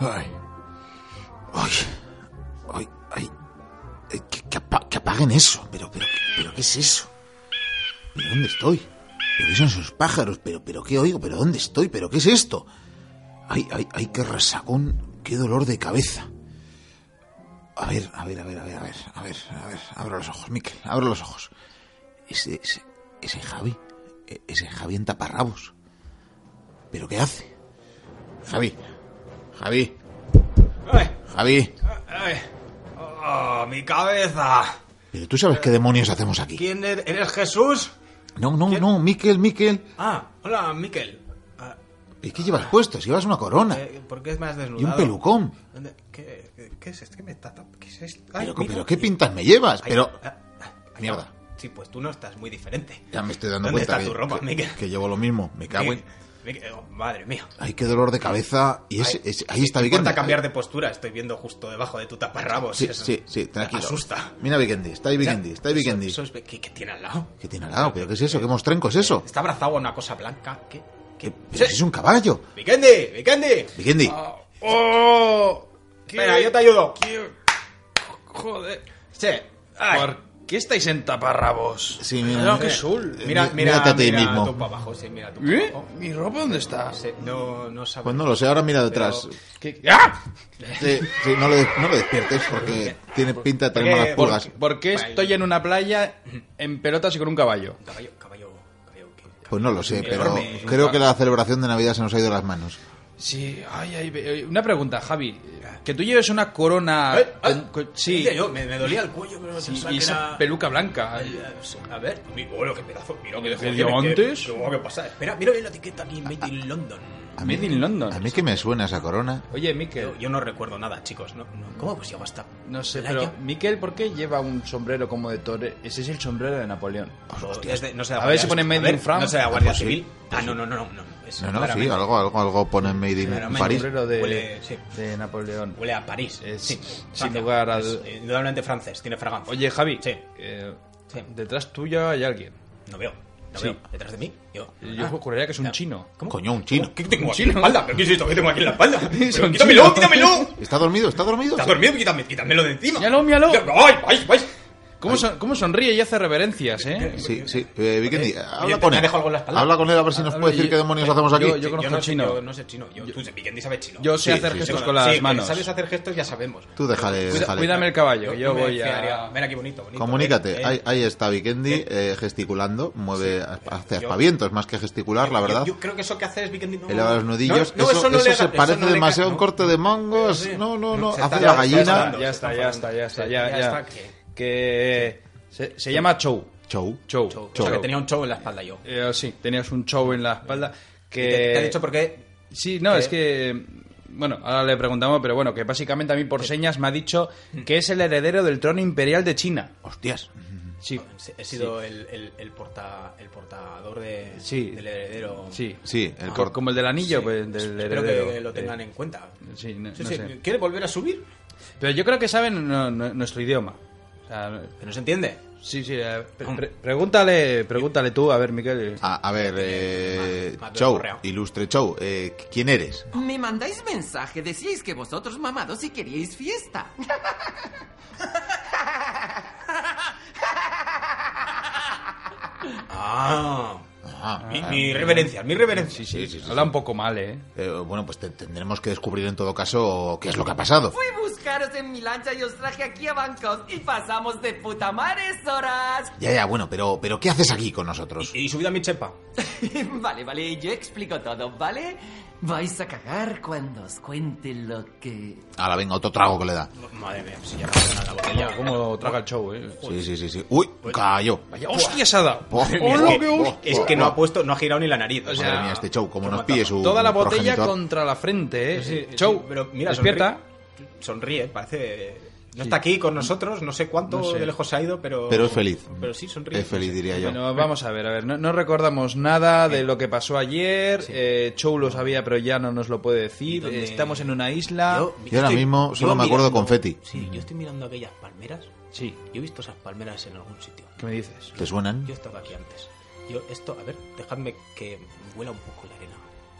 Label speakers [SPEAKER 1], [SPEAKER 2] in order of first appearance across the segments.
[SPEAKER 1] Ay. Ay. Ay. Ay. Eh, Que, que apa- que apaguen eso. Pero, pero, pero, ¿qué es eso? ¿Pero dónde estoy? ¿Pero qué son esos pájaros? ¿Pero, pero qué oigo? ¿Pero dónde estoy? ¿Pero qué es esto? Ay, ay, ay, qué resacón. Qué dolor de cabeza. A ver, a ver, a ver, a ver, a ver, a ver, a ver. Abro los ojos, Miquel, abro los ojos. Ese, ese, ese Javi. e- Ese Javi en taparrabos. ¿Pero qué hace? Javi. Javi.
[SPEAKER 2] ¡Ay!
[SPEAKER 1] Javi.
[SPEAKER 2] ¡Ay! ¡Oh, mi cabeza!
[SPEAKER 1] Pero tú sabes qué demonios hacemos aquí.
[SPEAKER 2] ¿Quién eres? ¿Eres Jesús?
[SPEAKER 1] No, no, no, Miquel, Miquel.
[SPEAKER 2] Ah, hola, Miquel. Ah,
[SPEAKER 1] ¿Y qué llevas puesto? Si llevas una corona
[SPEAKER 2] eh, ¿Por qué es más desnudado?
[SPEAKER 1] y un pelucón.
[SPEAKER 2] ¿Dónde- ¿Qué, qué- qué es esto? ¿Qué me está tap- ¿Qué es esto? Ay,
[SPEAKER 1] Pero,
[SPEAKER 2] mira.
[SPEAKER 1] pero ¿qué pintas me llevas?
[SPEAKER 2] Ay,
[SPEAKER 1] Pero
[SPEAKER 2] ah, ah, ah,
[SPEAKER 1] Mierda.
[SPEAKER 2] Sí, pues tú no estás muy diferente.
[SPEAKER 1] ya me estoy dando
[SPEAKER 2] ¿Dónde
[SPEAKER 1] cuenta
[SPEAKER 2] está tu
[SPEAKER 1] que-
[SPEAKER 2] ropa,
[SPEAKER 1] que,
[SPEAKER 2] Miquel?
[SPEAKER 1] que llevo lo mismo. Me cago en...
[SPEAKER 2] Miquel, oh, madre mía.
[SPEAKER 1] Ay, qué dolor de cabeza. Y ese, ese- ahí está Vikendi.
[SPEAKER 2] Importa cambiar de postura, estoy viendo justo debajo de tu taparrabos.
[SPEAKER 1] Sí,
[SPEAKER 2] Eso
[SPEAKER 1] sí, sí, tranquilo.
[SPEAKER 2] Asusta.
[SPEAKER 1] Mira Vikendi, está ahí Vikendi, está ahí
[SPEAKER 2] Eso-
[SPEAKER 1] Vikendi.
[SPEAKER 2] eso es- ¿Qué, qué tiene al lado?
[SPEAKER 1] ¿Qué tiene al lado? ¿Pero qué es eso? ¿Qué mostrenco es eso?
[SPEAKER 2] Está abrazado a una cosa blanca. ¿Qué?
[SPEAKER 1] ¿Qué-
[SPEAKER 2] ¿Qué?
[SPEAKER 1] pero si es un caballo.
[SPEAKER 2] ¡Vikendi! ¡Vikendi!
[SPEAKER 1] Vikendi,
[SPEAKER 2] Ah.
[SPEAKER 3] Ah, ¡Oh! ¿Qué-
[SPEAKER 2] Espera, yo te ayudo.
[SPEAKER 3] qué- Joder.
[SPEAKER 2] Sí. Ay.
[SPEAKER 3] ¿Por qué estáis en taparrabos?
[SPEAKER 1] Sí, mira.
[SPEAKER 3] No, qué
[SPEAKER 1] Sí.
[SPEAKER 3] sol.
[SPEAKER 2] Eh, Mira,
[SPEAKER 1] mí-
[SPEAKER 2] mira,
[SPEAKER 1] mírate a ti
[SPEAKER 2] mira
[SPEAKER 1] mismo.
[SPEAKER 2] tú pa' abajo, sí, mira tú pa'
[SPEAKER 3] ¿Eh?
[SPEAKER 2] abajo.
[SPEAKER 3] ¿Mi ropa dónde está?
[SPEAKER 2] Sí, no, no sabes.
[SPEAKER 1] pues no lo sé, ahora mira detrás.
[SPEAKER 2] Pero-
[SPEAKER 3] ¿Qué- ¡Ah!
[SPEAKER 1] Sí, sí, no, lo de- no lo despiertes porque tiene pinta de tener
[SPEAKER 2] Porque-
[SPEAKER 1] malas
[SPEAKER 3] ¿Por,
[SPEAKER 1] pulgas.
[SPEAKER 3] por qué estoy en una playa en pelotas y con un caballo?
[SPEAKER 2] Caballo, caballo, caballo. que-
[SPEAKER 1] Pues no lo sé, pero
[SPEAKER 2] Enorme, es un
[SPEAKER 1] creo
[SPEAKER 3] caballo.
[SPEAKER 1] que la celebración de Navidad se nos ha ido de las manos.
[SPEAKER 3] Sí, ay, ay, eh, una pregunta, Javi. Que tú lleves una corona...
[SPEAKER 2] Eh,
[SPEAKER 3] con-
[SPEAKER 2] ah,
[SPEAKER 3] con- Pues, sí,
[SPEAKER 2] Hostia, yo, me, me dolía el cuello, pero
[SPEAKER 3] y-
[SPEAKER 2] pensaba
[SPEAKER 3] y
[SPEAKER 2] que
[SPEAKER 3] esa
[SPEAKER 2] era-
[SPEAKER 3] peluca blanca.
[SPEAKER 2] Ay, eh, sí, A ver, mi- bueno, qué pedazo, mira qué
[SPEAKER 3] ¿De
[SPEAKER 2] decepción.
[SPEAKER 3] diamantes?
[SPEAKER 2] ¿Qué, qué, qué pasa? Espera, mira bien la etiqueta aquí, Made in London.
[SPEAKER 1] A
[SPEAKER 3] Made in London.
[SPEAKER 1] A mí que me suena esa corona.
[SPEAKER 3] Oye,
[SPEAKER 2] Yo,
[SPEAKER 3] Miquel,
[SPEAKER 2] yo no recuerdo nada, chicos. No, no, ¿Cómo pues llego hasta?
[SPEAKER 3] no sé,
[SPEAKER 2] Playa?
[SPEAKER 3] pero... Miquel, ¿por qué lleva un sombrero como de torre? Ese es el sombrero de Napoleón.
[SPEAKER 2] O- es de- no sé,
[SPEAKER 3] A ver si
[SPEAKER 2] guardia-
[SPEAKER 3] pone Made
[SPEAKER 2] a ver,
[SPEAKER 3] in France.
[SPEAKER 2] No sé, la Guardia
[SPEAKER 1] Ah, pues sí.
[SPEAKER 2] Civil. Ah, no, no, no, no. no, es
[SPEAKER 1] No, no, sí,
[SPEAKER 2] claramente-
[SPEAKER 1] algo, algo, algo pone Made in
[SPEAKER 2] Claramente.
[SPEAKER 1] París.
[SPEAKER 3] sombrero de,
[SPEAKER 2] Huele- sí.
[SPEAKER 3] de Napoleón.
[SPEAKER 2] Huele a París.
[SPEAKER 3] Es,
[SPEAKER 2] sí,
[SPEAKER 3] sin
[SPEAKER 2] Francia.
[SPEAKER 3] lugar al-
[SPEAKER 2] Es, eh, indudablemente francés, tiene fragancia.
[SPEAKER 3] Oye, Javi,
[SPEAKER 2] Sí.
[SPEAKER 3] eh,
[SPEAKER 2] Sí.
[SPEAKER 3] detrás tuya hay alguien.
[SPEAKER 2] No veo, no
[SPEAKER 3] Sí.
[SPEAKER 2] veo. ¿Detrás de mí? Yo.
[SPEAKER 3] Yo
[SPEAKER 2] Ah,
[SPEAKER 3] juraría que es un
[SPEAKER 2] ah,
[SPEAKER 3] chino.
[SPEAKER 2] ¿Cómo?
[SPEAKER 1] Coño, un chino.
[SPEAKER 2] ¿Qué tengo
[SPEAKER 3] Un
[SPEAKER 2] aquí en
[SPEAKER 3] chino.
[SPEAKER 2] la espalda? ¿Pero ¿Qué es esto que tengo aquí en la espalda?
[SPEAKER 3] Es un
[SPEAKER 2] ¡Quítamelo,
[SPEAKER 3] chino.
[SPEAKER 2] quítamelo!
[SPEAKER 1] ¿Está dormido? ¿Está dormido?
[SPEAKER 2] Está dormido, quítame, quítamelo de encima.
[SPEAKER 3] Míralo, míralo.
[SPEAKER 2] ¡Ay, ay, ay!
[SPEAKER 3] ¿Cómo, son- cómo sonríe y hace reverencias, eh?
[SPEAKER 1] Sí, sí. Eh, Vikendi,
[SPEAKER 2] Oye,
[SPEAKER 1] habla
[SPEAKER 2] ¿te-
[SPEAKER 1] con
[SPEAKER 2] te
[SPEAKER 1] él.
[SPEAKER 2] dejo algo en la espalda?
[SPEAKER 1] Habla con él a ver si nos
[SPEAKER 3] Habla-
[SPEAKER 1] puede decir
[SPEAKER 3] yo-
[SPEAKER 1] qué demonios hacemos aquí.
[SPEAKER 3] Yo conozco
[SPEAKER 2] no sé-
[SPEAKER 3] chino.
[SPEAKER 2] eh, yo no sé chino. Yo, tú, Vikendi sabe chino.
[SPEAKER 3] Yo sé
[SPEAKER 1] Sí,
[SPEAKER 3] hacer
[SPEAKER 1] sí,
[SPEAKER 3] gestos
[SPEAKER 1] sí.
[SPEAKER 3] con las
[SPEAKER 2] sí,
[SPEAKER 3] manos.
[SPEAKER 2] sabes hacer gestos, ya sabemos.
[SPEAKER 1] Tú déjale,
[SPEAKER 3] Cuida-
[SPEAKER 1] déjale.
[SPEAKER 3] Cuídame el caballo, que yo
[SPEAKER 2] me
[SPEAKER 3] voy a...
[SPEAKER 2] fiaría. Ven aquí, bonito, bonito. Eh,
[SPEAKER 1] Comunícate.
[SPEAKER 2] Ven,
[SPEAKER 1] Ahí,
[SPEAKER 2] ven.
[SPEAKER 1] ahí está Vikendi eh, gesticulando. Mueve, hace
[SPEAKER 2] yo-
[SPEAKER 1] aspavientos más que gesticular, la
[SPEAKER 2] Yo-
[SPEAKER 1] verdad.
[SPEAKER 2] eh, Yo, creo que eso que hace es Vikendi. No,
[SPEAKER 1] Eleva los
[SPEAKER 2] no,
[SPEAKER 1] nudillos.
[SPEAKER 2] no,
[SPEAKER 1] eso
[SPEAKER 2] no
[SPEAKER 1] eso
[SPEAKER 2] le
[SPEAKER 1] se
[SPEAKER 2] haga-
[SPEAKER 1] parece
[SPEAKER 2] no le ca-
[SPEAKER 1] demasiado a
[SPEAKER 2] no.
[SPEAKER 1] un corte de mangos.
[SPEAKER 2] Sí.
[SPEAKER 1] No, no, no.
[SPEAKER 2] Se
[SPEAKER 1] Hace
[SPEAKER 2] está-
[SPEAKER 1] la
[SPEAKER 2] ya está
[SPEAKER 1] gallina.
[SPEAKER 2] dando.
[SPEAKER 3] Ya está, ya está, ya está, ya,
[SPEAKER 2] Ya
[SPEAKER 3] ya.
[SPEAKER 2] está, ¿qué?
[SPEAKER 3] Que... Se, se llama Chow.
[SPEAKER 1] Chou.
[SPEAKER 3] Chow.
[SPEAKER 2] Show.
[SPEAKER 3] Chow.
[SPEAKER 2] Eso que tenía un show en la espalda yo.
[SPEAKER 3] Eh, sí, tenías un show en la espalda que...
[SPEAKER 2] ¿Te, te ha dicho por qué?
[SPEAKER 3] Sí, no,
[SPEAKER 2] que-
[SPEAKER 3] es que... Bueno, ahora le preguntamos, pero bueno, que básicamente a mí por señas me ha dicho que es el heredero del trono imperial de China.
[SPEAKER 1] Hostias.
[SPEAKER 3] Sí,
[SPEAKER 2] He sido el, el, el, porta, el portador de,
[SPEAKER 3] Sí.
[SPEAKER 2] del heredero.
[SPEAKER 3] sí.
[SPEAKER 1] Sí, el
[SPEAKER 3] Co-
[SPEAKER 1] corte.
[SPEAKER 3] Como el del anillo,
[SPEAKER 2] Sí.
[SPEAKER 3] pues, del
[SPEAKER 2] Espero
[SPEAKER 3] heredero.
[SPEAKER 2] que lo tengan
[SPEAKER 3] Eh,
[SPEAKER 2] en cuenta.
[SPEAKER 3] Sí, no,
[SPEAKER 2] Sí,
[SPEAKER 3] no
[SPEAKER 2] sí.
[SPEAKER 3] sé.
[SPEAKER 2] ¿Quiere volver a subir?
[SPEAKER 3] Pero yo creo que saben no, no, nuestro idioma. O sea, no-
[SPEAKER 2] Que no se entiende.
[SPEAKER 3] sí, sí. eh,
[SPEAKER 1] Ah.
[SPEAKER 3] pre- pre- pregúntale, pregúntale tú, a ver, Miquel.
[SPEAKER 1] A, a ver, eh,
[SPEAKER 2] Ma- ma-
[SPEAKER 1] Chou,
[SPEAKER 2] correo.
[SPEAKER 1] ilustre Chou, eh, ¿quién eres?
[SPEAKER 4] Me mandáis mensaje, decíais que vosotros mamados y queríais fiesta.
[SPEAKER 2] Ah.
[SPEAKER 1] Ajá.
[SPEAKER 2] Mi, mi reverencia, mi reverencia.
[SPEAKER 3] ah, Sí, sí,
[SPEAKER 1] sí, sí,
[SPEAKER 3] Habla un poco mal, ¿eh?
[SPEAKER 1] Eh, bueno, pues te- tendremos que descubrir en todo caso qué es lo que ha pasado.
[SPEAKER 4] Fui buscando dejaros en mi lancha y os traje aquí a Bangkok y pasamos de puta madre horas.
[SPEAKER 1] Ya, ya, bueno, pero, pero ¿qué haces aquí con nosotros?
[SPEAKER 3] Y subida mi chepa.
[SPEAKER 4] vale, vale, yo explico todo, ¿vale? Vais a cagar cuando os cuente lo que...
[SPEAKER 1] Ahora venga, otro trago que le da.
[SPEAKER 5] Madre mía, si ya no pasa nada, la botella.
[SPEAKER 3] Como traga el show, eh.
[SPEAKER 1] Sí, sí, sí, sí. Uy, cayó.
[SPEAKER 3] Vaya hostia se ha dado.
[SPEAKER 1] Madre mía, es
[SPEAKER 3] Hola,
[SPEAKER 1] que-
[SPEAKER 3] qué hostia.
[SPEAKER 5] Es que no ha puesto, no ha girado ni la nariz. O sea,
[SPEAKER 1] Madre mía, este show, como
[SPEAKER 5] qué
[SPEAKER 1] nos pille
[SPEAKER 5] matanza.
[SPEAKER 1] su.
[SPEAKER 3] Toda la botella
[SPEAKER 1] progenitor.
[SPEAKER 3] contra la frente, eh.
[SPEAKER 5] Sí, sí,
[SPEAKER 3] Show,
[SPEAKER 5] sí, pero mira,
[SPEAKER 3] despierta.
[SPEAKER 5] Sonríe, sonríe, parece. No está aquí con nosotros, no sé cuánto
[SPEAKER 3] No sé.
[SPEAKER 5] de lejos se ha ido, pero.
[SPEAKER 1] Pero es feliz.
[SPEAKER 5] Pero sí, sonríe.
[SPEAKER 1] Es feliz, diría yo.
[SPEAKER 3] Bueno, vamos a ver, a ver, no, no recordamos nada de lo que pasó ayer, eh, Chou lo sabía pero ya no nos lo puede decir,
[SPEAKER 2] ¿Dónde?
[SPEAKER 3] estamos en una isla,
[SPEAKER 1] Yo ahora mismo solo me acuerdo confeti.
[SPEAKER 2] Sí, yo estoy mirando aquellas palmeras. Sí, yo he visto esas palmeras en algún sitio.
[SPEAKER 3] ¿qué me dices?
[SPEAKER 1] ¿Te suenan?
[SPEAKER 2] Yo he estado aquí antes. Yo, esto, a ver, dejadme que huela un poco la arena.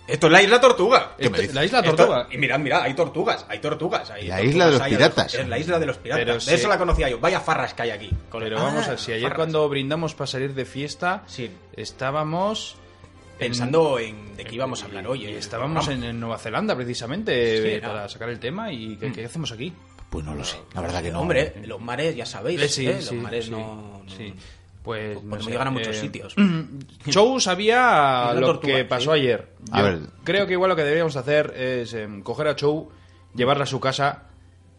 [SPEAKER 5] Esto es la isla Tortuga.
[SPEAKER 1] ¿Qué me dices?
[SPEAKER 3] La isla
[SPEAKER 5] Esto-
[SPEAKER 3] tortuga.
[SPEAKER 5] y mirad, mirad, hay tortugas, hay tortugas. Hay
[SPEAKER 1] La
[SPEAKER 5] tortugas,
[SPEAKER 1] isla de los
[SPEAKER 5] hay-
[SPEAKER 1] piratas.
[SPEAKER 5] Es la isla de los piratas.
[SPEAKER 3] Pero
[SPEAKER 5] de
[SPEAKER 3] sí.
[SPEAKER 5] eso la conocía yo. Vaya farras que hay aquí. Con-
[SPEAKER 3] Pero
[SPEAKER 5] Ah,
[SPEAKER 3] vamos a ver, si ayer
[SPEAKER 5] farras.
[SPEAKER 3] cuando brindamos para salir de fiesta,
[SPEAKER 5] Sí.
[SPEAKER 3] estábamos en-
[SPEAKER 5] Pensando en de qué íbamos a hablar hoy.
[SPEAKER 3] y
[SPEAKER 2] eh.
[SPEAKER 5] en el
[SPEAKER 2] Ah,
[SPEAKER 3] estábamos
[SPEAKER 5] programa.
[SPEAKER 3] en, en Nueva Zelanda precisamente
[SPEAKER 5] Sí,
[SPEAKER 3] eh,
[SPEAKER 5] era.
[SPEAKER 3] para sacar el tema y ¿qué, qué hacemos aquí?
[SPEAKER 1] Pues no lo sé. La verdad que no.
[SPEAKER 2] Hombre, los mares, ya sabéis,
[SPEAKER 3] Ah, Eh, sí,
[SPEAKER 2] ¿eh?
[SPEAKER 3] sí,
[SPEAKER 2] los mares
[SPEAKER 3] sí,
[SPEAKER 2] no... no-
[SPEAKER 3] sí. Pues
[SPEAKER 2] Porque
[SPEAKER 3] no
[SPEAKER 2] no
[SPEAKER 3] sé,
[SPEAKER 2] llegan a muchos
[SPEAKER 3] eh,
[SPEAKER 2] sitios.
[SPEAKER 3] Show sabía
[SPEAKER 2] Isla
[SPEAKER 3] lo
[SPEAKER 2] Tortuga,
[SPEAKER 3] que
[SPEAKER 2] sí.
[SPEAKER 3] pasó ayer.
[SPEAKER 1] A
[SPEAKER 3] Yo
[SPEAKER 1] ver.
[SPEAKER 3] Creo que igual lo que deberíamos hacer es em, coger a Show, llevarla a su casa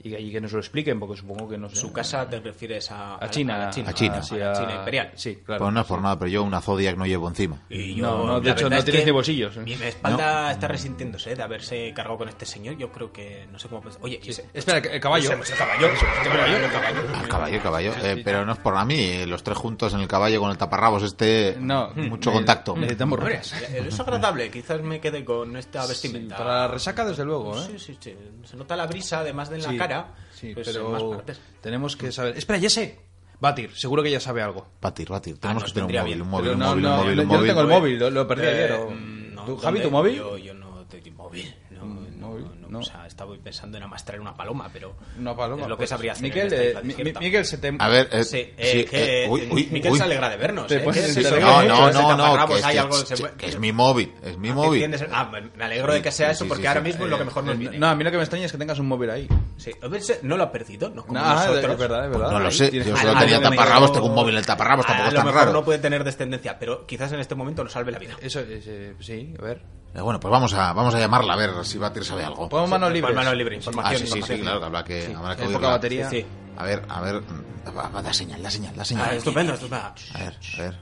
[SPEAKER 3] y que allí que nos lo expliquen, porque supongo que no sé.
[SPEAKER 2] Su casa te refieres a...
[SPEAKER 3] a China,
[SPEAKER 2] A China,
[SPEAKER 1] a China.
[SPEAKER 3] sí,
[SPEAKER 2] a la China imperial.
[SPEAKER 3] Sí, claro.
[SPEAKER 1] Pues no es por nada, pero yo una Zodiac no llevo encima.
[SPEAKER 2] Y
[SPEAKER 3] No, no, de
[SPEAKER 2] la
[SPEAKER 3] hecho,
[SPEAKER 2] verdad
[SPEAKER 3] no
[SPEAKER 2] es
[SPEAKER 3] tienes
[SPEAKER 2] que
[SPEAKER 3] ni bolsillos, ¿eh?
[SPEAKER 2] Mi mi espalda está resintiéndose de haberse cargado con este señor. Yo creo que no sé cómo. pens- Oye, y se-
[SPEAKER 3] Espera, el caballo.
[SPEAKER 5] Ese caballo, ese caballo, ese caballo.
[SPEAKER 1] Ah, caballo, caballo. Eh, pero no es por a mí. eh, Los tres juntos en el caballo con el taparrabos este.
[SPEAKER 3] No,
[SPEAKER 1] Mucho
[SPEAKER 3] ne-
[SPEAKER 1] contacto.
[SPEAKER 3] Necesitamos
[SPEAKER 2] Hombre,
[SPEAKER 3] ruedas.
[SPEAKER 2] es agradable. Quizás me quede con esta vestimenta.
[SPEAKER 3] Para la resaca, desde luego, ¿eh?
[SPEAKER 2] Sí, sí, sí. Se nota la brisa, además de en
[SPEAKER 3] Sí,
[SPEAKER 2] la cara.
[SPEAKER 3] Sí,
[SPEAKER 2] pues, en más
[SPEAKER 3] pero
[SPEAKER 2] partes.
[SPEAKER 3] tenemos que saber. Espera, ya sé. Batir, seguro que ya sabe algo.
[SPEAKER 1] Batir, batir. Tenemos
[SPEAKER 2] Ah,
[SPEAKER 1] que
[SPEAKER 2] nos
[SPEAKER 1] tener un
[SPEAKER 2] vendría
[SPEAKER 1] móvil,
[SPEAKER 2] bien.
[SPEAKER 1] un móvil,
[SPEAKER 3] Pero
[SPEAKER 1] un
[SPEAKER 3] no,
[SPEAKER 1] móvil, un
[SPEAKER 3] no,
[SPEAKER 1] móvil,
[SPEAKER 3] yo
[SPEAKER 1] un
[SPEAKER 3] no
[SPEAKER 1] móvil.
[SPEAKER 3] tengo el móvil, lo, lo perdí
[SPEAKER 2] Eh,
[SPEAKER 3] ayer. o-
[SPEAKER 2] mm, no,
[SPEAKER 3] ¿Tú, Javi, tu
[SPEAKER 2] ¿dónde?
[SPEAKER 3] móvil?
[SPEAKER 2] Yo, yo no tengo móvil. No, no,
[SPEAKER 3] móvil,
[SPEAKER 2] no,
[SPEAKER 3] no.
[SPEAKER 2] O sea, estaba pensando en amastrar una paloma, pero.
[SPEAKER 3] Una paloma.
[SPEAKER 2] Es lo que
[SPEAKER 3] pues.
[SPEAKER 2] sabría hacer. en
[SPEAKER 3] Miquel,
[SPEAKER 2] esta
[SPEAKER 3] eh,
[SPEAKER 2] isla
[SPEAKER 3] mi- mi-
[SPEAKER 2] desierta.
[SPEAKER 3] Miquel, se te.
[SPEAKER 1] A ver, eh,
[SPEAKER 2] Sí, eh,
[SPEAKER 1] sí,
[SPEAKER 2] que,
[SPEAKER 1] eh, uy, uy,
[SPEAKER 2] Miquel
[SPEAKER 1] uy.
[SPEAKER 2] se alegra de vernos.
[SPEAKER 3] Te
[SPEAKER 2] eh,
[SPEAKER 3] pones-
[SPEAKER 2] que
[SPEAKER 3] sí,
[SPEAKER 2] se
[SPEAKER 3] sí,
[SPEAKER 2] alegra
[SPEAKER 1] No,
[SPEAKER 2] de
[SPEAKER 1] no,
[SPEAKER 2] vernos,
[SPEAKER 1] no,
[SPEAKER 2] ese
[SPEAKER 1] no,
[SPEAKER 2] taparrabos,
[SPEAKER 1] que es,
[SPEAKER 2] hay
[SPEAKER 1] que-
[SPEAKER 2] algo se-
[SPEAKER 1] que es mi móvil, es mi móvil.
[SPEAKER 2] ¿Entiendes? Ah, me me alegro de que sea
[SPEAKER 1] Sí,
[SPEAKER 2] eso
[SPEAKER 1] sí,
[SPEAKER 2] porque
[SPEAKER 1] sí,
[SPEAKER 2] ahora
[SPEAKER 1] sí.
[SPEAKER 2] mismo es lo que mejor nos viene.
[SPEAKER 3] No, a mí lo que me extraña es que tengas un móvil ahí.
[SPEAKER 2] Sí, a ver, se- no lo ha perdido, no como
[SPEAKER 3] Ah,
[SPEAKER 2] nosotros.
[SPEAKER 3] es verdad, es verdad.
[SPEAKER 1] No lo
[SPEAKER 3] Ahí
[SPEAKER 1] sé,
[SPEAKER 3] tienes-
[SPEAKER 1] yo
[SPEAKER 2] Ah,
[SPEAKER 1] solo
[SPEAKER 2] a
[SPEAKER 1] tenía
[SPEAKER 2] lo mejor-
[SPEAKER 1] taparrabos, tengo un móvil en el taparrabos,
[SPEAKER 2] a
[SPEAKER 1] tampoco es
[SPEAKER 2] lo
[SPEAKER 1] tan
[SPEAKER 2] mejor
[SPEAKER 1] raro.
[SPEAKER 2] no puede tener descendencia, pero quizás en este momento nos salve la vida.
[SPEAKER 3] Eso es, eh, sí, a ver.
[SPEAKER 1] Eh, Bueno, pues vamos a, vamos a llamarla a ver si Batir sabe algo.
[SPEAKER 3] Pon manos libres.
[SPEAKER 2] Por mano libre,
[SPEAKER 1] Ah,
[SPEAKER 2] información.
[SPEAKER 1] sí, sí, sí,
[SPEAKER 2] información.
[SPEAKER 1] claro, que habrá que, habrá que
[SPEAKER 3] Hay poca
[SPEAKER 1] oírla.
[SPEAKER 3] batería.
[SPEAKER 2] Sí, sí.
[SPEAKER 1] A ver, a ver, mm, va, va, da señal, da señal, da señal.
[SPEAKER 2] Ah, estupendo, estupendo.
[SPEAKER 1] A ver, a ver.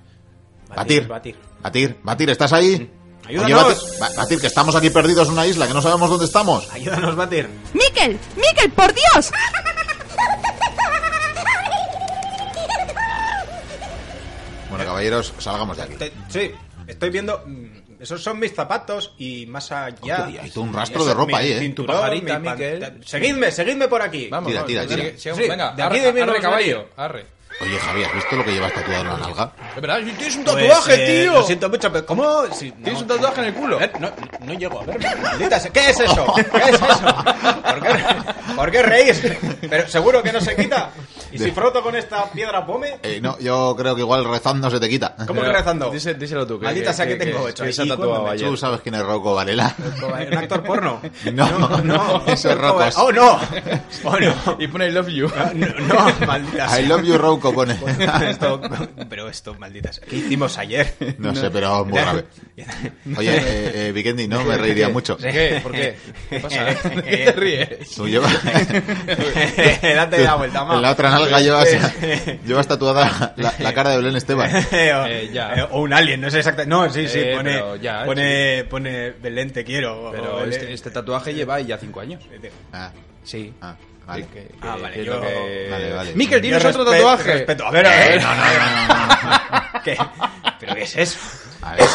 [SPEAKER 2] Batir,
[SPEAKER 1] Batir,
[SPEAKER 2] batir.
[SPEAKER 1] Batir, Batir, ¿estás ahí?
[SPEAKER 5] Mm.
[SPEAKER 2] Ayúdanos.
[SPEAKER 1] Batir, Ba- Batir, que estamos aquí perdidos en una isla, que no sabemos dónde estamos.
[SPEAKER 2] Ayúdanos, batir.
[SPEAKER 6] ¡Miquel! ¡Miquel, por Dios!
[SPEAKER 1] Bueno, caballeros, salgamos de aquí.
[SPEAKER 5] Te- sí, estoy viendo. mm, Esos son mis zapatos y más allá.
[SPEAKER 1] Uy, hay todo un rastro de
[SPEAKER 5] Eso es
[SPEAKER 1] ropa
[SPEAKER 5] mi
[SPEAKER 1] ahí, ¿eh?
[SPEAKER 5] cinturón,
[SPEAKER 3] Tu pajarita,
[SPEAKER 5] mi pan-
[SPEAKER 3] Miquel.
[SPEAKER 5] Seguidme, seguidme por aquí.
[SPEAKER 3] Vamos,
[SPEAKER 1] Tira, tira,
[SPEAKER 3] vamos,
[SPEAKER 1] tira.
[SPEAKER 3] sigue, sigue,
[SPEAKER 5] Sí,
[SPEAKER 3] venga,
[SPEAKER 5] de
[SPEAKER 3] arre,
[SPEAKER 5] aquí de mí
[SPEAKER 3] arre,
[SPEAKER 5] no nos
[SPEAKER 3] caballo,
[SPEAKER 5] venís.
[SPEAKER 3] arre.
[SPEAKER 1] Oye, Javi, ¿has visto lo que llevas tatuado en la nalga?
[SPEAKER 3] Es verdad, si tienes un
[SPEAKER 5] Pues,
[SPEAKER 3] tatuaje,
[SPEAKER 5] eh,
[SPEAKER 3] tío.
[SPEAKER 5] Lo siento mucho, pero ¿cómo? Si- no,
[SPEAKER 3] Tienes un tatuaje en el culo.
[SPEAKER 5] Eh, no, no llego a ver. maldita sea. ¿Qué es eso? ¿Qué es eso? ¿Por qué, por qué reís? Pero seguro que no se quita. ¿Y si froto con esta piedra pome?
[SPEAKER 1] Eh, no, yo creo que igual rezando se te quita.
[SPEAKER 5] ¿Cómo que rezando?
[SPEAKER 3] Díse- díselo tú. que-
[SPEAKER 5] Maldita sea que tengo
[SPEAKER 3] que-
[SPEAKER 5] hecho.
[SPEAKER 3] que se ha
[SPEAKER 5] ¿Y
[SPEAKER 3] tatuado
[SPEAKER 5] cuándo me
[SPEAKER 3] ayer.
[SPEAKER 1] Tú sabes quién es Rocco Varela.
[SPEAKER 5] ¿Un actor porno?
[SPEAKER 1] No, no, eso es Rocco.
[SPEAKER 5] ¡Oh, no! ¡Oh, no!
[SPEAKER 3] Y pone I love you.
[SPEAKER 5] No, no, maldita sea.
[SPEAKER 1] I love you, Rocco, pone.
[SPEAKER 5] Esto- pero esto, maldita sea. ¿Qué hicimos ayer?
[SPEAKER 1] No sé, pero es muy grave. Oye, eh, eh, Vikendi, no, me reiría mucho.
[SPEAKER 3] ¿Por qué? ¿Por qué? ¿Qué pasa? ¿De qué te ríes?
[SPEAKER 1] Tú llevas...
[SPEAKER 5] Date la vuelta, ma.
[SPEAKER 1] En la otra nalga llevas, llevas tatuada la, la cara de Belén Esteban.
[SPEAKER 5] Eh, o,
[SPEAKER 3] Eh, ya.
[SPEAKER 5] eh, o un alien, no sé exactamente. No, sí, sí,
[SPEAKER 3] Eh, pero
[SPEAKER 5] pone,
[SPEAKER 3] ya,
[SPEAKER 5] pone, pone Belén, te quiero. o
[SPEAKER 3] Pero
[SPEAKER 5] Belén-
[SPEAKER 3] este, este tatuaje lleva ya cinco años.
[SPEAKER 1] Ah,
[SPEAKER 3] Sí.
[SPEAKER 1] ah, vale.
[SPEAKER 3] Que- que-
[SPEAKER 5] Ah, vale,
[SPEAKER 3] que es
[SPEAKER 5] yo-
[SPEAKER 3] lo que-
[SPEAKER 1] Vale, vale.
[SPEAKER 3] Miquel, tienes
[SPEAKER 5] Yo
[SPEAKER 3] otro
[SPEAKER 5] respe-
[SPEAKER 3] tatuaje. Eh,
[SPEAKER 5] respeto. A ver, a
[SPEAKER 2] eh,
[SPEAKER 5] ver.
[SPEAKER 1] Eh, No, no, no, no, no.
[SPEAKER 5] ¿Qué? ¿Pero qué es eso?
[SPEAKER 1] A ver,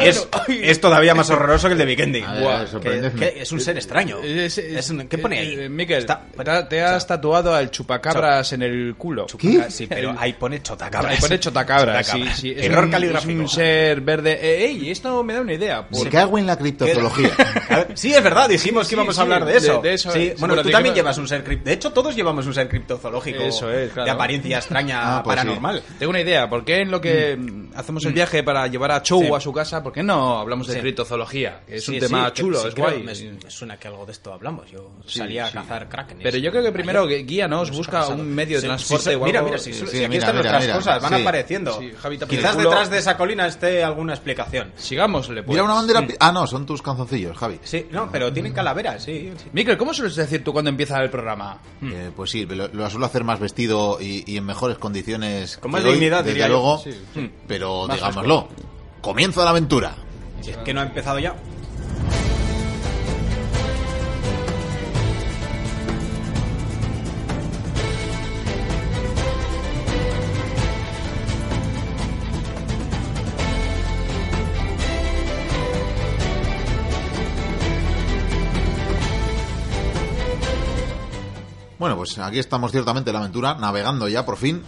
[SPEAKER 5] Es, es todavía más horroroso que el de Vikendi.
[SPEAKER 1] a ver,
[SPEAKER 3] Buah,
[SPEAKER 1] a ver, sorpréndeme.
[SPEAKER 2] Que es un ser extraño.
[SPEAKER 3] Es- es-
[SPEAKER 2] Es un- ¿Qué pone
[SPEAKER 3] eh, eh,
[SPEAKER 2] ahí?
[SPEAKER 3] Miquel,
[SPEAKER 2] Está-
[SPEAKER 3] te ha- te has tatuado al chupacabras en el culo.
[SPEAKER 5] ¿Qué? Sí, pero ahí pone chotacabras.
[SPEAKER 3] Ahí pone chotacabras. Sí,
[SPEAKER 5] Chotacabras.
[SPEAKER 3] sí, es
[SPEAKER 5] Error
[SPEAKER 3] un-
[SPEAKER 5] caligráfico.
[SPEAKER 3] Es un ser verde. Eh, ¡Ey! Esto me da una idea.
[SPEAKER 1] Me
[SPEAKER 3] porque-
[SPEAKER 1] cago en la Pues, criptozoología.
[SPEAKER 5] A ver, Sí, es verdad, dijimos que
[SPEAKER 3] sí,
[SPEAKER 5] íbamos
[SPEAKER 3] sí,
[SPEAKER 5] a hablar de
[SPEAKER 3] de-
[SPEAKER 5] eso.
[SPEAKER 3] de eso,
[SPEAKER 5] Sí,
[SPEAKER 3] eh,
[SPEAKER 5] Bueno,
[SPEAKER 3] bueno,
[SPEAKER 5] tú
[SPEAKER 3] te
[SPEAKER 5] también
[SPEAKER 3] quiero-
[SPEAKER 5] llevas un ser cripto. De hecho, todos llevamos un ser criptozoológico.
[SPEAKER 3] Eso es, claro.
[SPEAKER 5] De apariencia extraña
[SPEAKER 1] Ah, pues sí.
[SPEAKER 5] paranormal.
[SPEAKER 3] Tengo una idea. ¿Por qué en lo que mm, hacemos el viaje para llevar llevar a Chou a su casa, porque no hablamos de
[SPEAKER 2] Sí.
[SPEAKER 3] criptozoología? Que es
[SPEAKER 2] Sí,
[SPEAKER 3] un
[SPEAKER 2] sí,
[SPEAKER 3] tema
[SPEAKER 2] que-
[SPEAKER 3] chulo,
[SPEAKER 2] sí,
[SPEAKER 3] es
[SPEAKER 2] creo,
[SPEAKER 3] guay.
[SPEAKER 2] Me, su- me suena que algo de esto hablamos. Yo salía a cazar kraken.
[SPEAKER 3] Pero yo creo que primero guía nos busca
[SPEAKER 2] pasado.
[SPEAKER 3] un medio de
[SPEAKER 2] Sí,
[SPEAKER 3] transporte
[SPEAKER 5] Sí,
[SPEAKER 3] o
[SPEAKER 5] mira,
[SPEAKER 3] algo.
[SPEAKER 5] mira, si,
[SPEAKER 1] Sí,
[SPEAKER 5] si
[SPEAKER 1] sí,
[SPEAKER 5] aquí
[SPEAKER 1] mira,
[SPEAKER 5] están
[SPEAKER 1] mira,
[SPEAKER 5] nuestras
[SPEAKER 1] mira.
[SPEAKER 5] cosas, van
[SPEAKER 1] Sí.
[SPEAKER 5] apareciendo.
[SPEAKER 3] Sí, Javi Tapia
[SPEAKER 5] Quizás
[SPEAKER 3] Culo.
[SPEAKER 5] detrás de esa colina esté alguna explicación.
[SPEAKER 3] Sigámosle, pues.
[SPEAKER 1] Mira una bandera. pi- Ah, no, son tus calzoncillos, Javi.
[SPEAKER 5] Sí, no, pero tienen calaveras, sí. sí.
[SPEAKER 3] Miquel, ¿cómo sueles decir tú cuando empieza el programa?
[SPEAKER 1] Eh, pues sí, lo, lo suelo hacer más vestido y, y en mejores condiciones.
[SPEAKER 5] Con
[SPEAKER 1] que
[SPEAKER 5] más
[SPEAKER 1] hoy,
[SPEAKER 5] dignidad,
[SPEAKER 1] desde
[SPEAKER 5] diría yo.
[SPEAKER 1] luego. mm,
[SPEAKER 5] Sí,
[SPEAKER 1] Pero digámoslo, comienza la aventura.
[SPEAKER 5] Si es que no ha empezado ya.
[SPEAKER 1] Bueno, pues aquí estamos ciertamente en la aventura, navegando ya por fin.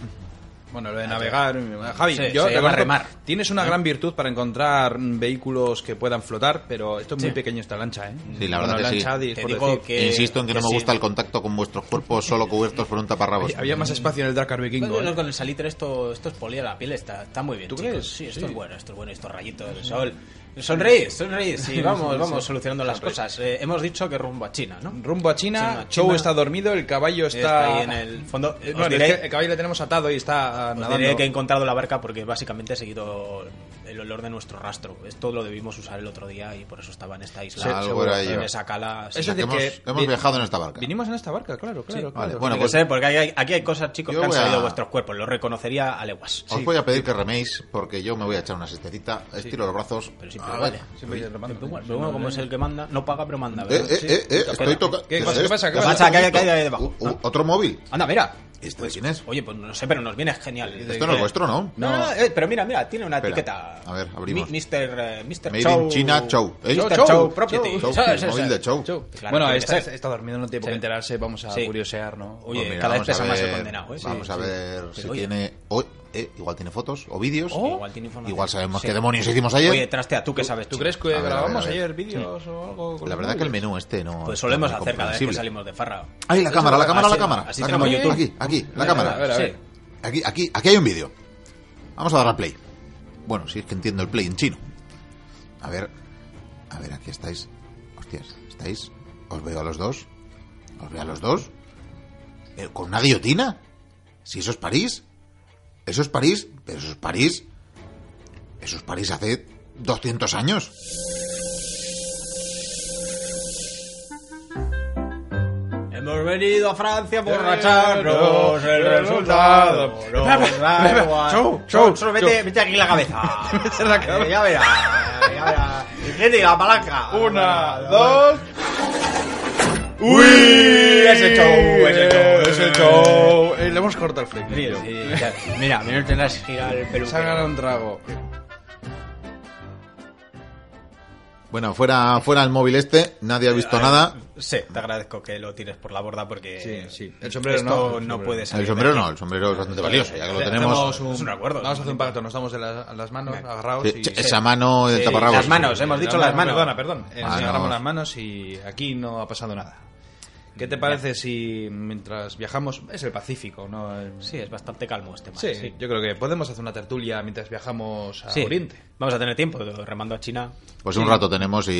[SPEAKER 3] Bueno, lo de navegar. eh, Javi,
[SPEAKER 2] Ah, Sí,
[SPEAKER 3] yo
[SPEAKER 2] se llama
[SPEAKER 3] reconozco-
[SPEAKER 2] remar.
[SPEAKER 3] Tienes una gran virtud para encontrar mm, vehículos que puedan flotar, pero esto es muy pequeño esta lancha, ¿eh?
[SPEAKER 1] Sí, la verdad
[SPEAKER 3] Bueno,
[SPEAKER 1] que sí.
[SPEAKER 3] lancha, di-
[SPEAKER 2] Te
[SPEAKER 3] por
[SPEAKER 2] digo
[SPEAKER 3] decir.
[SPEAKER 2] que-
[SPEAKER 1] Insisto en que, no me
[SPEAKER 2] sí.
[SPEAKER 1] gusta el contacto con vuestros cuerpos solo cubiertos por un taparrabos.
[SPEAKER 3] Había- Había más espacio en el Dracar
[SPEAKER 2] Bueno,
[SPEAKER 3] Vikingo. ¿eh?
[SPEAKER 2] Pues, no, con el salitre esto, esto es polía la piel, está, está muy bien.
[SPEAKER 3] ¿Tú
[SPEAKER 2] chicos.
[SPEAKER 3] crees?
[SPEAKER 2] Sí, esto
[SPEAKER 3] Sí.
[SPEAKER 2] es bueno, esto es bueno, estos rayitos del sol. Sonríes, sonríes, sí, vamos, vamos solucionando las cosas. Eh, hemos dicho que rumbo a China, ¿no?
[SPEAKER 3] Rumbo a China,
[SPEAKER 2] China,
[SPEAKER 3] Chou
[SPEAKER 2] China.
[SPEAKER 3] está dormido, el caballo está.
[SPEAKER 2] Está ahí en el fondo.
[SPEAKER 3] Eh,
[SPEAKER 2] Os
[SPEAKER 3] bueno,
[SPEAKER 2] diré-
[SPEAKER 3] es que el caballo le tenemos atado y está ah,
[SPEAKER 2] Os
[SPEAKER 3] nadando.
[SPEAKER 2] Pues diré que he encontrado la barca porque básicamente he seguido el olor de nuestro rastro. Esto lo debimos usar el otro día y por eso estaba en esta isla.
[SPEAKER 1] Sí, Algo seguro. era ello.
[SPEAKER 2] En esa cala. sí.
[SPEAKER 3] Es
[SPEAKER 1] O sea,
[SPEAKER 3] decir,
[SPEAKER 1] que hemos,
[SPEAKER 3] que
[SPEAKER 1] hemos
[SPEAKER 3] vi-
[SPEAKER 1] viajado en esta barca.
[SPEAKER 3] Vinimos en esta barca, claro, claro.
[SPEAKER 2] Sí.
[SPEAKER 3] claro.
[SPEAKER 1] Vale, bueno,
[SPEAKER 2] Tiene que
[SPEAKER 1] pues
[SPEAKER 2] ser, porque aquí hay, aquí hay cosas, chicos,
[SPEAKER 1] yo
[SPEAKER 2] que han
[SPEAKER 1] voy a-
[SPEAKER 2] salido de vuestros cuerpos. Lo reconocería a leguas.
[SPEAKER 1] os voy a pedir que reméis porque yo me voy a echar una siestecita, estiro los brazos.
[SPEAKER 2] Pero siempre
[SPEAKER 1] Ah,
[SPEAKER 2] vale.
[SPEAKER 3] Siempre
[SPEAKER 1] Uy.
[SPEAKER 3] te remando.
[SPEAKER 2] Pero bueno, pero bueno, como es el que manda, no paga, pero manda.
[SPEAKER 1] Eh,
[SPEAKER 2] ¿verdad?
[SPEAKER 1] eh,
[SPEAKER 2] Sí.
[SPEAKER 1] eh, eh, estoy tocando.
[SPEAKER 3] ¿Qué pasa? ¿Qué pasa? ¿Qué pasa?
[SPEAKER 2] Macha, que hay- que hay ahí debajo.
[SPEAKER 1] ¿Otro móvil?
[SPEAKER 2] Anda, mira.
[SPEAKER 1] ¿Este quién es?
[SPEAKER 2] Oye, pues no sé, pero nos viene genial. Este,
[SPEAKER 1] Esto no es vuestro, ¿no?
[SPEAKER 2] No, no, eh, pero mira, mira, tiene una
[SPEAKER 1] Espera.
[SPEAKER 2] etiqueta.
[SPEAKER 1] A ver, abrimos.
[SPEAKER 2] Mi- Mr. eh, Mr.
[SPEAKER 1] Made
[SPEAKER 2] Chow.
[SPEAKER 1] in China, Chow. ¿Eh?
[SPEAKER 2] Mr.
[SPEAKER 3] Chow,
[SPEAKER 2] Chow,
[SPEAKER 3] Chow,
[SPEAKER 2] Property.
[SPEAKER 1] Chow,
[SPEAKER 2] Sí,
[SPEAKER 1] el
[SPEAKER 2] sí,
[SPEAKER 1] móvil
[SPEAKER 2] sí.
[SPEAKER 1] de Chow.
[SPEAKER 3] Chou.
[SPEAKER 2] Claro,
[SPEAKER 3] bueno,
[SPEAKER 2] tiene que
[SPEAKER 3] está,
[SPEAKER 2] ser.
[SPEAKER 3] está dormido, no tiene por qué
[SPEAKER 2] Sí.
[SPEAKER 3] enterarse. Vamos a
[SPEAKER 2] Sí.
[SPEAKER 3] curiosear, ¿no?
[SPEAKER 2] Oye,
[SPEAKER 1] Pues mira,
[SPEAKER 2] cada vez
[SPEAKER 1] vamos a
[SPEAKER 2] pesa más el
[SPEAKER 1] ver-
[SPEAKER 2] condenado, ¿eh?
[SPEAKER 1] Vamos
[SPEAKER 2] Sí,
[SPEAKER 1] a
[SPEAKER 2] sí.
[SPEAKER 1] ver si
[SPEAKER 2] oye. oh,
[SPEAKER 1] tiene. oh, eh, igual tiene fotos o vídeos.
[SPEAKER 2] Igual tiene información.
[SPEAKER 1] Igual sabemos
[SPEAKER 2] Sí.
[SPEAKER 1] qué demonios hicimos ayer. Pues
[SPEAKER 2] Oye, trastea, tú que sabes.
[SPEAKER 3] ¿Tú
[SPEAKER 2] chino?
[SPEAKER 3] crees
[SPEAKER 1] A
[SPEAKER 3] que
[SPEAKER 1] ver, a ver,
[SPEAKER 3] grabamos
[SPEAKER 1] a ver.
[SPEAKER 3] ayer vídeos o algo? con
[SPEAKER 1] la
[SPEAKER 3] los
[SPEAKER 1] verdad que el
[SPEAKER 3] móviles?
[SPEAKER 1] menú este no.
[SPEAKER 2] Pues
[SPEAKER 1] está
[SPEAKER 2] solemos
[SPEAKER 1] muy
[SPEAKER 2] hacer cada vez que
[SPEAKER 1] comprensible.
[SPEAKER 2] salimos de farra.
[SPEAKER 1] Ahí la cámara, la cámara, la
[SPEAKER 2] Así-
[SPEAKER 1] cámara.
[SPEAKER 2] así
[SPEAKER 1] La
[SPEAKER 2] tenemos
[SPEAKER 1] cámara.
[SPEAKER 2] YouTube.
[SPEAKER 1] Aquí, aquí, la
[SPEAKER 3] A ver,
[SPEAKER 1] cámara.
[SPEAKER 3] a
[SPEAKER 2] Sí.
[SPEAKER 3] ver.
[SPEAKER 1] Aquí, aquí, aquí hay un vídeo. Vamos a dar a play. Bueno, si es que entiendo el play en chino. A ver, a ver, aquí estáis. Hostias, estáis. Os veo a los dos. Os veo a los dos. Eh, ¿Con una guillotina? Si eso es París. Eso es París, pero eso es París. Eso es París hace 200 años.
[SPEAKER 2] Hemos venido a Francia a borracharnos. El resultado. nos da igual.
[SPEAKER 3] Chow,
[SPEAKER 2] Chow,
[SPEAKER 3] chow,
[SPEAKER 2] Solo vete,
[SPEAKER 3] chow.
[SPEAKER 2] vete aquí la cabeza.
[SPEAKER 3] Vete la cabeza.
[SPEAKER 2] Eh, Ya verás. Ya verás. Gente, la palanca.
[SPEAKER 3] Una, dos.
[SPEAKER 2] ¡Uy! Ese Chow, ese Chow,
[SPEAKER 3] Ese show. Eh, Le hemos cortado el flequillo.
[SPEAKER 2] Sí, sí, ya. Mira, menos tendrás que girar el pelo.
[SPEAKER 3] Se ha ganado un trago.
[SPEAKER 1] Bueno, fuera, fuera el móvil este, nadie ha
[SPEAKER 2] Eh,
[SPEAKER 1] visto nada.
[SPEAKER 2] Sí, te agradezco que lo tires por la borda porque
[SPEAKER 3] Sí, sí. El sombrero
[SPEAKER 2] esto
[SPEAKER 3] no, el
[SPEAKER 2] no,
[SPEAKER 3] sombrero.
[SPEAKER 2] puede salir.
[SPEAKER 1] El
[SPEAKER 2] de
[SPEAKER 1] sombrero
[SPEAKER 2] aquí.
[SPEAKER 1] no, el sombrero es bastante valioso, ya que lo
[SPEAKER 3] Hacemos
[SPEAKER 1] tenemos.
[SPEAKER 3] un-
[SPEAKER 2] Es un acuerdo.
[SPEAKER 3] Vamos a hacer un pacto, nos damos en las, en las manos, agarrados.
[SPEAKER 1] Sí,
[SPEAKER 3] y-
[SPEAKER 1] sí, Esa mano de
[SPEAKER 2] Sí,
[SPEAKER 1] taparrabos.
[SPEAKER 2] las manos, hemos dicho las manos.
[SPEAKER 3] Perdona, perdón. Eh, nos
[SPEAKER 1] Manos.
[SPEAKER 3] agarramos las manos y aquí no ha pasado nada. ¿Qué te parece si mientras viajamos es el Pacífico, no? El-
[SPEAKER 2] Sí, es bastante calmo este mar.
[SPEAKER 3] Sí, yo creo que podemos hacer una tertulia mientras viajamos a
[SPEAKER 2] Sí.
[SPEAKER 3] Oriente.
[SPEAKER 2] Vamos a tener tiempo remando a China.
[SPEAKER 1] Pues un rato tenemos y,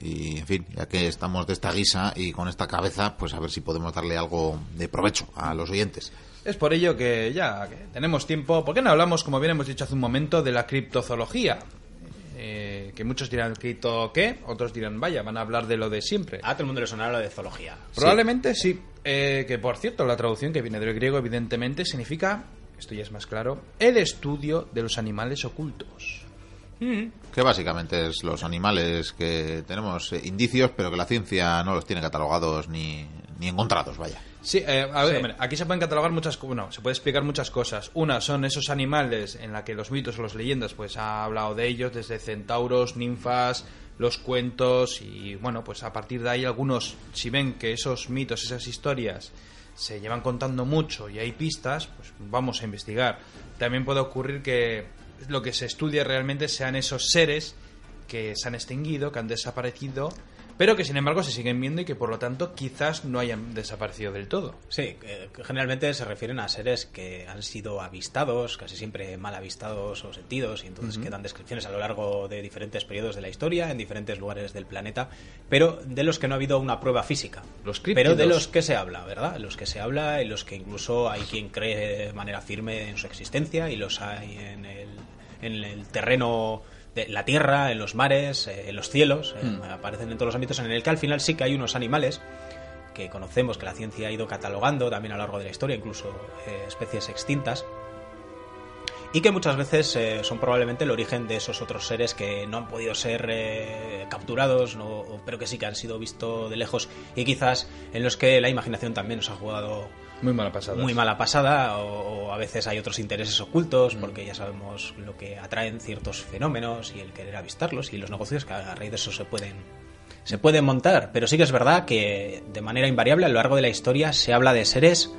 [SPEAKER 1] y, en fin, ya que estamos de esta guisa y con esta cabeza, pues a ver si podemos darle algo de provecho a los oyentes.
[SPEAKER 3] Es por ello que ya que tenemos tiempo. ¿Por qué no hablamos, como bien hemos dicho hace un momento, de la criptozoología? Eh, que muchos dirán cripto qué, otros dirán vaya, van a hablar de lo de siempre.
[SPEAKER 2] A Ah, todo el mundo le sonará lo de zoología.
[SPEAKER 3] Probablemente sí. Eh, que por cierto, la traducción que viene del griego, evidentemente, significa, esto ya es más claro, el estudio de los animales ocultos.
[SPEAKER 1] Que básicamente es los animales que tenemos eh, indicios, pero que la ciencia no los tiene catalogados ni, ni encontrados, vaya.
[SPEAKER 3] Sí, eh, a ver, mira, aquí se pueden catalogar muchas co- bueno, se puede explicar muchas cosas. Una son esos animales en la que los mitos o las leyendas pues ha hablado de ellos desde centauros, ninfas, los cuentos y bueno, pues a partir de ahí algunos si ven que esos mitos, esas historias se llevan contando mucho y hay pistas, pues vamos a investigar. También puede ocurrir que lo que se estudia realmente sean esos seres que se han extinguido, que han desaparecido, pero que sin embargo se siguen viendo y que por lo tanto quizás no hayan desaparecido del todo.
[SPEAKER 2] Sí, eh, que generalmente se refieren a seres que han sido avistados, casi siempre mal avistados o sentidos, y entonces quedan descripciones a lo largo de diferentes periodos de la historia, en diferentes lugares del planeta, pero de los que no ha habido una prueba física.
[SPEAKER 3] Los
[SPEAKER 2] Pero de
[SPEAKER 3] críptidos.
[SPEAKER 2] los que se habla, ¿verdad? Los que se habla, en los que incluso hay quien cree de manera firme en su existencia y los hay en el, en el terreno de la tierra, en los mares, eh, en los cielos, eh,
[SPEAKER 3] Mm.
[SPEAKER 2] aparecen en todos los ámbitos, en el que al final sí que hay unos animales que conocemos, que la ciencia ha ido catalogando también a lo largo de la historia, incluso eh, especies extintas, y que muchas veces eh, son probablemente el origen de esos otros seres que no han podido ser eh, capturados, no- o- pero que sí que han sido vistos de lejos y quizás en los que la imaginación también nos ha jugado
[SPEAKER 3] Muy mala pasada.
[SPEAKER 2] muy mala pasada o, o a veces hay otros intereses ocultos porque ya sabemos lo que atraen ciertos fenómenos y el querer avistarlos y los negocios que a raíz de eso se pueden se pueden montar pero sí que es verdad que de manera invariable a lo largo de la historia se habla de seres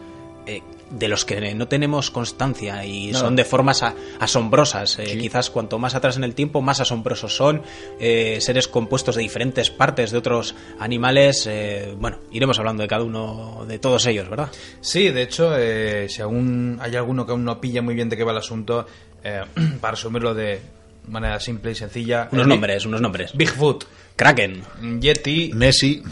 [SPEAKER 2] eh, de los que no tenemos constancia y son de formas a- asombrosas. Eh, Quizás cuanto más atrás en el tiempo, más asombrosos son. Eh, seres compuestos de diferentes partes de otros animales. eh, bueno, iremos hablando de cada uno de todos ellos, ¿verdad?
[SPEAKER 3] Sí, de hecho, eh, si aún hay alguno que aún no pilla muy bien de qué va el asunto, eh, para resumirlo de manera simple y sencilla...
[SPEAKER 2] Unos
[SPEAKER 3] eh,
[SPEAKER 2] nombres, unos nombres.
[SPEAKER 3] Bigfoot,
[SPEAKER 2] Kraken.
[SPEAKER 3] Yeti... eh,
[SPEAKER 1] Nessie.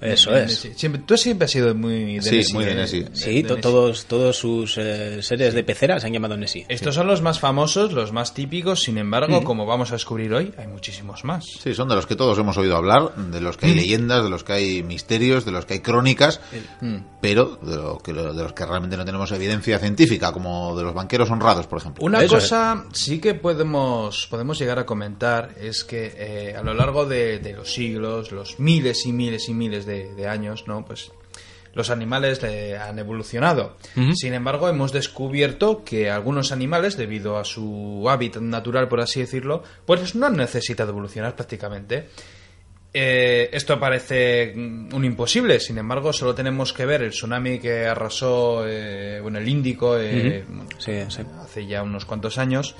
[SPEAKER 2] Eso es.
[SPEAKER 3] Siempre- tú siempre has sido muy de
[SPEAKER 1] Sí,
[SPEAKER 3] Nessie,
[SPEAKER 1] muy de
[SPEAKER 3] ¿eh?
[SPEAKER 1] Nessie.
[SPEAKER 2] Sí,
[SPEAKER 3] de
[SPEAKER 2] to-
[SPEAKER 3] Nessie.
[SPEAKER 2] todos, todos sus eh, seres de pecera se han llamado Nessie.
[SPEAKER 3] Estos son los más famosos, los más típicos, sin embargo, como vamos a descubrir hoy, hay muchísimos más.
[SPEAKER 1] Sí, son de los que todos hemos oído hablar, de los que hay leyendas, de los que hay misterios, de los que hay crónicas, Mm. pero de, lo que, de los que realmente no tenemos evidencia científica, como de los banqueros honrados, por ejemplo.
[SPEAKER 3] Una
[SPEAKER 2] Eso es.
[SPEAKER 3] cosa sí que podemos, podemos llegar a comentar es que eh, a lo largo de, de los siglos, los miles y miles y miles de, de años, ¿no? Pues los animales eh, han evolucionado. Sin embargo, hemos descubierto que algunos animales, debido a su hábitat natural, por así decirlo, pues no han necesitado evolucionar prácticamente. Eh, esto parece mm, un imposible, sin embargo, solo tenemos que ver el tsunami que arrasó eh, bueno, el Índico, eh,
[SPEAKER 2] Sí, sí.
[SPEAKER 3] hace ya unos cuantos años.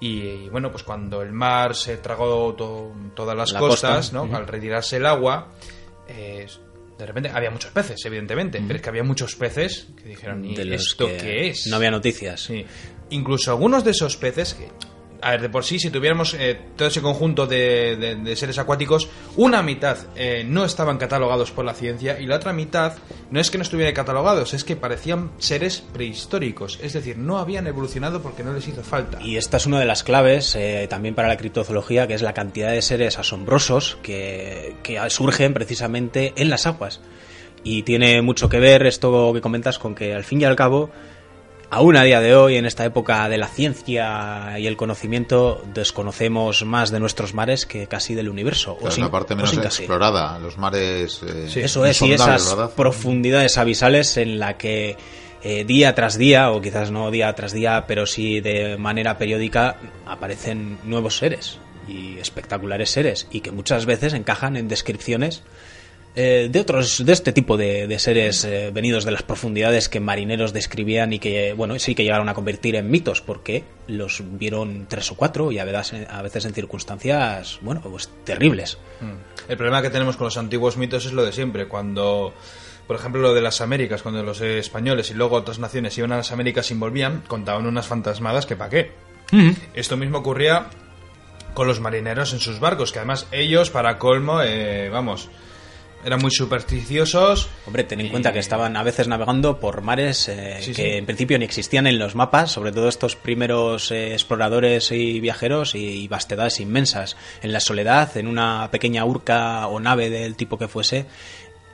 [SPEAKER 3] Y, y, bueno, pues cuando el mar se tragó to- todas las
[SPEAKER 2] La
[SPEAKER 3] costas,
[SPEAKER 2] costa,
[SPEAKER 3] ¿no?
[SPEAKER 2] ujú.
[SPEAKER 3] Al retirarse el agua, eh, de repente había muchos peces, evidentemente, pero es que había muchos peces que dijeron, ¿y
[SPEAKER 2] De los
[SPEAKER 3] esto
[SPEAKER 2] que
[SPEAKER 3] qué es?
[SPEAKER 2] No había noticias.
[SPEAKER 3] Sí. Incluso algunos de esos peces que... A ver, de por sí, si tuviéramos eh, todo ese conjunto de, de- de seres acuáticos, una mitad eh, no estaban catalogados por la ciencia y la otra mitad no es que no estuvieran catalogados, es que parecían seres prehistóricos. Es decir, no habían evolucionado porque no les hizo falta.
[SPEAKER 2] Y esta es una de las claves eh, también para la criptozoología, que es la cantidad de seres asombrosos que, que surgen precisamente en las aguas. Y tiene mucho que ver esto que comentas con que al fin y al cabo, aún a día de hoy, en esta época de la ciencia y el conocimiento, desconocemos más de nuestros mares que casi del universo.
[SPEAKER 1] Claro,
[SPEAKER 2] o sin,
[SPEAKER 1] la parte
[SPEAKER 2] o
[SPEAKER 1] menos
[SPEAKER 2] sin casi.
[SPEAKER 1] explorada, los mares. eh,
[SPEAKER 3] Sí,
[SPEAKER 2] Eso es, y
[SPEAKER 1] insondables,
[SPEAKER 2] esas
[SPEAKER 1] ¿verdad?
[SPEAKER 2] profundidades abisales en la que eh, día tras día, o quizás no día tras día, pero sí de manera periódica, aparecen nuevos seres y espectaculares seres, y que muchas veces encajan en descripciones eh, de otros, de este tipo de, de seres eh, venidos de las profundidades que marineros describían y que, bueno, sí que llegaron a convertir en mitos, porque los vieron tres o cuatro y a veces, a veces en circunstancias, bueno, pues terribles.
[SPEAKER 3] El problema que tenemos con los antiguos mitos es lo de siempre. Cuando, por ejemplo, lo de las Américas, cuando los eh, españoles y luego otras naciones iban a las Américas se envolvían, contaban unas fantasmadas que pa' qué. Esto mismo ocurría con los marineros en sus barcos, que además ellos, para colmo, eh, vamos, eran muy supersticiosos.
[SPEAKER 2] Hombre, ten en
[SPEAKER 3] Y-
[SPEAKER 2] cuenta que estaban a veces navegando por mares eh,
[SPEAKER 3] Sí,
[SPEAKER 2] que
[SPEAKER 3] sí.
[SPEAKER 2] en principio ni existían en los mapas, sobre todo estos primeros eh, exploradores y viajeros y, y vastedades inmensas, en la soledad, en una pequeña urca o nave del tipo que fuese.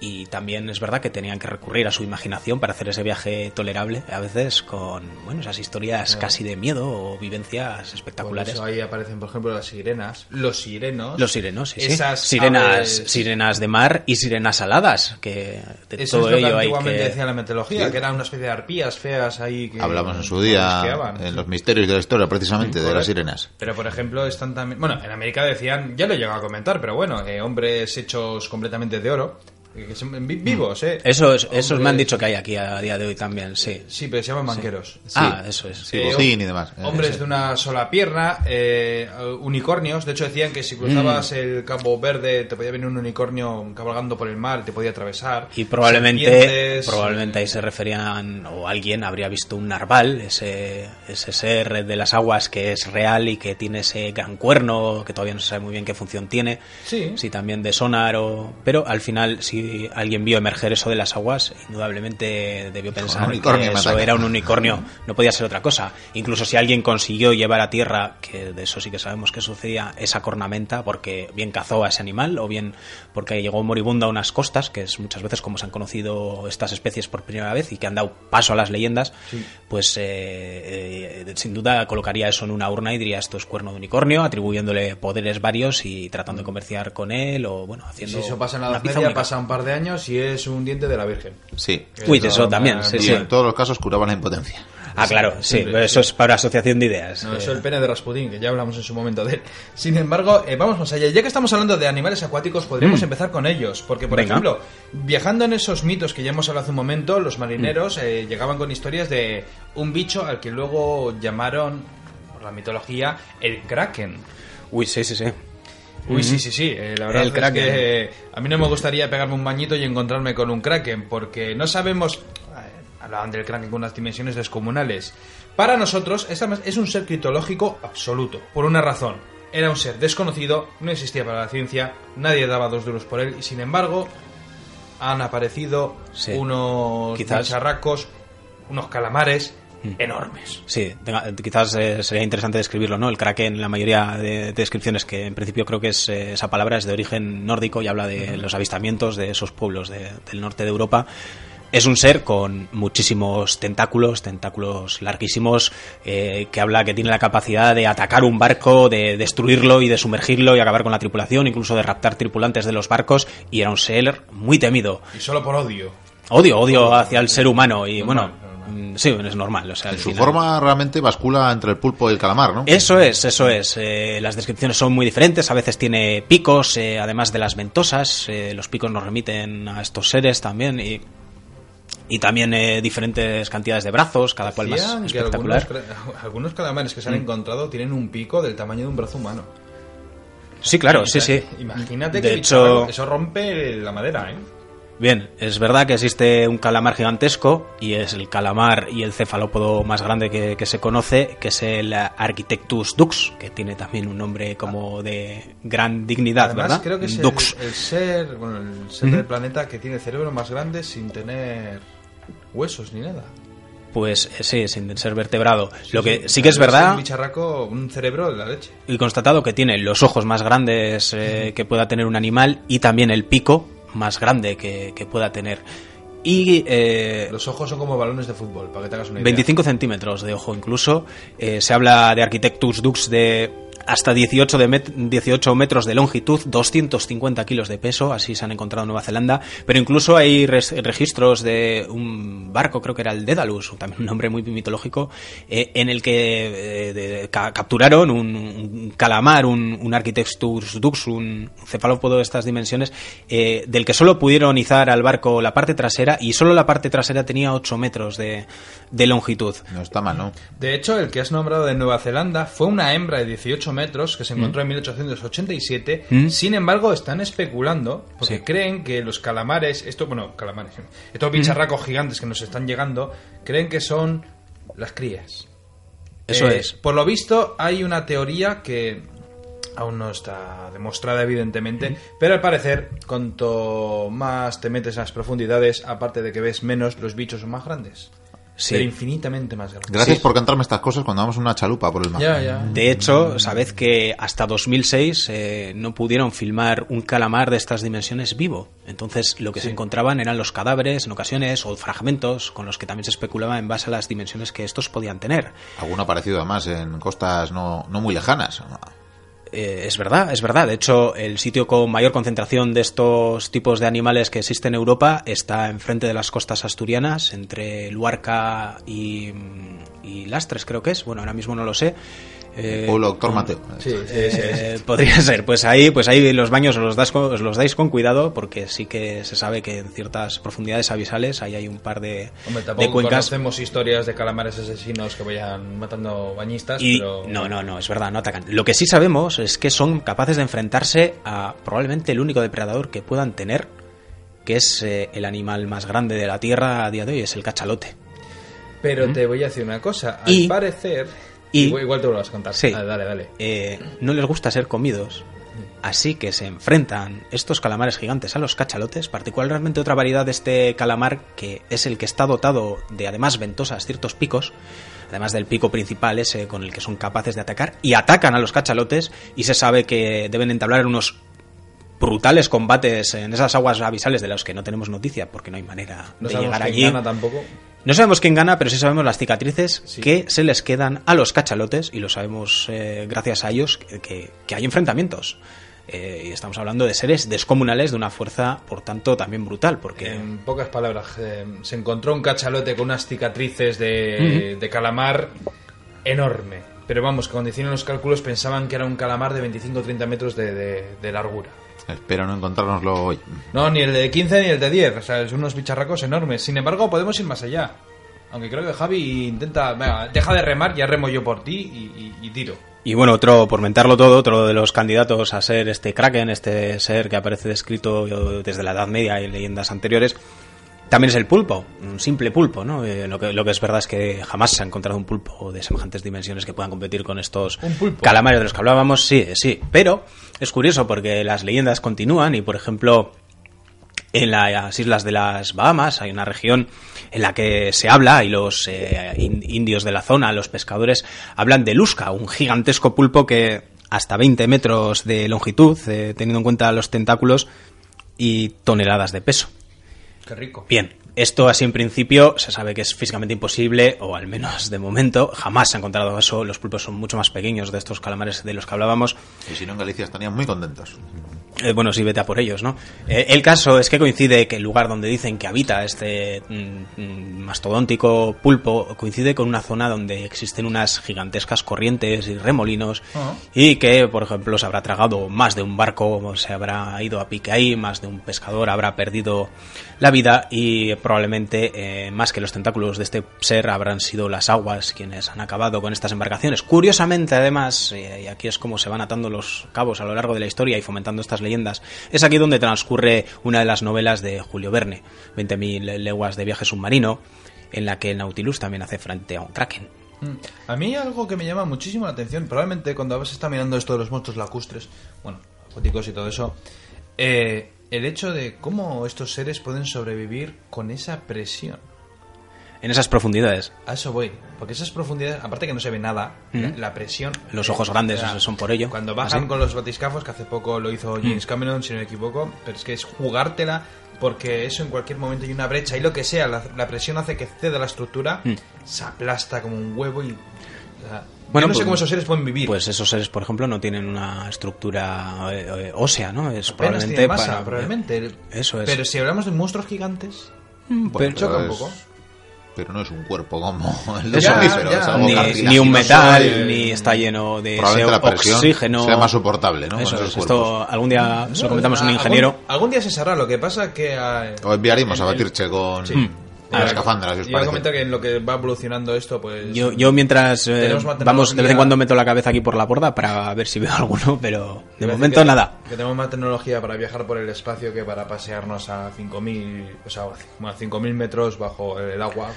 [SPEAKER 2] Y también es verdad que tenían que recurrir a su imaginación para hacer ese viaje tolerable, a veces con bueno, esas historias casi de miedo o vivencias
[SPEAKER 3] Por
[SPEAKER 2] espectaculares.
[SPEAKER 3] eso ahí aparecen, por ejemplo, las sirenas, los sirenos.
[SPEAKER 2] Los sirenos, sí, sí.
[SPEAKER 3] Esas
[SPEAKER 2] sirenas,
[SPEAKER 3] aves-
[SPEAKER 2] sirenas de mar y sirenas aladas, que de
[SPEAKER 3] Eso
[SPEAKER 2] todo
[SPEAKER 3] es lo
[SPEAKER 2] ello
[SPEAKER 3] que
[SPEAKER 2] hay
[SPEAKER 3] antiguamente
[SPEAKER 2] que...
[SPEAKER 3] decía la mitología, que eran una especie de arpías feas ahí que
[SPEAKER 1] Hablamos en su día,
[SPEAKER 3] mosqueaban.
[SPEAKER 1] en los misterios de la historia, precisamente, de las sirenas.
[SPEAKER 3] Pero por ejemplo, están también. Bueno, en América decían, ya lo he llegado a comentar, pero bueno, eh, hombres hechos completamente de oro, Que son vi-
[SPEAKER 2] Mm.
[SPEAKER 3] vivos, ¿eh?
[SPEAKER 2] Esos, esos me han
[SPEAKER 3] Hombres-
[SPEAKER 2] dicho que hay aquí a día de hoy también, sí.
[SPEAKER 3] Sí, pero se llaman manqueros.
[SPEAKER 2] Ah, eso es.
[SPEAKER 1] Sí, bocín y demás. Eh,
[SPEAKER 3] Hombres de una sola pierna, eh, unicornios. De hecho, decían que si
[SPEAKER 2] Mm.
[SPEAKER 3] cruzabas el Cabo Verde te podía venir un unicornio cabalgando por el mar, te podía atravesar.
[SPEAKER 2] Y probablemente,
[SPEAKER 3] Serpientes,
[SPEAKER 2] probablemente ahí se referían, o alguien habría visto un narval, ese, ese ser de las aguas que es real y que tiene ese gran cuerno, que todavía no se sabe muy bien qué función tiene.
[SPEAKER 3] Sí.
[SPEAKER 2] Si también de sonar o... Pero al final, si alguien vio emerger eso de las aguas, indudablemente debió pensar
[SPEAKER 1] unicornio
[SPEAKER 2] que
[SPEAKER 1] me
[SPEAKER 2] eso
[SPEAKER 1] ataca.
[SPEAKER 2] era un unicornio, no podía ser otra cosa. Incluso si alguien consiguió llevar a tierra, que de eso sí que sabemos que sucedía, esa cornamenta, porque bien cazó a ese animal, o bien porque llegó moribundo a unas costas, que es muchas veces como se han conocido estas especies por primera vez y que han dado paso a las leyendas, pues eh, eh, sin duda colocaría eso en una urna y diría esto es cuerno de unicornio, atribuyéndole poderes varios y tratando de comerciar con él, o bueno,
[SPEAKER 3] Si
[SPEAKER 2] haciendo
[SPEAKER 3] eso pasa en la
[SPEAKER 2] una
[SPEAKER 3] Edad
[SPEAKER 2] pieza
[SPEAKER 3] Media,
[SPEAKER 2] única.
[SPEAKER 3] pasa un par de años y es un diente de la Virgen.
[SPEAKER 1] Sí.
[SPEAKER 2] Uy, eso
[SPEAKER 3] ah,
[SPEAKER 2] también, sí,
[SPEAKER 1] Y
[SPEAKER 2] sí.
[SPEAKER 1] en todos los casos curaban la impotencia.
[SPEAKER 2] Ah, claro, sí,
[SPEAKER 3] Siempre,
[SPEAKER 2] eso es para asociación de ideas.
[SPEAKER 3] No,
[SPEAKER 2] Eh,
[SPEAKER 3] eso es el pene de Rasputín, que ya hablamos en su momento de él. Sin embargo, eh, vamos más allá. Ya que estamos hablando de animales acuáticos, podríamos empezar con ellos. Porque, por
[SPEAKER 2] Mm. Venga.
[SPEAKER 3] ejemplo, viajando en esos mitos que ya hemos hablado hace un momento, los marineros
[SPEAKER 2] Mm.
[SPEAKER 3] eh, llegaban con historias de un bicho al que luego llamaron, por la mitología, el kraken.
[SPEAKER 2] Uy, sí, sí, sí.
[SPEAKER 3] Uy, sí, sí, sí. eh, la verdad
[SPEAKER 2] El
[SPEAKER 3] es
[SPEAKER 2] Kraken.
[SPEAKER 3] que eh, a mí no me gustaría pegarme un bañito y encontrarme con un Kraken, porque no sabemos... eh, Hablaban del Kraken con unas dimensiones descomunales. Para nosotros, esta es un ser criptológico absoluto, por una razón. Era un ser desconocido, no existía para la ciencia, nadie daba dos duros por él, y sin embargo, han aparecido
[SPEAKER 2] Sí.
[SPEAKER 3] unos
[SPEAKER 2] Quizás. Mm.
[SPEAKER 3] charracos, unos calamares enormes.
[SPEAKER 2] Sí, tenga- quizás eh, sería interesante describirlo, ¿no? El kraken, la mayoría de, de descripciones que en principio creo que es, eh, esa palabra es de origen nórdico y habla de los avistamientos de esos pueblos de- del norte de Europa. Es un ser con muchísimos tentáculos, tentáculos larguísimos, eh, que habla que tiene la capacidad de atacar un barco, de destruirlo y de sumergirlo y acabar con la tripulación, incluso de raptar tripulantes de los barcos, y era un ser muy temido.
[SPEAKER 3] Y solo por odio.
[SPEAKER 2] Odio, odio hacia el ser humano, y
[SPEAKER 3] Normal,
[SPEAKER 2] bueno,
[SPEAKER 3] normal.
[SPEAKER 2] mm, sí, es normal. O sea,
[SPEAKER 1] En
[SPEAKER 2] al
[SPEAKER 1] su
[SPEAKER 2] final-
[SPEAKER 1] forma realmente bascula entre el pulpo y el calamar, ¿no?
[SPEAKER 2] eso es, eso es. Eh, las descripciones son muy diferentes. A veces tiene picos, eh, además de las ventosas. Eh, los picos nos remiten a estos seres también. Y, y también eh, diferentes cantidades de brazos, cada cual más
[SPEAKER 3] Decían que
[SPEAKER 2] espectacular. Mm.
[SPEAKER 3] Algunos, cra- algunos calamares que se han encontrado tienen un pico del tamaño de un brazo humano.
[SPEAKER 2] Sí, claro, sí, sí.
[SPEAKER 3] Imagínate
[SPEAKER 2] de
[SPEAKER 3] que
[SPEAKER 2] hecho,
[SPEAKER 3] eso rompe la madera, ¿eh?
[SPEAKER 2] Bien, es verdad que existe un calamar gigantesco y es el calamar y el cefalópodo más grande que, que se conoce, que es el Architectus dux, que tiene también un nombre como de gran dignidad,
[SPEAKER 3] Además,
[SPEAKER 2] ¿verdad?
[SPEAKER 3] creo que es el,
[SPEAKER 2] dux.
[SPEAKER 3] el ser, bueno, el ser del planeta que tiene el cerebro más grande sin tener huesos ni nada.
[SPEAKER 2] Pues eh, sí, sin ser vertebrado. Lo que sí
[SPEAKER 3] O sea,
[SPEAKER 2] que es
[SPEAKER 3] debe ser
[SPEAKER 2] verdad
[SPEAKER 3] Un bicharraco, un cerebro de la leche.
[SPEAKER 2] y constatado que tiene los ojos más grandes eh, que pueda tener un animal y también el pico más grande que, que pueda tener. Y eh,
[SPEAKER 3] Los ojos son como balones de fútbol, para que te hagas una idea.
[SPEAKER 2] 25 centímetros de ojo incluso. Eh, se habla de Architectus Dux de hasta 18, de met- 18 metros de longitud, 250 kilos de peso, así se han encontrado en Nueva Zelanda. Pero incluso hay res- registros de un barco, creo que era el Dedalus, también un nombre muy mitológico, eh, en el que eh, de- ca- capturaron un, un calamar, un, un Architectus Dux, un cefalópodo de estas dimensiones, eh, del que solo pudieron izar al barco la parte trasera y solo la parte trasera tenía 8 metros de, de longitud.
[SPEAKER 1] No está mal, ¿no?
[SPEAKER 3] De hecho, el que has nombrado de Nueva Zelanda fue una hembra de 18 metros que se encontró en 1887.
[SPEAKER 2] Mm.
[SPEAKER 3] Sin embargo, están especulando porque
[SPEAKER 2] Sí.
[SPEAKER 3] creen que los calamares, esto, bueno, calamares, estos
[SPEAKER 2] Mm.
[SPEAKER 3] bicharracos gigantes que nos están llegando, creen que son las crías.
[SPEAKER 2] Eso
[SPEAKER 3] Eh,
[SPEAKER 2] es.
[SPEAKER 3] Por lo visto, hay una teoría que aún no está demostrada,
[SPEAKER 2] Mm.
[SPEAKER 3] evidentemente, pero al parecer, cuanto más te metes en las profundidades, aparte de que ves menos, los bichos son más grandes.
[SPEAKER 2] Sí.
[SPEAKER 3] Pero infinitamente más grandes.
[SPEAKER 1] Gracias
[SPEAKER 2] Sí.
[SPEAKER 1] por cantarme estas cosas cuando damos una chalupa por el mar.
[SPEAKER 3] Ya, ya.
[SPEAKER 2] De hecho, sabed que hasta 2006 eh, no pudieron filmar un calamar de estas dimensiones vivo. Entonces, lo que se encontraban eran los cadáveres en ocasiones o fragmentos con los que también se especulaba en base a las dimensiones que estos podían tener.
[SPEAKER 1] Alguno ha aparecido además en costas no, no muy lejanas.
[SPEAKER 2] Eh, es verdad, es verdad. De hecho, el sitio con mayor concentración de estos tipos de animales que existe en Europa está enfrente de las costas asturianas, mm, entre Luarca y, y Lastres, creo que es. Bueno, ahora mismo no lo sé. Eh,
[SPEAKER 1] O el doctor Mateo.
[SPEAKER 2] eh, Podría ser, pues ahí, pues ahí los baños os los, das con- os los dais con cuidado porque sí que se sabe que en ciertas profundidades abisales ahí hay un par de,
[SPEAKER 3] Hombre,
[SPEAKER 2] de
[SPEAKER 3] tampoco
[SPEAKER 2] cuencas.
[SPEAKER 3] conocemos historias de calamares asesinos que vayan matando bañistas,
[SPEAKER 2] Y
[SPEAKER 3] pero...
[SPEAKER 2] no, no, no, es verdad, no atacan. Lo que sí sabemos es que son capaces de enfrentarse a probablemente el único depredador que puedan tener, que es eh, el animal más grande de la Tierra a día de hoy, es el cachalote.
[SPEAKER 3] Pero te voy a decir una cosa. Al
[SPEAKER 2] Mm. Y-
[SPEAKER 3] parecer...
[SPEAKER 2] y-
[SPEAKER 3] igual, igual te lo vas a contar.
[SPEAKER 2] Sí.
[SPEAKER 3] Ah, dale, dale.
[SPEAKER 2] Eh, no les gusta ser comidos, así que se enfrentan estos calamares gigantes a los cachalotes, particularmente otra variedad de este calamar que es el que está dotado de además ventosas ciertos picos, además del pico principal ese con el que son capaces de atacar, y atacan a los cachalotes y se sabe que deben entablar unos brutales combates en esas aguas abisales de los que no tenemos noticia porque no hay manera
[SPEAKER 3] No
[SPEAKER 2] de
[SPEAKER 3] sabemos
[SPEAKER 2] llegar
[SPEAKER 3] quién
[SPEAKER 2] allí.
[SPEAKER 3] gana tampoco.
[SPEAKER 2] No sabemos quién gana, pero sí sabemos las cicatrices
[SPEAKER 3] Sí.
[SPEAKER 2] que se les quedan a los cachalotes y lo sabemos eh, gracias a ellos que, que- que hay enfrentamientos. Eh, y estamos hablando de seres descomunales de una fuerza, por tanto, también brutal, porque...
[SPEAKER 3] En pocas palabras, eh, se encontró un cachalote con unas cicatrices de, de calamar enorme. Pero vamos, cuando hicieron los cálculos pensaban que era un calamar de 25 o 30 metros de, de- de largura.
[SPEAKER 1] Espero no encontrárnoslo hoy.
[SPEAKER 3] No, ni el de 15 ni el de 10. O sea, son unos bicharracos enormes. Sin embargo, podemos ir más allá. Aunque creo que Javi intenta... venga, deja de remar, ya remo yo por ti y- y- y tiro.
[SPEAKER 2] Y bueno, otro, por mentarlo todo, otro de los candidatos a ser este Kraken, este ser que aparece descrito desde la Edad Media y leyendas anteriores, también es el pulpo, un simple pulpo, ¿no? Eh, lo, que, lo que es verdad es que jamás se ha encontrado un pulpo de semejantes dimensiones que puedan competir con estos
[SPEAKER 3] Un pulpo.
[SPEAKER 2] calamares de los que hablábamos, sí, sí. Pero es curioso porque las leyendas continúan y, por ejemplo, en las islas de las Bahamas hay una región en la que se habla y los eh, in- indios de la zona, los pescadores, hablan de lusca, un gigantesco pulpo que hasta 20 metros de longitud, eh, teniendo en cuenta los tentáculos y toneladas de peso.
[SPEAKER 3] Qué rico.
[SPEAKER 2] Bien, esto así en principio se sabe que es físicamente imposible, o al menos de momento, jamás se ha encontrado eso. Los pulpos son mucho más pequeños de estos calamares de los que hablábamos.
[SPEAKER 1] Y si no, en Galicia estarían muy contentos.
[SPEAKER 2] Eh, bueno, sí, vete a por ellos, ¿no? Eh, el caso es que coincide que el lugar donde dicen que habita este mm, mm, mastodóntico pulpo coincide con una zona donde existen unas gigantescas corrientes y remolinos y que, por ejemplo, se habrá tragado más de un barco, se habrá ido a pique ahí, más de un pescador habrá perdido la vida y probablemente eh, más que los tentáculos de este ser habrán sido las aguas quienes han acabado con estas embarcaciones. Curiosamente, además, eh, y aquí es como se van atando los cabos a lo largo de la historia y fomentando estas leyendas, es aquí donde transcurre una de las novelas de Julio Verne, 20.000 leguas de viaje submarino, en la que el Nautilus también hace frente a un kraken.
[SPEAKER 3] Mm. A mí algo que me llama muchísimo la atención, probablemente cuando a veces está mirando esto de los monstruos lacustres, bueno, acuáticos y todo eso, eh, el hecho de cómo estos seres pueden sobrevivir con esa presión.
[SPEAKER 2] En esas profundidades,
[SPEAKER 3] A eso voy, porque esas profundidades, aparte que no se ve nada, la- la presión...
[SPEAKER 2] Mm. Los ojos grandes,
[SPEAKER 3] o sea,
[SPEAKER 2] son por ello.
[SPEAKER 3] Cuando bajan
[SPEAKER 2] Así.
[SPEAKER 3] con los batiscafos, que hace poco lo
[SPEAKER 2] Mm.
[SPEAKER 3] hizo James Cameron, si no me equivoco, pero es que es jugártela porque eso en cualquier momento hay una brecha y lo que sea, la, la presión hace que ceda la estructura,
[SPEAKER 2] Mm.
[SPEAKER 3] se aplasta como un huevo y... o sea,
[SPEAKER 2] Bueno,
[SPEAKER 3] yo no
[SPEAKER 2] pues-
[SPEAKER 3] sé cómo esos seres pueden vivir.
[SPEAKER 2] pues esos seres, por ejemplo, no tienen una estructura eh, eh, ósea, ¿no? Es
[SPEAKER 3] Apenas
[SPEAKER 2] probablemente
[SPEAKER 3] tiene masa,
[SPEAKER 2] para-
[SPEAKER 3] probablemente.
[SPEAKER 2] Eso es.
[SPEAKER 3] Pero si hablamos de monstruos gigantes,
[SPEAKER 1] Bueno,
[SPEAKER 3] choca un
[SPEAKER 1] es-
[SPEAKER 3] poco.
[SPEAKER 1] Pero no es un cuerpo como el de
[SPEAKER 2] Eso,
[SPEAKER 1] mamífero,
[SPEAKER 3] ya.
[SPEAKER 1] es algo
[SPEAKER 2] ni,
[SPEAKER 1] cartilaginoso
[SPEAKER 2] ni un metal,
[SPEAKER 1] y-
[SPEAKER 2] ni está lleno de ese
[SPEAKER 1] Probablemente la presión
[SPEAKER 2] oxígeno.
[SPEAKER 1] sea más soportable, ¿no?
[SPEAKER 2] Eso
[SPEAKER 1] Con
[SPEAKER 2] es,
[SPEAKER 1] esos
[SPEAKER 2] esto algún día se lo comentamos a un
[SPEAKER 3] algún-
[SPEAKER 2] ingeniero.
[SPEAKER 3] Algún, día se sabrá, lo que pasa que... ah,
[SPEAKER 1] O enviaremos a
[SPEAKER 3] en- en-
[SPEAKER 1] batirse con,
[SPEAKER 2] Mm.
[SPEAKER 1] con
[SPEAKER 3] Ah,
[SPEAKER 1] las escafandras, si os
[SPEAKER 3] Yo
[SPEAKER 1] parece.
[SPEAKER 3] comento que en lo que va evolucionando esto, pues...
[SPEAKER 2] Yo, yo mientras eh,
[SPEAKER 3] Tenemos más
[SPEAKER 2] vamos, de vez
[SPEAKER 3] tecnología.
[SPEAKER 2] en cuando meto la cabeza aquí por la borda para ver si veo alguno, pero de
[SPEAKER 3] Parece
[SPEAKER 2] momento
[SPEAKER 3] que-
[SPEAKER 2] nada.
[SPEAKER 3] Que tenemos más tecnología para viajar por el espacio que para pasearnos a 5.000 o sea, bueno, 5.000 metros bajo el agua.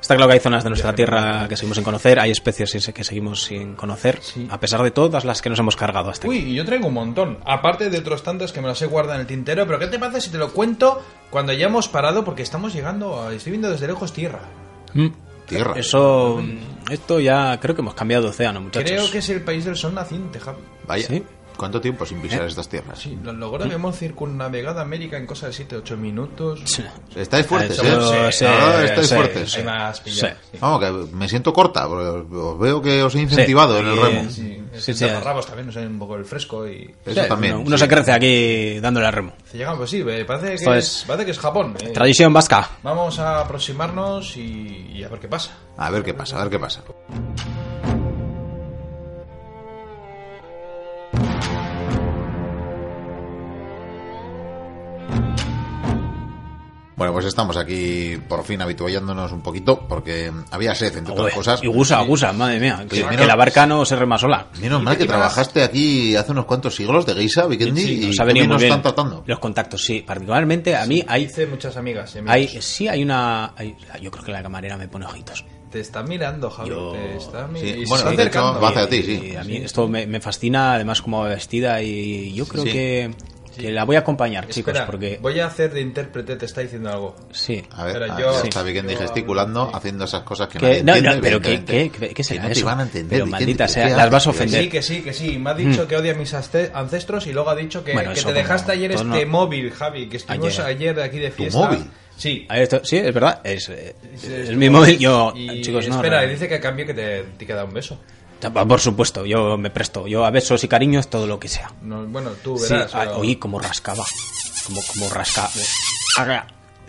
[SPEAKER 2] Está claro que hay zonas de nuestra tierra que seguimos sin conocer, hay especies sin- que seguimos sin conocer,
[SPEAKER 3] Sí.
[SPEAKER 2] a pesar de todas las que nos hemos cargado hasta
[SPEAKER 3] Uy,
[SPEAKER 2] aquí.
[SPEAKER 3] y yo traigo un montón. Aparte de otros tantos que me los he guardado en el tintero. Pero ¿qué te pasa si te lo cuento cuando hayamos parado? Porque estamos llegando... a- Estoy viendo desde lejos tierra.
[SPEAKER 2] Mm,
[SPEAKER 1] Tierra.
[SPEAKER 2] Eso, esto ya creo que hemos cambiado de océano, muchachos.
[SPEAKER 3] Creo que es el país del sol naciente, Javi.
[SPEAKER 1] Vaya.
[SPEAKER 2] Sí. ¿Eh?
[SPEAKER 1] ¿Cuánto tiempo sin pisar estas tierras?
[SPEAKER 3] Sí, lo logró que hemos circunnavegado América en cosa de 7-8 minutos.
[SPEAKER 1] Estáis fuertes,
[SPEAKER 2] Eso
[SPEAKER 1] ¿eh?
[SPEAKER 2] lo sé,
[SPEAKER 1] Ah, estáis
[SPEAKER 2] sí,
[SPEAKER 1] fuertes.
[SPEAKER 2] sí.
[SPEAKER 3] Hay más pillas.
[SPEAKER 2] Sí.
[SPEAKER 3] Sí.
[SPEAKER 1] Vamos, que me siento corta, porque os veo que os he incentivado en el
[SPEAKER 2] Sí.
[SPEAKER 1] remo.
[SPEAKER 3] Sí, es
[SPEAKER 2] Sí,
[SPEAKER 3] el
[SPEAKER 2] sí.
[SPEAKER 3] taparrabos también nos un poco el fresco y...
[SPEAKER 1] Eso también.
[SPEAKER 2] Uno, uno
[SPEAKER 1] sí.
[SPEAKER 2] se crece aquí dándole al remo.
[SPEAKER 3] Se llega, pues sí, eh, parece
[SPEAKER 2] Esto
[SPEAKER 3] que
[SPEAKER 2] es-
[SPEAKER 3] es, parece que es Japón. eh.
[SPEAKER 2] Tradición vasca.
[SPEAKER 3] Vamos a aproximarnos y, y a ver qué pasa.
[SPEAKER 1] A ver qué pasa, a ver qué pasa. Bueno, pues estamos aquí por fin habituallándonos un poquito porque había sed, entre otras
[SPEAKER 2] Joder,
[SPEAKER 1] cosas.
[SPEAKER 2] Y gusa, gusa, madre mía. Que,
[SPEAKER 1] Sí,
[SPEAKER 2] que
[SPEAKER 1] mira.
[SPEAKER 2] la barca no se rema sola.
[SPEAKER 1] Menos mal que trabajaste aquí hace unos cuantos siglos de Geisha, Vikendi,
[SPEAKER 2] Sí,
[SPEAKER 1] y
[SPEAKER 2] nos ha
[SPEAKER 1] qué
[SPEAKER 2] venido
[SPEAKER 1] bien
[SPEAKER 2] muy
[SPEAKER 1] nos
[SPEAKER 2] bien.
[SPEAKER 1] están tratando.
[SPEAKER 2] Los contactos, sí. Particularmente a mí hay,
[SPEAKER 3] Hice muchas amigas. eh, y amigos.
[SPEAKER 2] hay... Sí, hay una... hay- yo creo que la camarera me pone ojitos.
[SPEAKER 3] Te está mirando, Javi.
[SPEAKER 2] Yo-
[SPEAKER 3] Te está mi-
[SPEAKER 1] Sí,
[SPEAKER 3] y se
[SPEAKER 1] bueno,
[SPEAKER 3] está
[SPEAKER 1] de hecho,
[SPEAKER 3] acercando.
[SPEAKER 1] va hacia
[SPEAKER 2] Y-
[SPEAKER 1] ti, sí.
[SPEAKER 2] y a mí esto me, me fascina, además, cómo va vestida y yo creo
[SPEAKER 1] Sí.
[SPEAKER 2] que, que la voy a acompañar, chicos,
[SPEAKER 3] Espera,
[SPEAKER 2] porque...
[SPEAKER 3] voy a hacer de intérprete, te está diciendo algo.
[SPEAKER 2] Sí.
[SPEAKER 1] A ver,
[SPEAKER 3] Espera,
[SPEAKER 1] ahí
[SPEAKER 3] yo-
[SPEAKER 1] está Vikendi
[SPEAKER 3] yo-
[SPEAKER 1] gesticulando, haciendo esas cosas que
[SPEAKER 2] Que-
[SPEAKER 1] nadie
[SPEAKER 2] no,
[SPEAKER 1] entiende,
[SPEAKER 2] no, pero que, que,
[SPEAKER 1] evidentemente.
[SPEAKER 2] que, que será
[SPEAKER 1] no te
[SPEAKER 2] eso.
[SPEAKER 1] van a entender.
[SPEAKER 2] Pero
[SPEAKER 1] Vikendi,
[SPEAKER 2] maldita
[SPEAKER 1] que
[SPEAKER 2] sea,
[SPEAKER 1] sea
[SPEAKER 2] las vas a
[SPEAKER 1] rápido,
[SPEAKER 3] Sí,
[SPEAKER 2] ofender.
[SPEAKER 3] que sí, que sí. Me ha dicho que odia a mis aste- ancestros y luego ha dicho que,
[SPEAKER 2] Mm. Bueno,
[SPEAKER 3] que
[SPEAKER 2] eso
[SPEAKER 3] te dejaste
[SPEAKER 2] como
[SPEAKER 3] ayer
[SPEAKER 2] todo
[SPEAKER 3] este
[SPEAKER 2] no-
[SPEAKER 3] móvil, Javi, que estuvimos
[SPEAKER 2] Ayer.
[SPEAKER 3] ayer, aquí de fiesta.
[SPEAKER 1] móvil?
[SPEAKER 3] Sí.
[SPEAKER 2] A ver, esto- sí, es verdad. Es, eh,
[SPEAKER 3] Sí,
[SPEAKER 2] el
[SPEAKER 3] sí,
[SPEAKER 2] mismo móvil. Yo,
[SPEAKER 3] Y
[SPEAKER 2] chicos, no.
[SPEAKER 3] Espera,
[SPEAKER 2] no.
[SPEAKER 3] y dice que a cambio que te, te queda un beso.
[SPEAKER 2] Tampa- Por supuesto, yo me presto. Yo a besos y cariños, todo lo que sea.
[SPEAKER 3] No, bueno, tú
[SPEAKER 2] Sí,
[SPEAKER 3] verás.
[SPEAKER 2] ah,
[SPEAKER 3] pero-
[SPEAKER 2] oí como rascaba. Como, como rascaba.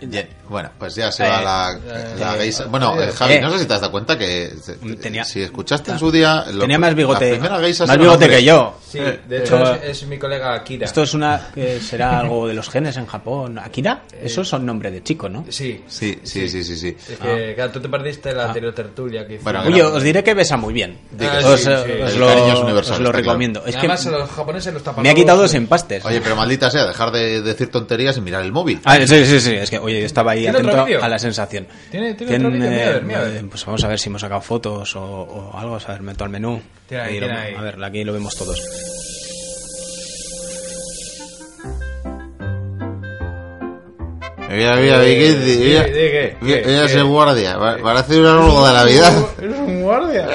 [SPEAKER 1] Bien, Bueno, pues ya se
[SPEAKER 2] Eh,
[SPEAKER 1] va la, la Geisha. Bueno, eh, Javi,
[SPEAKER 2] eh. Mm,
[SPEAKER 1] no sé si te has dado cuenta que se-
[SPEAKER 2] Tenía-
[SPEAKER 1] si escuchaste en su día... lo-
[SPEAKER 2] Tenía más
[SPEAKER 1] La
[SPEAKER 2] bigote.
[SPEAKER 1] primera Geisha
[SPEAKER 2] Más bigote que yo.
[SPEAKER 3] Sí,
[SPEAKER 1] Eh,
[SPEAKER 3] de hecho
[SPEAKER 2] eh.
[SPEAKER 3] es, es mi colega Akira.
[SPEAKER 2] Esto es una. que será algo de los genes en Japón. Akira, eso son nombre de chico, ¿no?
[SPEAKER 3] Eh, Sí.
[SPEAKER 1] Sí, sí, sí, sí, sí.
[SPEAKER 3] Es que, claro, tú te perdiste la anterior tertulia que
[SPEAKER 1] Bueno,
[SPEAKER 3] hicimos.
[SPEAKER 2] Ah. Oye, os diré que besa muy bien.
[SPEAKER 3] Diga,
[SPEAKER 2] os,
[SPEAKER 3] sí,
[SPEAKER 2] eh,
[SPEAKER 3] sí.
[SPEAKER 2] os
[SPEAKER 1] El
[SPEAKER 2] lo,
[SPEAKER 1] cariño es universal,
[SPEAKER 2] os lo
[SPEAKER 1] está
[SPEAKER 2] recomiendo.
[SPEAKER 3] Y
[SPEAKER 2] Es
[SPEAKER 3] además
[SPEAKER 2] que
[SPEAKER 3] a los japoneses los tapan
[SPEAKER 2] me ha quitado dos empastes.
[SPEAKER 1] Oye, pero maldita sea, dejar de decir tonterías y mirar el móvil.
[SPEAKER 2] Ah, sí, sí, sí. Es que, oye, yo estaba ahí
[SPEAKER 3] ¿Tiene otro
[SPEAKER 2] atento
[SPEAKER 3] vídeo?
[SPEAKER 2] a la sensación.
[SPEAKER 3] ¿Tiene- tiene otro vídeo? Mira, a ver, mira, a ver.
[SPEAKER 2] Pues vamos a ver si hemos sacado fotos o, o algo. A ver, meto al menú.
[SPEAKER 3] Tiene ahí,
[SPEAKER 2] Ahí lo-
[SPEAKER 3] tiene ahí.
[SPEAKER 2] A ver, aquí lo vemos todos.
[SPEAKER 1] Mira, mira, Vikendi, mira,
[SPEAKER 3] di- di qué,
[SPEAKER 1] mira,
[SPEAKER 3] qué,
[SPEAKER 1] mira
[SPEAKER 3] qué.
[SPEAKER 1] ese guardia. pa- Parece un árbol de Navidad.
[SPEAKER 3] Eres un guardia.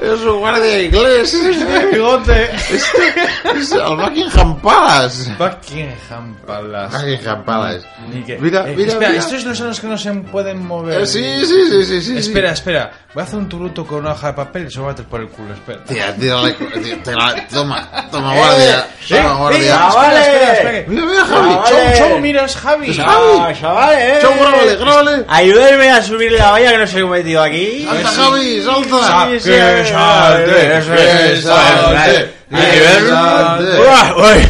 [SPEAKER 1] Es un guardia inglés.
[SPEAKER 3] bigote.
[SPEAKER 1] Es al Buckingham Palace.
[SPEAKER 3] Buckingham Palace.
[SPEAKER 1] Buckingham Palace.
[SPEAKER 3] Ni que-
[SPEAKER 1] Mira,
[SPEAKER 3] Eh,
[SPEAKER 1] mira,
[SPEAKER 3] espera,
[SPEAKER 1] mira.
[SPEAKER 3] estos no son los que no se pueden mover.
[SPEAKER 1] Eh, Sí, sí, sí, sí, sí.
[SPEAKER 3] espera, espera. Voy a hacer un turuto con una hoja de papel y se va a meter por el culo. Espera.
[SPEAKER 1] sí. Tía, tírale, tí- tírale, toma,
[SPEAKER 3] Eh,
[SPEAKER 1] toma guardia. Toma guardia.
[SPEAKER 3] Espera, espera, espera.
[SPEAKER 1] Mira, mira, Javi.
[SPEAKER 7] Ah,
[SPEAKER 3] Chau, chau, miras,
[SPEAKER 7] Pues,
[SPEAKER 3] Javi.
[SPEAKER 1] Javi.
[SPEAKER 7] chavales!
[SPEAKER 1] Chau, grábale, grábale.
[SPEAKER 7] ah, eh. Ayúdenme a subir la valla que no soy metido aquí.
[SPEAKER 1] Salta, Javi, salta.
[SPEAKER 7] Sí, sí, sí. Uah, uy.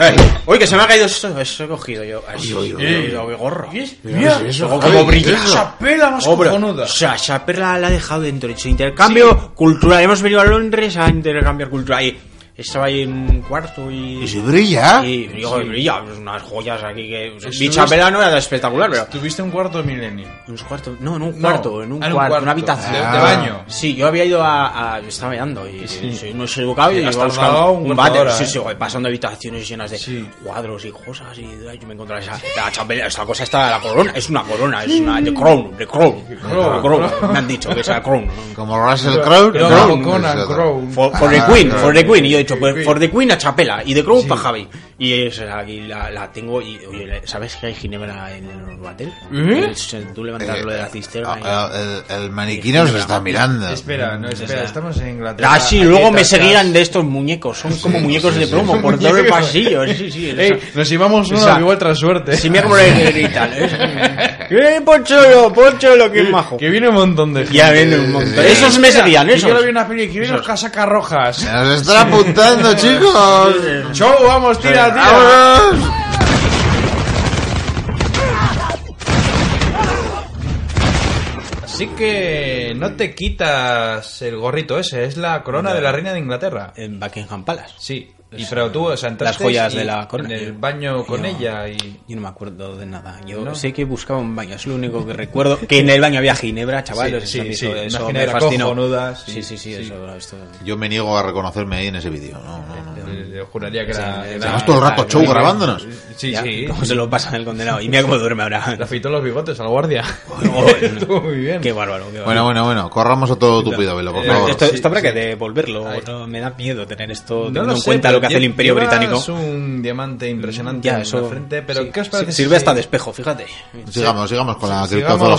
[SPEAKER 7] Ay, Uy, que se me ha caído eso, eso he cogido yo. Ay,
[SPEAKER 1] uy, uy,
[SPEAKER 7] eh, qué gorro.
[SPEAKER 1] Mira, eso, Javi, eso.
[SPEAKER 3] pela más
[SPEAKER 7] Obra.
[SPEAKER 3] cojonuda.
[SPEAKER 7] O sea, Chaper la, la ha dejado dentro. Hecho intercambio cultural. Hemos venido a Londres a intercambiar cultura. Y estaba ahí en un cuarto y.
[SPEAKER 1] Y si brilla.
[SPEAKER 7] Y digo, brilla, pues, unas joyas aquí que.
[SPEAKER 3] Estuviste-
[SPEAKER 7] Dicha vela Ah, no era espectacular, pero.
[SPEAKER 3] Tuviste un cuarto milenio.
[SPEAKER 7] Unos cuartos, no, en un
[SPEAKER 3] No,
[SPEAKER 7] cuarto, en un
[SPEAKER 3] ah, en un
[SPEAKER 7] cuarto,
[SPEAKER 3] cuarto,
[SPEAKER 7] una habitación.
[SPEAKER 3] de- de baño.
[SPEAKER 7] Sí, yo había ido a. a- yo estaba mirando y soy no soy educado
[SPEAKER 3] Sí,
[SPEAKER 7] y
[SPEAKER 3] has
[SPEAKER 7] iba a buscar
[SPEAKER 3] tardado un
[SPEAKER 7] un,
[SPEAKER 3] cuarto de
[SPEAKER 7] váter.
[SPEAKER 3] hora,
[SPEAKER 7] sí,
[SPEAKER 3] ¿eh?
[SPEAKER 7] sí, joder, pasando habitaciones llenas de
[SPEAKER 3] Sí.
[SPEAKER 7] cuadros y cosas. Y ay, yo me encontraba esa. La chapela, esta cosa está la corona. Es una corona, es una. The crown, the crown. The
[SPEAKER 3] crown, crown.
[SPEAKER 7] Me han dicho que es la crown.
[SPEAKER 1] Como Russell Crowe.
[SPEAKER 3] Pero
[SPEAKER 1] Crowe,
[SPEAKER 3] como Conan
[SPEAKER 1] eso.
[SPEAKER 3] Crow.
[SPEAKER 7] For, for the
[SPEAKER 1] Ah,
[SPEAKER 7] Queen,
[SPEAKER 1] claro.
[SPEAKER 7] for the Queen. Y yo he dicho, pues, for the Queen a Chapela. Y de Crown para Javi. Y esa, aquí la, la tengo. Y oye, ¿sabes que hay Ginebra en el hotel?
[SPEAKER 3] ¿Eh?
[SPEAKER 7] Tú levantas lo de la cisterna. y-
[SPEAKER 1] Eh, Ah, ah, el, el maniquí nos está mirando.
[SPEAKER 3] Espera, no, espera, estamos en Inglaterra.
[SPEAKER 7] Ah, sí,
[SPEAKER 3] Aquí
[SPEAKER 7] luego me
[SPEAKER 3] estás.
[SPEAKER 7] seguirán de estos muñecos. Son como muñecos de plomo por todo el pasillo. Sí, sí,
[SPEAKER 3] Ey,
[SPEAKER 7] eso.
[SPEAKER 3] nos llevamos uno,
[SPEAKER 7] Esa-
[SPEAKER 3] que igual tras suerte.
[SPEAKER 7] Sí, mira cómo le gritan. ¡Eh, Pocholo, Pocholo, qué majo!
[SPEAKER 3] Que viene un montón de gente.
[SPEAKER 7] Ya ven un montón. Esos me seguían,
[SPEAKER 3] Y Yo le
[SPEAKER 7] esos.
[SPEAKER 3] vi una peli que viene los casacas rojas.
[SPEAKER 1] Nos están apuntando, chicos.
[SPEAKER 3] Show, vamos, tira, tira.
[SPEAKER 1] ¡Vámonos!
[SPEAKER 3] Así que no te quitas el gorrito ese, es la corona de la reina de Inglaterra.
[SPEAKER 2] En Buckingham Palace.
[SPEAKER 3] Sí, y pero tú, o sea, entraste
[SPEAKER 2] Las joyas
[SPEAKER 3] y-
[SPEAKER 2] de la corona.
[SPEAKER 3] En el baño con
[SPEAKER 2] Yo-
[SPEAKER 3] ella y.
[SPEAKER 2] Yo no me acuerdo de nada. Yo sé que buscaba un baño, es lo único que recuerdo. Que en el baño había ginebra, chaval.
[SPEAKER 3] Sí,
[SPEAKER 2] no sé si
[SPEAKER 3] sí,
[SPEAKER 2] han visto,
[SPEAKER 3] sí, una
[SPEAKER 2] Eso me
[SPEAKER 3] ginebra
[SPEAKER 2] fascinó.
[SPEAKER 3] cojonuda, sí,
[SPEAKER 2] sí, sí, sí,
[SPEAKER 3] sí.
[SPEAKER 2] eso. esto-
[SPEAKER 1] Yo me niego a reconocerme ahí en ese vídeo. No, no, no.
[SPEAKER 3] eh, juraría que era.
[SPEAKER 2] Sí,
[SPEAKER 3] era-
[SPEAKER 1] Llevamos todo el rato
[SPEAKER 2] claro,
[SPEAKER 1] show
[SPEAKER 2] claro.
[SPEAKER 1] grabándonos.
[SPEAKER 3] Sí,
[SPEAKER 2] Ya,
[SPEAKER 3] sí.
[SPEAKER 2] ¿Cómo se lo pasan el condenado? Y mira cómo duerme ahora.
[SPEAKER 3] Le afeitó los bigotes al guardia.
[SPEAKER 2] Joder, no.
[SPEAKER 3] Estuvo muy bien.
[SPEAKER 2] Qué bárbaro, qué bárbaro.
[SPEAKER 1] Bueno, bueno, bueno. Corramos a todo tupido velo, por
[SPEAKER 3] Eh,
[SPEAKER 1] favor.
[SPEAKER 2] esto,
[SPEAKER 3] sí,
[SPEAKER 2] esto habrá
[SPEAKER 3] sí.
[SPEAKER 2] que devolverlo. no, me da miedo tener esto
[SPEAKER 3] No
[SPEAKER 2] teniendo
[SPEAKER 3] lo
[SPEAKER 2] en
[SPEAKER 3] sé,
[SPEAKER 2] cuenta
[SPEAKER 3] pero
[SPEAKER 2] lo que hace el
[SPEAKER 3] lle-
[SPEAKER 2] Imperio
[SPEAKER 3] llevas
[SPEAKER 2] Británico.
[SPEAKER 3] un diamante impresionante
[SPEAKER 2] Ya,
[SPEAKER 3] en
[SPEAKER 2] eso.
[SPEAKER 3] la frente, pero
[SPEAKER 2] sí.
[SPEAKER 3] ¿qué os parece?
[SPEAKER 2] Sí, Sirve
[SPEAKER 3] si-
[SPEAKER 2] hasta de espejo, fíjate.
[SPEAKER 1] Sigamos, sigamos con la
[SPEAKER 3] Sigamos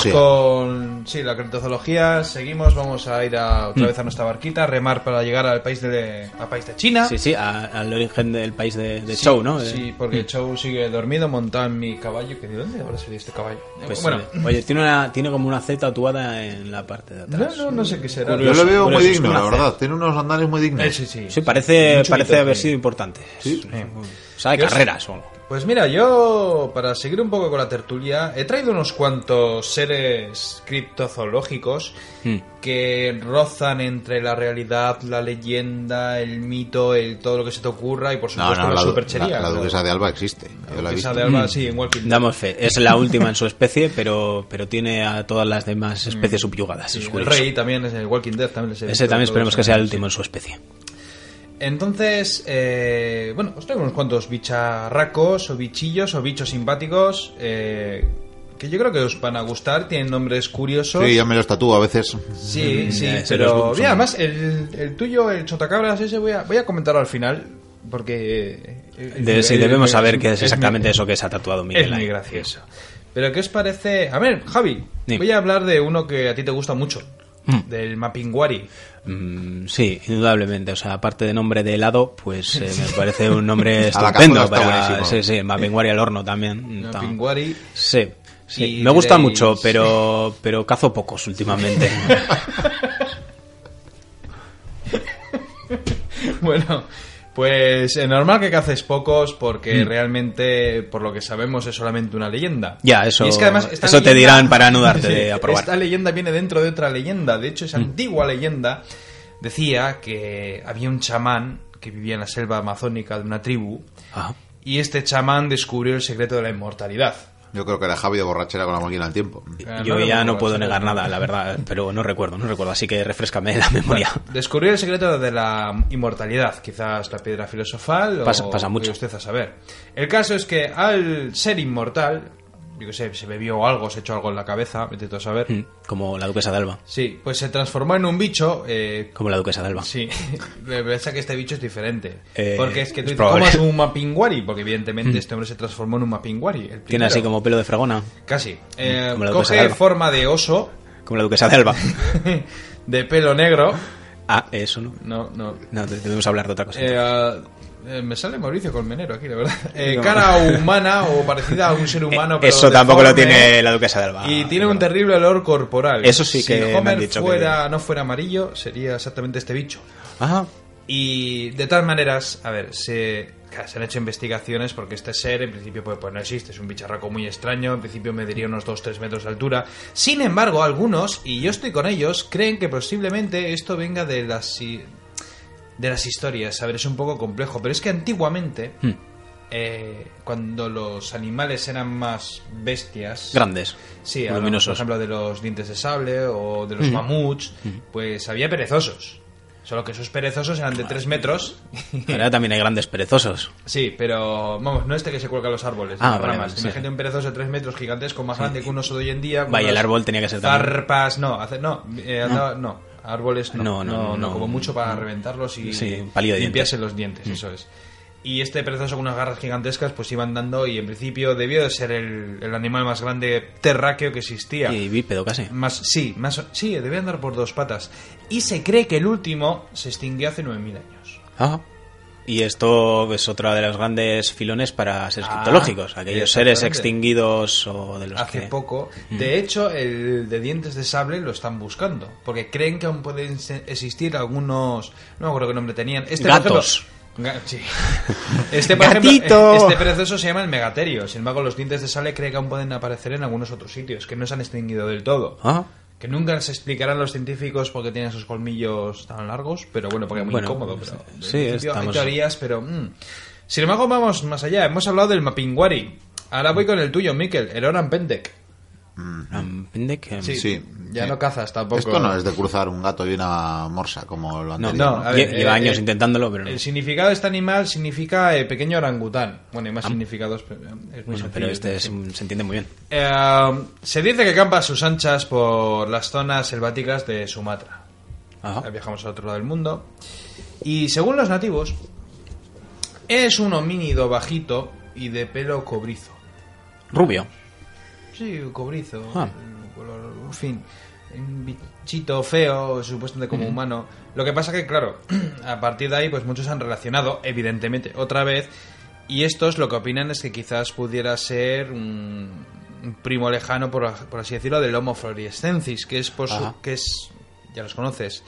[SPEAKER 1] criptozoología.
[SPEAKER 3] con sí, la criptozoología, seguimos, vamos a ir a,
[SPEAKER 2] Mm.
[SPEAKER 3] otra vez a nuestra barquita, a remar para llegar al país de, al país de China.
[SPEAKER 2] Sí, sí, a- al origen del país de, de Show, ¿no? Eh. Mm.
[SPEAKER 3] Sí, porque Chou sigue dormido, montado en mi caballo, que de dónde habrá salido este caballo. Eh,
[SPEAKER 2] Pues,
[SPEAKER 3] bueno,
[SPEAKER 2] eh, oye, tiene, una, tiene como una Z tatuada en la parte de
[SPEAKER 3] no,
[SPEAKER 2] atrás.
[SPEAKER 3] no, no sé qué será.
[SPEAKER 1] Yo lo veo muy
[SPEAKER 2] curioso,
[SPEAKER 1] digno,
[SPEAKER 2] es
[SPEAKER 1] la
[SPEAKER 2] un hacer.
[SPEAKER 1] verdad. Tiene unos andares muy dignos.
[SPEAKER 3] Eh, sí, sí.
[SPEAKER 2] Sí, parece,
[SPEAKER 3] Un chulito, eh.
[SPEAKER 2] parece haber
[SPEAKER 3] sí.
[SPEAKER 2] sido importante.
[SPEAKER 1] Sí.
[SPEAKER 2] O sea, de
[SPEAKER 3] Yo-
[SPEAKER 2] carreras o algo.
[SPEAKER 3] Pues mira, yo, para seguir un poco con la tertulia, he traído unos cuantos seres criptozoológicos
[SPEAKER 2] Mm.
[SPEAKER 3] que rozan entre la realidad, la leyenda, el mito, el todo lo que se te ocurra y por
[SPEAKER 1] No,
[SPEAKER 3] supuesto
[SPEAKER 1] no, la,
[SPEAKER 3] la,
[SPEAKER 1] du-
[SPEAKER 3] Pues
[SPEAKER 1] la-
[SPEAKER 3] superchería.
[SPEAKER 1] la duquesa de Alba existe. Yo la he
[SPEAKER 3] Duquesa
[SPEAKER 1] visto.
[SPEAKER 3] de Alba,
[SPEAKER 2] Mm.
[SPEAKER 3] sí, en Walking Dead.
[SPEAKER 2] Damos fe, es la última en su especie, pero, pero tiene a todas las demás especies subyugadas.
[SPEAKER 3] Mm. Sí,
[SPEAKER 2] es
[SPEAKER 3] el
[SPEAKER 2] curioso.
[SPEAKER 3] rey también es el Walking Dead. También les he
[SPEAKER 2] Ese
[SPEAKER 3] visto
[SPEAKER 2] también
[SPEAKER 3] todos
[SPEAKER 2] esperemos que
[SPEAKER 3] en-
[SPEAKER 2] sea el último en su especie.
[SPEAKER 3] Entonces, eh, bueno, os traigo unos cuantos bicharracos o bichillos o bichos simpáticos eh, que yo creo que os van a gustar. Tienen nombres curiosos.
[SPEAKER 1] Sí, ya me los tatúo a veces.
[SPEAKER 3] Sí, sí,
[SPEAKER 2] ya, ese los
[SPEAKER 3] pero
[SPEAKER 2] son-
[SPEAKER 3] mira, además el, el tuyo, el chotacabras ese voy a, voy a comentarlo al final porque eh,
[SPEAKER 2] De-
[SPEAKER 3] eh,
[SPEAKER 2] sí,
[SPEAKER 3] eh,
[SPEAKER 2] debemos
[SPEAKER 3] eh,
[SPEAKER 2] saber qué es
[SPEAKER 3] mi-
[SPEAKER 2] exactamente eso que se ha tatuado Miguel.
[SPEAKER 3] es muy
[SPEAKER 2] ahí.
[SPEAKER 3] gracioso. Pero ¿qué os parece? A ver, Javi,
[SPEAKER 2] Dime.
[SPEAKER 3] voy a hablar de uno que a ti te gusta mucho,
[SPEAKER 2] Mm.
[SPEAKER 3] del Mapinguari.
[SPEAKER 2] Mm, sí, indudablemente. O sea, aparte de nombre de helado, pues eh, me parece un nombre
[SPEAKER 1] A la
[SPEAKER 2] estupendo.
[SPEAKER 1] cazuela está
[SPEAKER 2] para-
[SPEAKER 1] buenísimo.
[SPEAKER 2] sí, sí, Mapinguari al horno también. Está-
[SPEAKER 3] Mapinguari.
[SPEAKER 2] Sí, sí.
[SPEAKER 3] Y
[SPEAKER 2] Me gusta
[SPEAKER 3] diréis-
[SPEAKER 2] mucho, pero, pero cazo pocos últimamente.
[SPEAKER 3] Bueno, pues eh, normal que caces pocos porque
[SPEAKER 2] Mm.
[SPEAKER 3] realmente, por lo que sabemos, es solamente una leyenda.
[SPEAKER 2] Ya, eso-
[SPEAKER 3] Y es que además esta
[SPEAKER 2] eso te dirán para no darte de aprobar. Mm.
[SPEAKER 3] Esta leyenda viene dentro de otra leyenda. De hecho, esa antigua leyenda decía que había un chamán que vivía en la selva amazónica de una tribu
[SPEAKER 2] Ah,
[SPEAKER 3] y este chamán descubrió el secreto de la inmortalidad.
[SPEAKER 1] Yo creo que era Javi de borrachera con la máquina del tiempo.
[SPEAKER 3] Eh,
[SPEAKER 2] yo
[SPEAKER 3] lo
[SPEAKER 2] ya
[SPEAKER 3] hemos
[SPEAKER 2] no puedo
[SPEAKER 3] hablado,
[SPEAKER 2] negar
[SPEAKER 3] sí.
[SPEAKER 2] nada, la verdad, pero no recuerdo, no recuerdo, así que refrescame la memoria.
[SPEAKER 3] Descubrió el secreto de la inmortalidad, quizás la piedra filosofal
[SPEAKER 2] Pasa-
[SPEAKER 3] o
[SPEAKER 2] pasa mucho.
[SPEAKER 3] vaya usted a saber. El caso es que al ser inmortal, yo que sé, se bebió algo, se echó algo en la cabeza, vete tú a saber.
[SPEAKER 2] Mm, Como la duquesa de Alba.
[SPEAKER 3] Sí, pues se transformó en un bicho. eh,
[SPEAKER 2] Como la duquesa de Alba.
[SPEAKER 3] sí, me parece que este bicho es diferente.
[SPEAKER 2] Eh,
[SPEAKER 3] porque es que tú
[SPEAKER 2] es
[SPEAKER 3] dices, ¿cómo
[SPEAKER 2] probable. Hmm.
[SPEAKER 3] es un mapinguari? Porque evidentemente este hombre se transformó en un mapinguari. el
[SPEAKER 2] Tiene
[SPEAKER 3] primero.
[SPEAKER 2] así como pelo de fregona.
[SPEAKER 3] Casi. Eh,
[SPEAKER 2] Como la duquesa de
[SPEAKER 3] coge
[SPEAKER 2] Alba.
[SPEAKER 3] forma de oso,
[SPEAKER 2] Como la duquesa de Alba.
[SPEAKER 3] de pelo negro.
[SPEAKER 2] Ah, eso no.
[SPEAKER 3] No, no,
[SPEAKER 2] No, de- debemos hablar de otra cosa.
[SPEAKER 3] Eh, ah, eh, me sale Mauricio Colmenero aquí, la verdad. Eh, cara humana o parecida a un ser humano.
[SPEAKER 2] Eh,
[SPEAKER 3] pero
[SPEAKER 2] eso tampoco lo
[SPEAKER 3] deforme,
[SPEAKER 2] tiene la duquesa de Alba.
[SPEAKER 3] Y tiene
[SPEAKER 2] Pero-
[SPEAKER 3] un terrible olor corporal.
[SPEAKER 2] Eso sí que
[SPEAKER 3] Si
[SPEAKER 2] me
[SPEAKER 3] Homer
[SPEAKER 2] han dicho que-
[SPEAKER 3] fuera, no fuera amarillo, sería exactamente este bicho.
[SPEAKER 2] Ah,
[SPEAKER 3] Y de todas maneras, a ver, se, claro, se han hecho investigaciones porque este ser en principio pues, pues no existe, es un bicharraco muy extraño, en principio mediría unos 2-3 metros de altura. Sin embargo, algunos, y yo estoy con ellos, creen que posiblemente esto venga de las, hi- de las historias. A ver, es un poco complejo, pero es que antiguamente, eh, cuando los animales eran más bestias...
[SPEAKER 2] grandes.
[SPEAKER 3] Sí, hablamos, por
[SPEAKER 2] luminosos.
[SPEAKER 3] ejemplo, de los dientes de sable o de los mamuts, pues había perezosos. Solo que esos perezosos eran de 3 metros.
[SPEAKER 2] Ahora también hay grandes perezosos.
[SPEAKER 3] Sí, pero vamos, no este que se cuelga a los árboles,
[SPEAKER 2] Ah,
[SPEAKER 3] las
[SPEAKER 2] vale,
[SPEAKER 3] ramas.
[SPEAKER 2] vale, sí.
[SPEAKER 3] Imagínate un perezoso de 3 metros gigantesco, más grande que un oso de hoy en día. con
[SPEAKER 2] Vaya, el
[SPEAKER 3] unas
[SPEAKER 2] árbol tenía que ser también.
[SPEAKER 3] Zarpas, no, hace- no, eh, andaba- no, árboles no. No, no, como mucho para reventarlos y
[SPEAKER 2] Sí, un palillo de
[SPEAKER 3] limpiarse
[SPEAKER 2] dientes. Mm.
[SPEAKER 3] los dientes, eso es. Y este perezoso con unas garras gigantescas pues iba andando y en principio debió de ser el, el animal más grande terráqueo que existía.
[SPEAKER 2] Y bípedo casi.
[SPEAKER 3] Más, sí, más, sí, debe andar por dos patas. Y se cree que el último se extinguió hace 9.000 años.
[SPEAKER 2] Ah. Y esto es otra de los grandes filones para seres criptológicos, aquellos seres
[SPEAKER 3] Ah, exactamente.
[SPEAKER 2] extinguidos o de los Mm.
[SPEAKER 3] hace
[SPEAKER 2] que...
[SPEAKER 3] poco. De hecho, el de dientes de sable lo están buscando. Porque creen que aún pueden se- existir algunos... No me acuerdo qué nombre tenían. Este, por
[SPEAKER 2] Gatos.
[SPEAKER 3] ejemplo- Ga- sí. Este, por ejemplo,
[SPEAKER 2] ¡Gatito!
[SPEAKER 3] este perezoso se llama el megaterio. Sin embargo, los dientes de sable cree que aún pueden aparecer en algunos otros sitios, que no se han extinguido del todo.
[SPEAKER 2] Ah.
[SPEAKER 3] Que nunca se explicarán los científicos porque tienen esos colmillos tan largos, pero bueno, porque es muy
[SPEAKER 2] Bueno,
[SPEAKER 3] incómodo. Pero
[SPEAKER 2] sí,
[SPEAKER 3] en principio
[SPEAKER 2] estamos-
[SPEAKER 3] Hay teorías, pero... mm. Sin embargo, vamos más allá. Hemos hablado del Mapinguari. Ahora voy con el tuyo, Mikel, el Oran Pendek.
[SPEAKER 2] Um, pendek,
[SPEAKER 3] Sí.
[SPEAKER 2] um,
[SPEAKER 1] Sí.
[SPEAKER 3] Ya
[SPEAKER 1] sí.
[SPEAKER 3] no cazas tampoco.
[SPEAKER 1] Esto no es de cruzar un gato y una morsa como lo anterior.
[SPEAKER 3] no, a ver,
[SPEAKER 2] lle- Lleva
[SPEAKER 3] eh,
[SPEAKER 2] años
[SPEAKER 3] eh,
[SPEAKER 2] intentándolo, pero no.
[SPEAKER 3] El significado de este animal significa eh, pequeño orangután. Bueno, hay más significados, pero eh, es muy
[SPEAKER 2] Ah. Bueno,
[SPEAKER 3] sencillo.
[SPEAKER 2] pero este es un- se entiende muy bien.
[SPEAKER 3] Eh, se dice que campa a sus anchas por las zonas selváticas de Sumatra.
[SPEAKER 2] Ajá.
[SPEAKER 3] Viajamos al otro lado del mundo. Y según los nativos, es un homínido bajito y de pelo cobrizo.
[SPEAKER 2] Rubio.
[SPEAKER 3] Sí, cobrizo.
[SPEAKER 2] Ah.
[SPEAKER 3] el color- en fin. Un bichito feo, supuestamente como humano. Lo que pasa que, claro, a partir de ahí, pues muchos han relacionado, evidentemente, otra vez. Y estos lo que opinan es que quizás pudiera ser un, un primo lejano, por, por así decirlo, del Homo floresiensis, pues, que es por su-
[SPEAKER 2] Ajá.
[SPEAKER 3] que es. ya los conoces.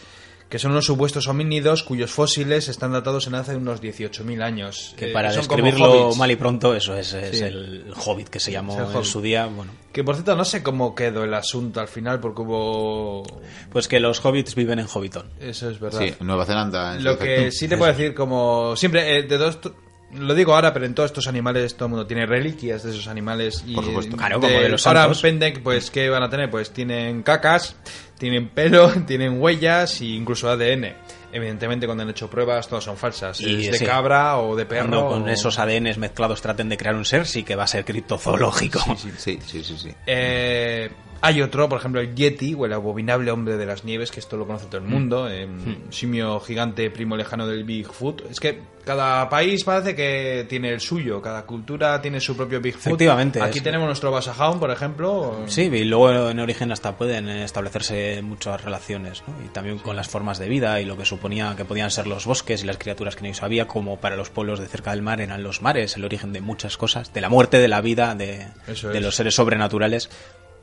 [SPEAKER 3] que son unos supuestos homínidos cuyos fósiles están datados en hace unos 18.000 años.
[SPEAKER 2] Que
[SPEAKER 3] eh,
[SPEAKER 2] para
[SPEAKER 3] son como
[SPEAKER 2] describirlo
[SPEAKER 3] hobbits.
[SPEAKER 2] mal y pronto, eso es, es
[SPEAKER 3] Sí.
[SPEAKER 2] el Hobbit que se llamó
[SPEAKER 3] Es el
[SPEAKER 2] en
[SPEAKER 3] Hobbit.
[SPEAKER 2] su día. Bueno,
[SPEAKER 3] Que por cierto, no sé cómo quedó el asunto al final porque hubo...
[SPEAKER 2] pues que los hobbits viven en Hobbiton.
[SPEAKER 3] Eso es verdad.
[SPEAKER 1] Sí, en Nueva Zelanda. en
[SPEAKER 3] Lo
[SPEAKER 1] su
[SPEAKER 3] que
[SPEAKER 1] defecto.
[SPEAKER 3] sí te puedo decir, como siempre, eh, de todos tu- lo digo ahora, pero en todos estos animales todo el mundo tiene reliquias de esos animales. Y
[SPEAKER 1] Por supuesto.
[SPEAKER 2] Claro, como de los
[SPEAKER 3] Ahora
[SPEAKER 2] santos.
[SPEAKER 3] Pendek, pues, ¿qué van a tener? Pues tienen cacas, tienen pelo, tienen huellas e incluso ADN. Evidentemente, cuando han hecho pruebas, todas son falsas.
[SPEAKER 2] Y,
[SPEAKER 3] es de
[SPEAKER 2] sí.
[SPEAKER 3] cabra o de perro.
[SPEAKER 2] Cuando con
[SPEAKER 3] o-
[SPEAKER 2] esos ADNs mezclados traten de crear un ser, sí que va a ser criptozoológico.
[SPEAKER 1] Sí, sí, sí, sí.
[SPEAKER 3] Eh, hay otro, por ejemplo, el Yeti o el abominable hombre de las nieves, que esto lo conoce todo
[SPEAKER 2] Mm.
[SPEAKER 3] el mundo, eh, simio gigante primo lejano del Bigfoot. Es que cada país parece que tiene el suyo, cada cultura tiene su propio Bigfoot.
[SPEAKER 2] Efectivamente,
[SPEAKER 3] Aquí
[SPEAKER 2] es-
[SPEAKER 3] tenemos nuestro Basajaun, por ejemplo.
[SPEAKER 2] Sí, y luego en origen hasta pueden establecerse muchas relaciones, ¿no? Y también con las formas de vida y lo que suponía que podían ser los bosques y las criaturas que no sabía, como para los pueblos de cerca del mar eran los mares, el origen de muchas cosas, de la muerte, de la vida, de,
[SPEAKER 3] Eso
[SPEAKER 2] de
[SPEAKER 3] es.
[SPEAKER 2] los seres sobrenaturales.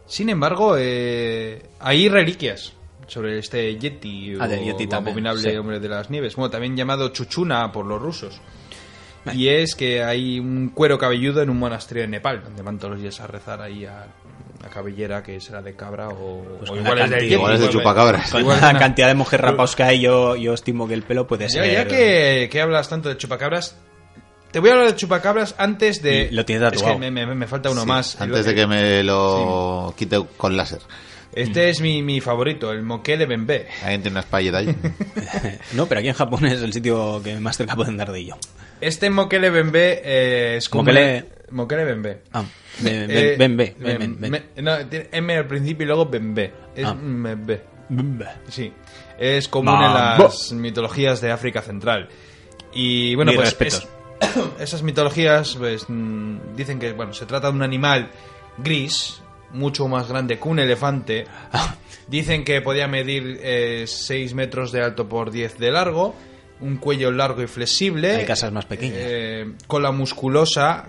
[SPEAKER 3] Sin embargo, eh, hay reliquias sobre este Yeti
[SPEAKER 2] Ah, del Yeti también,
[SPEAKER 3] abominable
[SPEAKER 2] sí.
[SPEAKER 3] hombre de las nieves, bueno, también llamado Chuchuna por los rusos. Y es que hay un cuero cabelludo en un monasterio en Nepal, donde van todos los días a rezar ahí a la cabellera que será de cabra o,
[SPEAKER 2] Pues
[SPEAKER 3] o
[SPEAKER 2] con
[SPEAKER 3] igual
[SPEAKER 2] la
[SPEAKER 3] es del
[SPEAKER 2] cantidad-
[SPEAKER 3] Yeti,
[SPEAKER 1] Igual es de
[SPEAKER 3] igual-
[SPEAKER 1] chupacabras.
[SPEAKER 2] Con
[SPEAKER 3] Igual
[SPEAKER 2] la
[SPEAKER 3] una-
[SPEAKER 2] cantidad de mujer rapaos que hay, yo, yo estimo que el pelo puede
[SPEAKER 3] Ya,
[SPEAKER 2] ser...
[SPEAKER 3] ya que, que hablas tanto de chupacabras, te voy a hablar de chupacabras antes de...
[SPEAKER 2] Y lo tienes tatuado.
[SPEAKER 3] Es que me, me- me falta uno
[SPEAKER 1] Sí,
[SPEAKER 3] más. Eh,
[SPEAKER 1] Antes de que me lo quite con láser.
[SPEAKER 3] Este es mi, mi favorito, el moqué de Bembé.
[SPEAKER 1] Alguien tiene una espallera ahí.
[SPEAKER 2] No, pero aquí en Japón es el sitio que más cerca pueden dar de ello.
[SPEAKER 3] Este Mokele Bembe eh, es como...
[SPEAKER 2] Mokele-
[SPEAKER 3] Mokele Bembe.
[SPEAKER 2] Ah, ven, ven,
[SPEAKER 3] Eh,
[SPEAKER 2] ven, ve, ven,
[SPEAKER 3] me-
[SPEAKER 2] ven, ven.
[SPEAKER 3] me- no, tiene M al principio y luego Bembe. Es
[SPEAKER 2] Ah.
[SPEAKER 3] Mbembe,
[SPEAKER 2] Ven, ve.
[SPEAKER 3] Sí. Es común en
[SPEAKER 2] Mambo.
[SPEAKER 3] las mitologías de África Central. Y bueno,
[SPEAKER 2] Mis
[SPEAKER 3] pues.
[SPEAKER 2] respetos.
[SPEAKER 3] es- esas mitologías pues, mm, dicen que bueno, se trata de un animal gris, mucho más grande que un elefante. Dicen que podía medir 6 metros de alto por 10 de largo, un cuello largo y flexible.
[SPEAKER 2] Hay casas más pequeñas.
[SPEAKER 3] eh, cola musculosa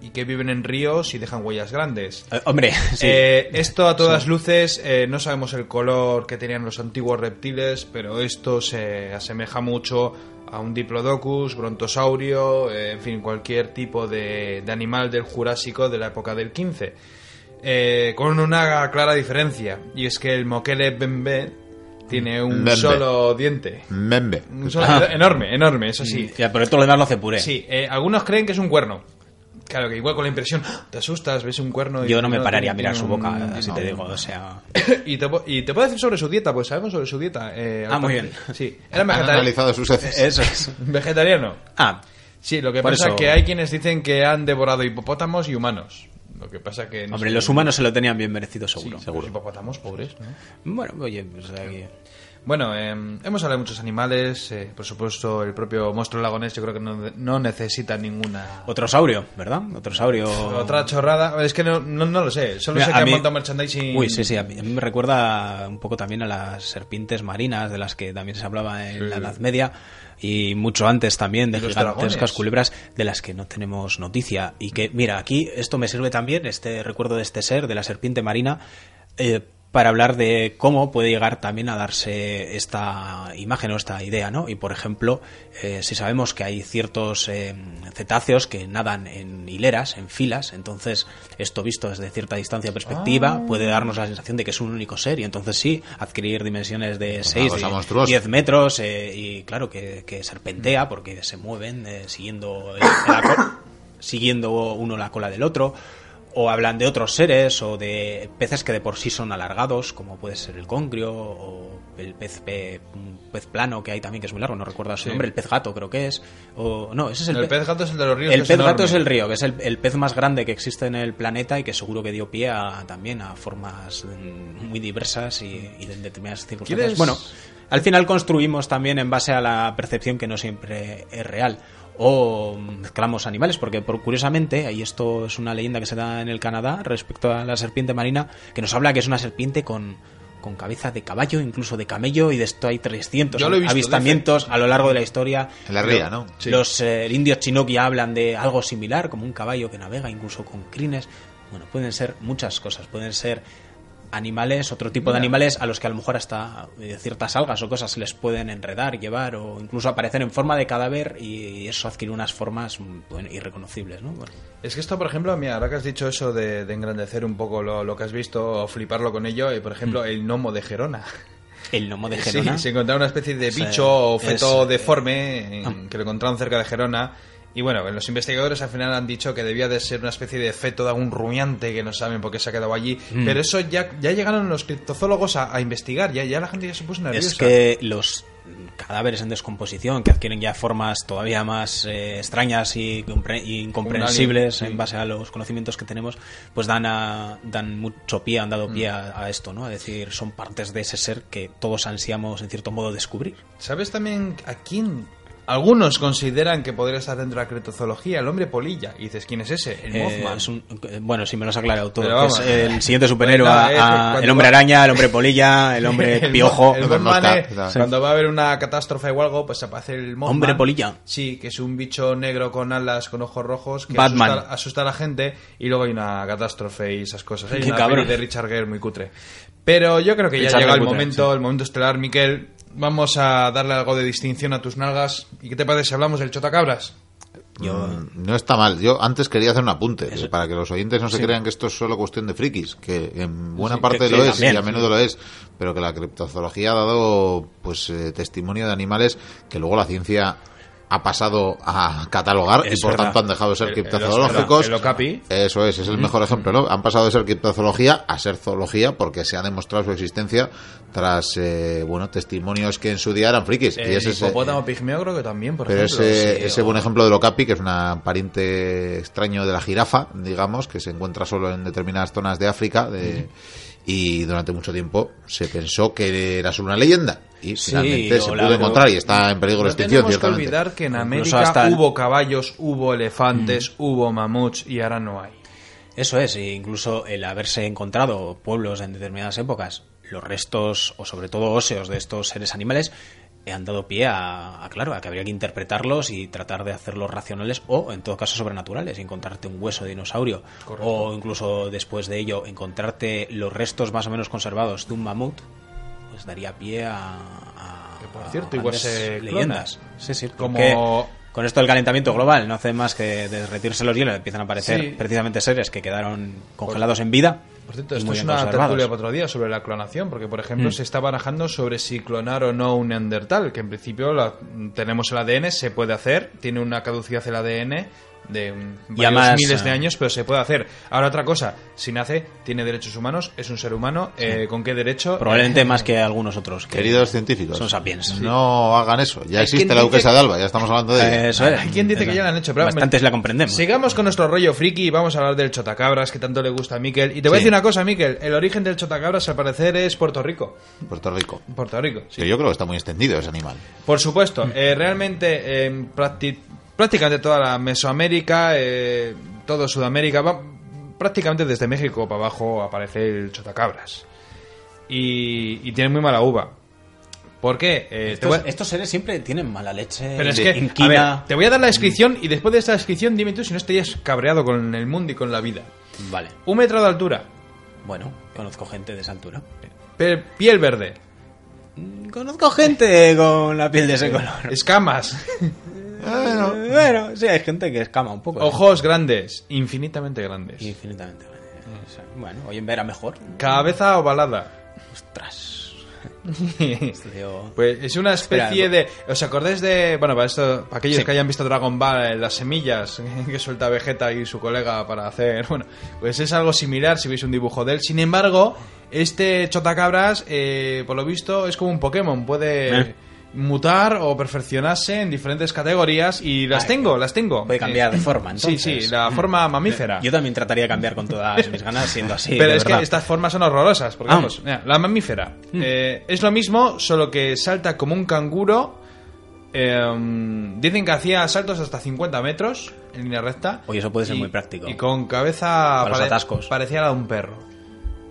[SPEAKER 3] y que viven en ríos y dejan huellas grandes.
[SPEAKER 2] Eh, Hombre, sí.
[SPEAKER 3] Eh, esto a todas luces, eh, no sabemos el color que tenían los antiguos reptiles, pero esto se asemeja mucho a un diplodocus, brontosaurio, eh, en fin, cualquier tipo de, de animal del Jurásico de la época del 15. eh, con una clara diferencia, y es que el moquele bembe
[SPEAKER 2] Mm,
[SPEAKER 3] tiene un
[SPEAKER 1] Bembe.
[SPEAKER 3] solo diente.
[SPEAKER 1] Membe.
[SPEAKER 3] Un solo-
[SPEAKER 2] Ah.
[SPEAKER 3] enorme, enorme, eso sí.
[SPEAKER 2] Ya, pero esto lo demás lo hace puré.
[SPEAKER 3] Sí, eh, algunos creen que es un cuerno. Claro, que igual con la impresión ¡Ah! te asustas, ves un cuerno. y
[SPEAKER 2] Yo no me
[SPEAKER 3] tiene-
[SPEAKER 2] pararía a
[SPEAKER 3] tiene
[SPEAKER 2] mirar su
[SPEAKER 3] un-
[SPEAKER 2] boca, eh, si te digo, o sea...
[SPEAKER 3] y, te, po- y te puedo decir sobre su dieta, pues sabemos sobre su dieta. eh,
[SPEAKER 2] Ah,
[SPEAKER 3] Alberto.
[SPEAKER 2] muy bien.
[SPEAKER 3] Sí, era
[SPEAKER 1] Han
[SPEAKER 3] vegetariano.
[SPEAKER 1] analizado sus heces.
[SPEAKER 2] Eso es.
[SPEAKER 3] vegetariano.
[SPEAKER 2] Ah,
[SPEAKER 3] Sí, lo que
[SPEAKER 2] Por
[SPEAKER 3] pasa
[SPEAKER 2] eso-
[SPEAKER 3] es que hay quienes dicen que han devorado hipopótamos y humanos. Lo que pasa que... no
[SPEAKER 2] hombre,
[SPEAKER 3] sé-
[SPEAKER 2] los humanos se lo tenían bien merecido,
[SPEAKER 3] Sí,
[SPEAKER 2] seguro.
[SPEAKER 3] Los hipopótamos, pobres, ¿no?
[SPEAKER 2] Bueno, oye, pues aquí...
[SPEAKER 3] Bueno, eh, hemos hablado de muchos animales. eh, por supuesto, el propio monstruo lagonés yo creo que no, no necesita ninguna...
[SPEAKER 2] Otro saurio, ¿verdad? Otro saurio...
[SPEAKER 3] Otra chorrada... Es que no, no, no lo sé. Solo
[SPEAKER 2] Oh. Mira,
[SPEAKER 3] sé
[SPEAKER 2] a
[SPEAKER 3] que han
[SPEAKER 2] mí-
[SPEAKER 3] montado merchandising...
[SPEAKER 2] Uy, sí, sí, a mí, a mí me recuerda un poco también a las serpientes marinas, de las que también se hablaba en la Edad Media, y mucho antes también, de
[SPEAKER 3] Y los
[SPEAKER 2] gigantescas
[SPEAKER 3] dragones.
[SPEAKER 2] culebras, de las que no tenemos noticia. Y que, mira, aquí esto me sirve también, este recuerdo de este ser, de la serpiente marina, eh, para hablar de cómo puede llegar también a darse esta imagen o esta idea, ¿no? Y por ejemplo, eh, si sabemos que hay ciertos eh, cetáceos que nadan en hileras, en filas, entonces esto visto desde cierta distancia o perspectiva
[SPEAKER 1] Ah.
[SPEAKER 2] puede darnos la sensación de que es un único ser y entonces sí, adquirir dimensiones de 6,
[SPEAKER 1] cosa monstruosa.
[SPEAKER 2] 10 metros eh, y claro que, que
[SPEAKER 3] Mm.
[SPEAKER 2] serpentea porque se mueven eh, siguiendo, el- la co- siguiendo uno la cola del otro o hablan de otros seres o de peces que de por sí son alargados como puede ser el congrio o el pez pe- un pez plano que hay también que es muy largo no recuerdo su
[SPEAKER 3] Sí.
[SPEAKER 2] nombre el pez gato creo que es o no ese es el,
[SPEAKER 3] El
[SPEAKER 2] pe-
[SPEAKER 3] pez gato es el de los ríos.
[SPEAKER 2] el
[SPEAKER 3] que
[SPEAKER 2] pez gato
[SPEAKER 3] enorme.
[SPEAKER 2] es el río, que es el, el pez más grande que existe en el planeta y que seguro que dio pie a, también a formas mm, muy diversas y, y de determinadas circunstancias.
[SPEAKER 3] ¿Quieres-
[SPEAKER 2] Bueno, al final construimos también en base a la percepción que no siempre es real. O mezclamos animales, porque por, curiosamente, y esto es una leyenda que se da en el Canadá respecto a la serpiente marina, que nos habla que es una serpiente con, con cabeza de caballo, incluso de camello, y de esto hay 300
[SPEAKER 3] Yo lo he visto,
[SPEAKER 2] avistamientos a lo largo de la historia.
[SPEAKER 1] En la
[SPEAKER 2] Lo-
[SPEAKER 1] ría, ¿no?
[SPEAKER 3] Sí.
[SPEAKER 2] Los eh, indios chinoki hablan de algo similar, como un caballo que navega incluso con crines. Bueno, pueden ser muchas cosas, pueden ser animales, otro tipo de animales a los que a lo mejor hasta eh, ciertas algas o cosas se les pueden enredar, llevar o incluso aparecer en forma de cadáver y eso adquiere unas formas mm, bueno, irreconocibles, ¿no? Bueno.
[SPEAKER 3] Es que esto, por ejemplo, mira, ahora que has dicho eso de, de engrandecer un poco lo, lo que has visto o fliparlo con ello, y por ejemplo, el gnomo de Gerona.
[SPEAKER 2] el gnomo Mm. de Gerona.
[SPEAKER 3] Sí, se encontraba una especie de
[SPEAKER 2] O sea,
[SPEAKER 3] bicho o feto
[SPEAKER 2] es- eh,
[SPEAKER 3] deforme en-
[SPEAKER 2] Ah.
[SPEAKER 3] que lo encontraron cerca de Gerona. Y bueno, los investigadores al final han dicho que debía de ser una especie de feto de algún rumiante que no saben por qué se ha quedado allí.
[SPEAKER 2] Mm.
[SPEAKER 3] Pero eso ya, ya llegaron los criptozoólogos a, a investigar, ya, ya la gente ya se puso nerviosa.
[SPEAKER 2] Es que los cadáveres en descomposición que adquieren ya formas todavía más eh, extrañas y compre- y incomprensibles
[SPEAKER 3] Un alien, sí.
[SPEAKER 2] en base a los conocimientos que tenemos, pues dan a, dan mucho pie, han dado
[SPEAKER 3] Mm.
[SPEAKER 2] pie a, a esto, ¿no? A decir, son partes de ese ser que todos ansiamos en cierto modo descubrir.
[SPEAKER 3] ¿Sabes también a quién? Algunos consideran que podría estar dentro de la criptozoología, el hombre polilla. Y dices, ¿quién es ese? El
[SPEAKER 2] Eh,
[SPEAKER 3] Mothman.
[SPEAKER 2] es un- eh, bueno, si me lo has aclarado todo.
[SPEAKER 3] Pero
[SPEAKER 2] que
[SPEAKER 3] vamos.
[SPEAKER 2] es el siguiente superhéroe
[SPEAKER 3] Pues nada,
[SPEAKER 2] a-
[SPEAKER 3] eso,
[SPEAKER 2] a
[SPEAKER 3] cuando
[SPEAKER 2] el hombre
[SPEAKER 3] va-
[SPEAKER 2] araña, el hombre polilla, el hombre
[SPEAKER 3] El
[SPEAKER 2] piojo.
[SPEAKER 3] Mo- el
[SPEAKER 1] el
[SPEAKER 3] Mothman
[SPEAKER 1] Mothman,
[SPEAKER 3] es-
[SPEAKER 1] claro.
[SPEAKER 3] cuando va a haber una catástrofe o algo, pues aparece el Mothman.
[SPEAKER 2] Hombre polilla.
[SPEAKER 3] Sí, que es un bicho negro con alas, con ojos rojos, que
[SPEAKER 2] Batman.
[SPEAKER 3] Asusta, asusta a la gente y luego hay una catástrofe y esas cosas. Hay
[SPEAKER 2] Qué
[SPEAKER 3] una
[SPEAKER 2] cabrón.
[SPEAKER 3] peli de Richard Gere muy cutre. Pero yo creo que ya
[SPEAKER 2] Richard
[SPEAKER 3] llega el
[SPEAKER 2] Gere cutre,
[SPEAKER 3] momento, el momento estelar, Miquel. Vamos a darle algo de distinción a tus nalgas. ¿Y qué te parece si hablamos del chotacabras?
[SPEAKER 1] Mm, No está mal. Yo antes quería hacer un apunte, eh, para que los oyentes no se crean que esto es solo cuestión de frikis, que en buena
[SPEAKER 2] Sí,
[SPEAKER 1] parte
[SPEAKER 2] que-
[SPEAKER 1] lo es
[SPEAKER 2] sí,
[SPEAKER 1] y
[SPEAKER 2] también,
[SPEAKER 1] a menudo lo es, pero que la criptozoología ha dado pues eh, testimonio de animales que luego la ciencia ha pasado a catalogar
[SPEAKER 2] Es
[SPEAKER 1] y por
[SPEAKER 2] verdad. Eh,
[SPEAKER 1] tanto han dejado de ser
[SPEAKER 3] El- el-
[SPEAKER 1] criptozoológicos.
[SPEAKER 3] el Okapi.
[SPEAKER 1] Eso es, es el mejor ejemplo, ¿no? Han pasado de ser criptozoología a ser zoología porque se ha demostrado su existencia tras, eh, bueno, testimonios que en su día eran frikis. y
[SPEAKER 3] El
[SPEAKER 1] ese es, eh,
[SPEAKER 3] hipopótamo pigmeo creo que también, por
[SPEAKER 1] pero
[SPEAKER 3] ejemplo.
[SPEAKER 1] ese,
[SPEAKER 3] Sí,
[SPEAKER 1] ese
[SPEAKER 3] o-
[SPEAKER 1] buen ejemplo del Okapi, que es una pariente extraño de la jirafa, digamos, que se encuentra solo en determinadas zonas de África, de- y durante mucho tiempo se pensó que era solo una leyenda. Y
[SPEAKER 2] Sí,
[SPEAKER 1] finalmente se
[SPEAKER 2] o la-
[SPEAKER 1] pudo encontrar y está en peligro de
[SPEAKER 3] No
[SPEAKER 1] extinción,
[SPEAKER 3] tenemos que
[SPEAKER 1] ciertamente.
[SPEAKER 3] olvidar que en
[SPEAKER 2] Incluso
[SPEAKER 3] América
[SPEAKER 2] hasta el-
[SPEAKER 3] hubo caballos, hubo elefantes, hubo mamuts y ahora no hay.
[SPEAKER 2] Eso es, e incluso el haberse encontrado pueblos en determinadas épocas, los restos o sobre todo óseos de estos seres animales eh, han dado pie a, a, claro, a que habría que interpretarlos y tratar de hacerlos racionales o en todo caso sobrenaturales, encontrarte un hueso de dinosaurio o incluso después de ello encontrarte los restos más o menos conservados de un mamut, pues daría pie a, a-
[SPEAKER 3] Que, por
[SPEAKER 2] a
[SPEAKER 3] cierto, igual
[SPEAKER 2] grandes
[SPEAKER 3] se clonan.
[SPEAKER 2] leyendas. Sí, sí,
[SPEAKER 3] Como-
[SPEAKER 2] porque con esto del calentamiento global no hace más que derretirse los hielos, empiezan a aparecer
[SPEAKER 3] Sí.
[SPEAKER 2] precisamente seres que quedaron congelados en vida.
[SPEAKER 3] Por cierto,
[SPEAKER 2] y
[SPEAKER 3] esto
[SPEAKER 2] muy
[SPEAKER 3] es
[SPEAKER 2] bien
[SPEAKER 3] una
[SPEAKER 2] conservados.
[SPEAKER 3] tertulia para otro día sobre la clonación, porque por ejemplo se está barajando sobre si clonar o no un neandertal, que en principio la- tenemos el ADN, se puede hacer, tiene una caducidad el ADN de mm,
[SPEAKER 2] Y
[SPEAKER 3] varios
[SPEAKER 2] además,
[SPEAKER 3] miles de
[SPEAKER 2] eh,
[SPEAKER 3] años, pero se puede hacer. Ahora otra cosa, si nace, tiene derechos humanos, es un ser humano, eh, ¿con qué derecho?
[SPEAKER 2] Probablemente más que algunos otros. que
[SPEAKER 1] Queridos científicos,
[SPEAKER 2] Son sapiens.
[SPEAKER 1] no hagan eso. Ya
[SPEAKER 3] Hay
[SPEAKER 1] existe
[SPEAKER 3] quien
[SPEAKER 1] la
[SPEAKER 3] dice-
[SPEAKER 1] duquesa de Alba, ya estamos hablando de ella.
[SPEAKER 2] Eso es.
[SPEAKER 3] Hay quien dice que ya la han hecho, pero
[SPEAKER 2] Bastantes
[SPEAKER 3] bueno,
[SPEAKER 2] la comprendemos.
[SPEAKER 3] Sigamos con nuestro rollo friki y vamos a hablar del chotacabras que tanto le gusta a Miquel. Y te voy a
[SPEAKER 2] Sí.
[SPEAKER 3] decir una cosa, Miquel. El origen del chotacabras al parecer es Puerto Rico.
[SPEAKER 1] Puerto Rico.
[SPEAKER 3] Puerto Rico, sí.
[SPEAKER 1] Que yo creo que está muy extendido ese animal.
[SPEAKER 3] Por supuesto, eh, realmente en practi- prácticamente toda la Mesoamérica, eh, todo Sudamérica, va- prácticamente desde México para abajo aparece el chotacabras. Y, y tiene muy mala uva. ¿Por qué? Eh, te
[SPEAKER 2] Estos,
[SPEAKER 3] voy a-
[SPEAKER 2] estos seres siempre tienen mala leche.
[SPEAKER 3] pero es
[SPEAKER 2] de-
[SPEAKER 3] que, a
[SPEAKER 2] inquina.
[SPEAKER 3] ver, te voy a dar la descripción y después de esta descripción dime tú si no estarías cabreado con el mundo y con la vida.
[SPEAKER 2] Vale.
[SPEAKER 3] Un metro de altura,
[SPEAKER 2] Bueno, conozco gente de esa altura.
[SPEAKER 3] pe- piel verde,
[SPEAKER 2] Conozco gente con la piel de ese color.
[SPEAKER 3] escamas,
[SPEAKER 2] Bueno, sí, hay gente que escama un poco. ¿eh?
[SPEAKER 3] ojos grandes, infinitamente grandes,
[SPEAKER 2] Infinitamente. grande. O sea, Bueno, hoy en verá mejor.
[SPEAKER 3] cabeza ovalada.
[SPEAKER 2] Ostras. Este tío-
[SPEAKER 3] Pues es una especie
[SPEAKER 2] Espera,
[SPEAKER 3] de. ¿Os acordáis de.? Bueno, para, esto, para aquellos
[SPEAKER 2] Sí.
[SPEAKER 3] que hayan visto Dragon Ball, eh, las semillas que suelta Vegeta y su colega para hacer. Bueno, pues es algo similar si veis un dibujo de él. Sin embargo, este Chotacabras, eh, por lo visto, es como un Pokémon. Puede
[SPEAKER 2] Eh.
[SPEAKER 3] mutar o perfeccionarse en diferentes categorías. Y las
[SPEAKER 2] Ah,
[SPEAKER 3] tengo, las tengo.
[SPEAKER 2] puede cambiar de forma,
[SPEAKER 3] Sí, sí,
[SPEAKER 2] entonces. Mm.
[SPEAKER 3] la forma mamífera.
[SPEAKER 2] Yo también trataría de cambiar con todas mis ganas siendo así.
[SPEAKER 3] Pero
[SPEAKER 2] de
[SPEAKER 3] es
[SPEAKER 2] Eh, verdad.
[SPEAKER 3] que estas formas son horrorosas. Porque
[SPEAKER 2] Ah. Hmm.
[SPEAKER 3] vamos, mira, la mamífera eh, es lo mismo, solo que salta como un canguro. eh, dicen que hacía saltos hasta 50 metros en línea recta.
[SPEAKER 2] Oye, eso puede ser
[SPEAKER 3] Y-
[SPEAKER 2] muy práctico.
[SPEAKER 3] Y con cabeza
[SPEAKER 2] Para los atascos.
[SPEAKER 3] parecía la de un perro.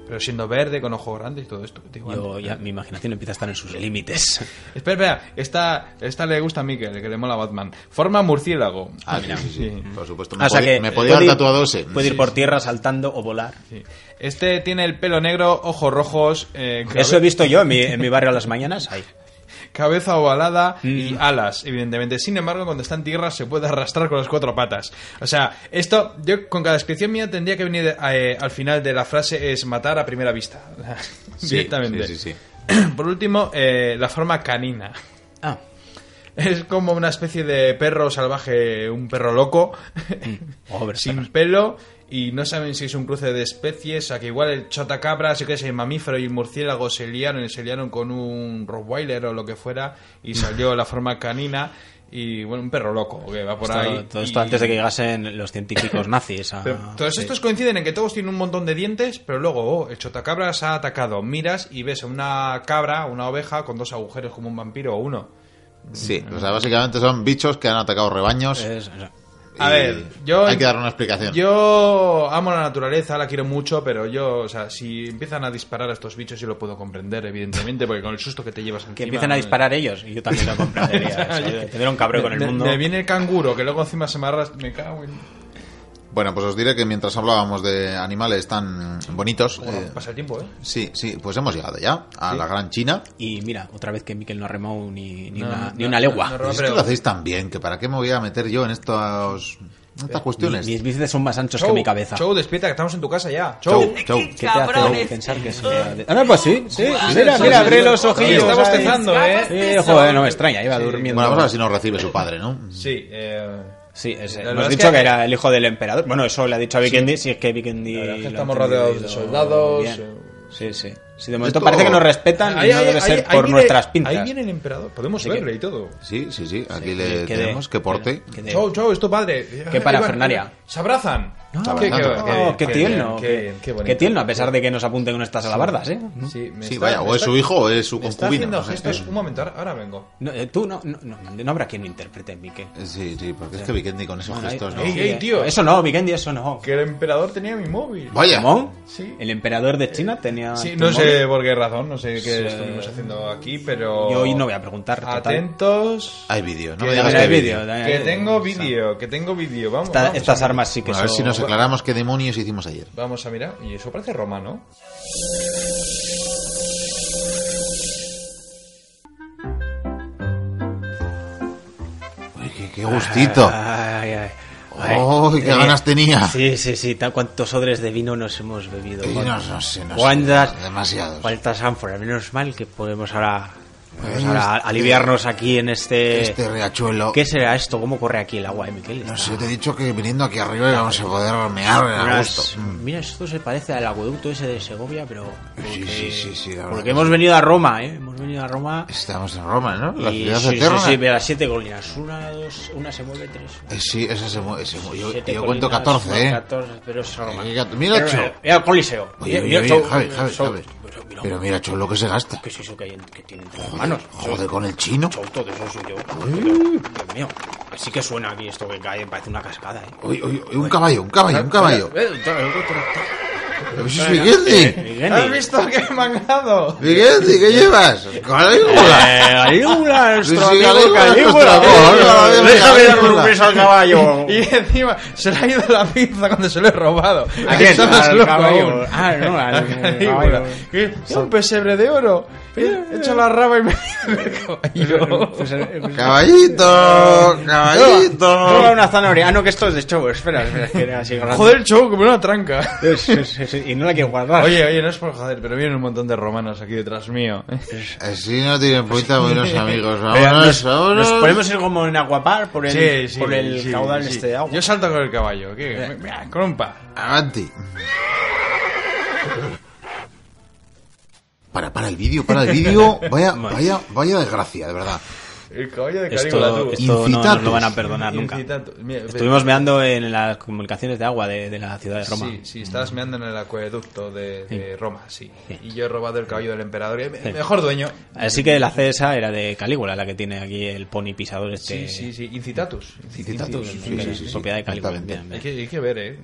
[SPEAKER 3] Pero Pero siendo verde, con ojos grandes y todo esto. que te digo
[SPEAKER 2] Yo
[SPEAKER 3] antes.
[SPEAKER 2] ya, mi imaginación empieza a estar en sus límites.
[SPEAKER 3] Espera, espera. Esta, esta le gusta a Mikel, que le mola Batman. Forma murciélago.
[SPEAKER 1] Ah, sí, sí, sí, Por supuesto. Me
[SPEAKER 2] Ah, o sea
[SPEAKER 1] podía,
[SPEAKER 2] que
[SPEAKER 1] me podía
[SPEAKER 2] puede
[SPEAKER 1] haber
[SPEAKER 2] ir-
[SPEAKER 1] tatuado ese.
[SPEAKER 2] Puede ir por tierra saltando o volar.
[SPEAKER 3] Sí. Este tiene el pelo negro, ojos rojos, eh, cabe-
[SPEAKER 2] Eso he visto yo en mi, en mi barrio a las mañanas. Ahí.
[SPEAKER 3] cabeza ovalada
[SPEAKER 1] Mm.
[SPEAKER 3] y alas, evidentemente. Sin embargo, cuando está en tierra se puede arrastrar con las cuatro patas. O sea, esto, yo con cada descripción mía tendría que venir eh, al final de la frase es matar a primera vista.
[SPEAKER 1] Sí,
[SPEAKER 3] Directamente.
[SPEAKER 1] Sí, sí, sí.
[SPEAKER 3] Por último, eh, la forma canina.
[SPEAKER 2] Ah,
[SPEAKER 3] Es como una especie de perro salvaje, un perro loco,
[SPEAKER 2] over.
[SPEAKER 3] sin pelo, y no saben si es un cruce de especies, a que igual el chotacabra, sí que es el mamífero y el murciélago se liaron, y se liaron con un rottweiler o lo que fuera, y salió la forma canina, y bueno, un perro loco que va por
[SPEAKER 2] Esto-
[SPEAKER 3] ahí.
[SPEAKER 2] todo esto
[SPEAKER 3] y-
[SPEAKER 2] antes de que llegasen los científicos nazis. a-
[SPEAKER 3] pero todos
[SPEAKER 2] sí.
[SPEAKER 3] estos coinciden en que todos tienen un montón de dientes, pero luego, oh, el chotacabras ha atacado. Miras y ves a una cabra, una oveja, con dos agujeros como un vampiro o uno.
[SPEAKER 1] Sí, o sea, básicamente son bichos que han atacado rebaños.
[SPEAKER 2] Es- o sea,
[SPEAKER 3] Eh, A
[SPEAKER 1] y
[SPEAKER 3] ver, yo-
[SPEAKER 1] Hay que dar una explicación.
[SPEAKER 3] Yo amo la naturaleza, la quiero mucho, pero yo, o sea, si empiezan a disparar a estos bichos, yo lo puedo comprender, evidentemente, porque con el susto que te llevas encima...
[SPEAKER 2] que empiecen a
[SPEAKER 3] no-
[SPEAKER 2] disparar ellos. y Yo también lo compraría. eso, Tener un cabrón con el
[SPEAKER 3] Me-
[SPEAKER 2] mundo.
[SPEAKER 3] Me viene el canguro, que luego encima se me arrastra... Me cago en...
[SPEAKER 1] Bueno, pues os diré que mientras hablábamos de animales tan bonitos. eh,
[SPEAKER 3] Pasa el tiempo, ¿eh?
[SPEAKER 1] sí, sí, pues hemos llegado ya a la gran China.
[SPEAKER 2] Y mira, otra vez que Miquel no ha remado ni, ni
[SPEAKER 3] No,
[SPEAKER 2] una,
[SPEAKER 3] no,
[SPEAKER 2] ni una
[SPEAKER 3] no,
[SPEAKER 2] legua.
[SPEAKER 3] no, no,
[SPEAKER 1] Pero
[SPEAKER 3] no,
[SPEAKER 1] es
[SPEAKER 3] pero-
[SPEAKER 1] que lo hacéis tan bien que para qué me voy a meter yo en estos, en estas cuestiones.
[SPEAKER 2] Mis bíceps son más anchos que mi cabeza.
[SPEAKER 3] Show, despierta, que estamos en tu casa ya.
[SPEAKER 1] Chau,
[SPEAKER 3] Show.
[SPEAKER 1] chau.
[SPEAKER 2] ¿Qué te hace
[SPEAKER 4] Cabrones.
[SPEAKER 2] pensar que es.? Ah, pues sí, sí.
[SPEAKER 3] mira, mira, abre los ojillos,
[SPEAKER 2] Está
[SPEAKER 3] ahí.
[SPEAKER 2] bostezando,
[SPEAKER 4] Escapas de
[SPEAKER 2] eh.
[SPEAKER 4] eso.
[SPEAKER 2] Joder, no me extraña, iba durmiendo.
[SPEAKER 1] Bueno, vamos a ver si nos recibe su padre, ¿no?
[SPEAKER 3] Sí, eh...
[SPEAKER 2] Sí, es-
[SPEAKER 3] La
[SPEAKER 2] hemos
[SPEAKER 3] verdad es
[SPEAKER 2] dicho
[SPEAKER 3] que-
[SPEAKER 2] que... era el hijo del emperador. Bueno, eso le ha dicho a Vikendi, si es que Vikendi.
[SPEAKER 3] La verdad es que
[SPEAKER 2] lo ha
[SPEAKER 3] estamos
[SPEAKER 2] entendido
[SPEAKER 3] rodeados de soldados, eh.
[SPEAKER 2] Sí, sí. Sí, de momento
[SPEAKER 1] Esto-
[SPEAKER 2] parece que nos respetan y no debe ser por
[SPEAKER 3] viene-
[SPEAKER 2] nuestras pintas.
[SPEAKER 3] Ahí viene el emperador, podemos
[SPEAKER 2] Así que-
[SPEAKER 3] verle y todo.
[SPEAKER 1] Sí, sí, sí. Aquí
[SPEAKER 2] Sí,
[SPEAKER 1] le
[SPEAKER 2] que de-
[SPEAKER 1] tenemos que porte.
[SPEAKER 2] que de-
[SPEAKER 3] Chau, chau, esto padre.
[SPEAKER 2] Qué parafernalia.
[SPEAKER 3] Se abrazan.
[SPEAKER 1] Ah,
[SPEAKER 3] Qué- qué-
[SPEAKER 1] abrazando.
[SPEAKER 2] Oh, qué,
[SPEAKER 3] qué
[SPEAKER 2] tierno.
[SPEAKER 3] bien,
[SPEAKER 2] Qué,
[SPEAKER 3] qué- qué bonito.
[SPEAKER 2] qué tierno, a pesar de que nos apunten con estas alabardas, ¿eh?
[SPEAKER 3] Sí, me
[SPEAKER 1] Sí,
[SPEAKER 3] está-
[SPEAKER 1] vaya, o
[SPEAKER 3] me
[SPEAKER 1] es
[SPEAKER 3] está-
[SPEAKER 1] su hijo o es su
[SPEAKER 3] me está
[SPEAKER 1] concubino.
[SPEAKER 3] haciendo
[SPEAKER 1] no sé.
[SPEAKER 3] gestos. Un momento, ahora- ahora vengo.
[SPEAKER 2] No, eh, tú no, no, no, no habrá quien lo interprete, Miquel.
[SPEAKER 1] Sí, sí, porque es que Vikendi con esos gestos, ¿no?
[SPEAKER 3] ahí- Ey, ey, tío.
[SPEAKER 2] Eso no, Vikendi, eso no.
[SPEAKER 3] Que el emperador tenía mi móvil.
[SPEAKER 1] Vaya.
[SPEAKER 2] ¿Cómo?
[SPEAKER 3] Sí.
[SPEAKER 2] El emperador de China tenía.
[SPEAKER 3] Sí,
[SPEAKER 2] Ah, tu
[SPEAKER 3] no
[SPEAKER 2] móvil.
[SPEAKER 3] sé por qué razón, no sé qué
[SPEAKER 2] Sí.
[SPEAKER 3] estuvimos haciendo aquí, pero.
[SPEAKER 2] Yo hoy no voy a preguntar, total. Eh,
[SPEAKER 3] Atentos.
[SPEAKER 1] Hay vídeo, no
[SPEAKER 3] Que-
[SPEAKER 1] me digas
[SPEAKER 3] que
[SPEAKER 1] que hay
[SPEAKER 2] hay
[SPEAKER 1] vídeo.
[SPEAKER 2] vídeo.
[SPEAKER 3] Que tengo vídeo, que tengo vídeo. Vamos,
[SPEAKER 2] Esta-
[SPEAKER 3] vamos
[SPEAKER 2] estas
[SPEAKER 3] a-
[SPEAKER 2] armas sí que
[SPEAKER 1] Bueno, a ver
[SPEAKER 2] son.
[SPEAKER 1] si nos aclaramos qué demonios hicimos ayer.
[SPEAKER 3] Vamos a mirar. Y eso parece romano.
[SPEAKER 1] Uy, qué,
[SPEAKER 2] Ah,
[SPEAKER 1] qué gustito.
[SPEAKER 2] Ay, ay. ay.
[SPEAKER 1] Uy, qué
[SPEAKER 2] Eh,
[SPEAKER 1] ganas tenía.
[SPEAKER 2] Sí, sí, sí. ta- ¿Cuántos odres de vino nos hemos bebido?
[SPEAKER 1] Y no, no sé, no sé,
[SPEAKER 2] ¿Cuántas?
[SPEAKER 1] demasiados.
[SPEAKER 2] ¿Cuántas ánforas? Menos mal que podemos ahora, podemos ahora aliviarnos aquí en este...
[SPEAKER 1] Este riachuelo.
[SPEAKER 2] ¿Qué será esto? ¿Cómo corre aquí el agua, eh, Miquel?
[SPEAKER 1] No
[SPEAKER 2] Está-
[SPEAKER 1] sé, te he dicho que viniendo aquí arriba íbamos a poder mear a
[SPEAKER 2] Unas-
[SPEAKER 1] gusto. Mm.
[SPEAKER 2] Mira, esto se parece al acueducto ese de Segovia, pero... Porque,
[SPEAKER 1] Sí, sí, sí, sí, la verdad
[SPEAKER 2] porque
[SPEAKER 1] que
[SPEAKER 2] hemos
[SPEAKER 1] sí.
[SPEAKER 2] venido a Roma, ¿eh? Hemos venido a Roma...
[SPEAKER 1] Estamos en Roma, ¿no? La
[SPEAKER 2] y
[SPEAKER 1] ciudad
[SPEAKER 2] sí,
[SPEAKER 1] eterna.
[SPEAKER 2] sí, sí, ve las siete colinas. Una, dos, una se mueve, tres...
[SPEAKER 1] Eh, sí, esa se mueve. se mueve. Yo,
[SPEAKER 2] siete
[SPEAKER 1] yo cuento
[SPEAKER 2] colinas,
[SPEAKER 1] 14, ¿eh?
[SPEAKER 2] 14, pero es Roma.
[SPEAKER 1] Eh, que- mira,
[SPEAKER 2] Pero,
[SPEAKER 1] ocho.
[SPEAKER 2] eh, Mira el coliseo.
[SPEAKER 1] Oye, oye,
[SPEAKER 2] Mira- mira el
[SPEAKER 1] oye,
[SPEAKER 2] show-
[SPEAKER 1] Javi,
[SPEAKER 2] mira el
[SPEAKER 1] Javi,
[SPEAKER 2] show.
[SPEAKER 1] Javi.
[SPEAKER 2] Pero mira,
[SPEAKER 1] Pero mira, chulo, que se gasta.
[SPEAKER 2] ¿Qué es eso que, hay, en- que tiene entre las
[SPEAKER 1] Joder,
[SPEAKER 2] manos?
[SPEAKER 1] joder, con el chino.
[SPEAKER 2] Chau, todo eso suyo. Dios mío. Así que suena aquí esto que cae, parece una cascada, ¿eh?
[SPEAKER 1] Uy, uy, uy, un caballo, un caballo, un caballo. Pero eso es Vikendi.
[SPEAKER 2] Eh.
[SPEAKER 3] ¿Has visto qué mangado?
[SPEAKER 1] Vikendi, ¿qué llevas? ¡Calígula!
[SPEAKER 2] ¡Calígula,
[SPEAKER 1] Sí,
[SPEAKER 2] Eh. nuestro
[SPEAKER 1] sí,
[SPEAKER 2] amigo
[SPEAKER 1] Calígula, nuestro
[SPEAKER 2] Calígula! Eh,
[SPEAKER 1] amigo,
[SPEAKER 2] ¡Déjame dar
[SPEAKER 1] Calígula.
[SPEAKER 2] un beso al caballo!
[SPEAKER 3] Y encima se le ha ido la pinza cuando se lo he robado.
[SPEAKER 2] ¿A quién?
[SPEAKER 3] Está más
[SPEAKER 2] Al
[SPEAKER 3] loco
[SPEAKER 2] caballo.
[SPEAKER 3] aún.
[SPEAKER 2] Ah, no, al- al
[SPEAKER 3] Calígula.
[SPEAKER 2] caballo.
[SPEAKER 3] ¿Qué? Un pesebre de oro. He hecho la raba y me
[SPEAKER 2] eh,
[SPEAKER 3] caballo.
[SPEAKER 2] pues,
[SPEAKER 1] ¡Caballito!
[SPEAKER 2] Toma
[SPEAKER 1] ¡Caballito!
[SPEAKER 2] una zanahoria. Ah, no, que esto es de show. Espera, espera, es que era así grande.
[SPEAKER 3] Joder, show, como una tranca.
[SPEAKER 2] Sí, sí, sí, Y no la quiero guardar.
[SPEAKER 3] Oye, oye, no es por joder, pero vienen un montón de romanos aquí detrás mío.
[SPEAKER 1] Así Eh, no tienen pinta buenos amigos.
[SPEAKER 2] Pero
[SPEAKER 1] Vámonos,
[SPEAKER 2] nos, nos
[SPEAKER 1] vámonos.
[SPEAKER 2] podemos ir como en aguapar por el, por el
[SPEAKER 3] sí,
[SPEAKER 2] caudal
[SPEAKER 3] sí.
[SPEAKER 2] este de agua. Eh.
[SPEAKER 3] Yo salto con el caballo, ¿qué? Mira, Con un par.
[SPEAKER 1] Avanti. Para, para el vídeo, para el vídeo. Vaya, vaya, vaya desgracia, de verdad.
[SPEAKER 3] El caballo de Calígula,
[SPEAKER 2] Esto,
[SPEAKER 3] tú.
[SPEAKER 2] esto no nos
[SPEAKER 1] Incitatus.
[SPEAKER 2] lo van a perdonar nunca.
[SPEAKER 3] Incitatus. Mira, ve-
[SPEAKER 2] Estuvimos meando en las comunicaciones de agua de, de la ciudad de Roma.
[SPEAKER 3] Sí, sí, estabas meando en el acueducto de, de Roma, sí. Y yo he robado el caballo del emperador. eh, me- Mejor dueño.
[SPEAKER 2] Así que la CSA era de Calígula, la que tiene aquí el pony pisador este.
[SPEAKER 3] Sí, sí, sí. Incitatus.
[SPEAKER 1] Incitatus.
[SPEAKER 2] Sí,
[SPEAKER 1] Sí, sí, sí, sí.
[SPEAKER 2] propiedad de Calígula.
[SPEAKER 1] Exactamente.
[SPEAKER 3] Hay
[SPEAKER 2] entiendo.
[SPEAKER 3] que, hay que ver, ¿eh?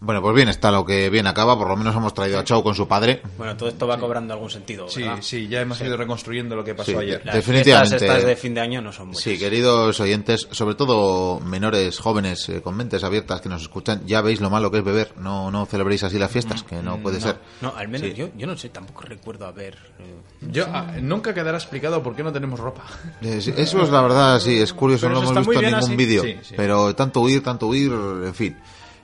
[SPEAKER 1] Bueno, pues bien está lo que bien acaba. Por lo menos hemos traído a Chau con su padre.
[SPEAKER 2] Bueno, todo esto va cobrando algún sentido,
[SPEAKER 3] Sí,
[SPEAKER 2] ¿verdad?
[SPEAKER 3] sí, ya hemos ido reconstruyendo lo que pasó
[SPEAKER 1] Sí,
[SPEAKER 3] ayer.
[SPEAKER 1] ya.
[SPEAKER 2] Las
[SPEAKER 1] Definitivamente.
[SPEAKER 2] fiestas estas de fin de año no son buenas.
[SPEAKER 1] Sí, queridos oyentes, sobre todo menores, jóvenes, eh, con mentes abiertas que nos escuchan, ya veis lo malo que es beber. No, no celebréis así las fiestas, que no puede ser.
[SPEAKER 2] mm, No, al menos yo, yo no sé, tampoco recuerdo haber... eh,
[SPEAKER 3] Yo, ah, nunca quedará explicado por qué no tenemos ropa.
[SPEAKER 1] Eh, sí, Eso es la verdad, sí, es curioso,
[SPEAKER 3] Pero
[SPEAKER 1] no
[SPEAKER 3] eso
[SPEAKER 1] lo hemos
[SPEAKER 3] está muy
[SPEAKER 1] visto en
[SPEAKER 3] bien
[SPEAKER 1] ningún
[SPEAKER 3] así.
[SPEAKER 1] vídeo.
[SPEAKER 3] Sí, sí.
[SPEAKER 1] Pero tanto huir, tanto huir, en fin.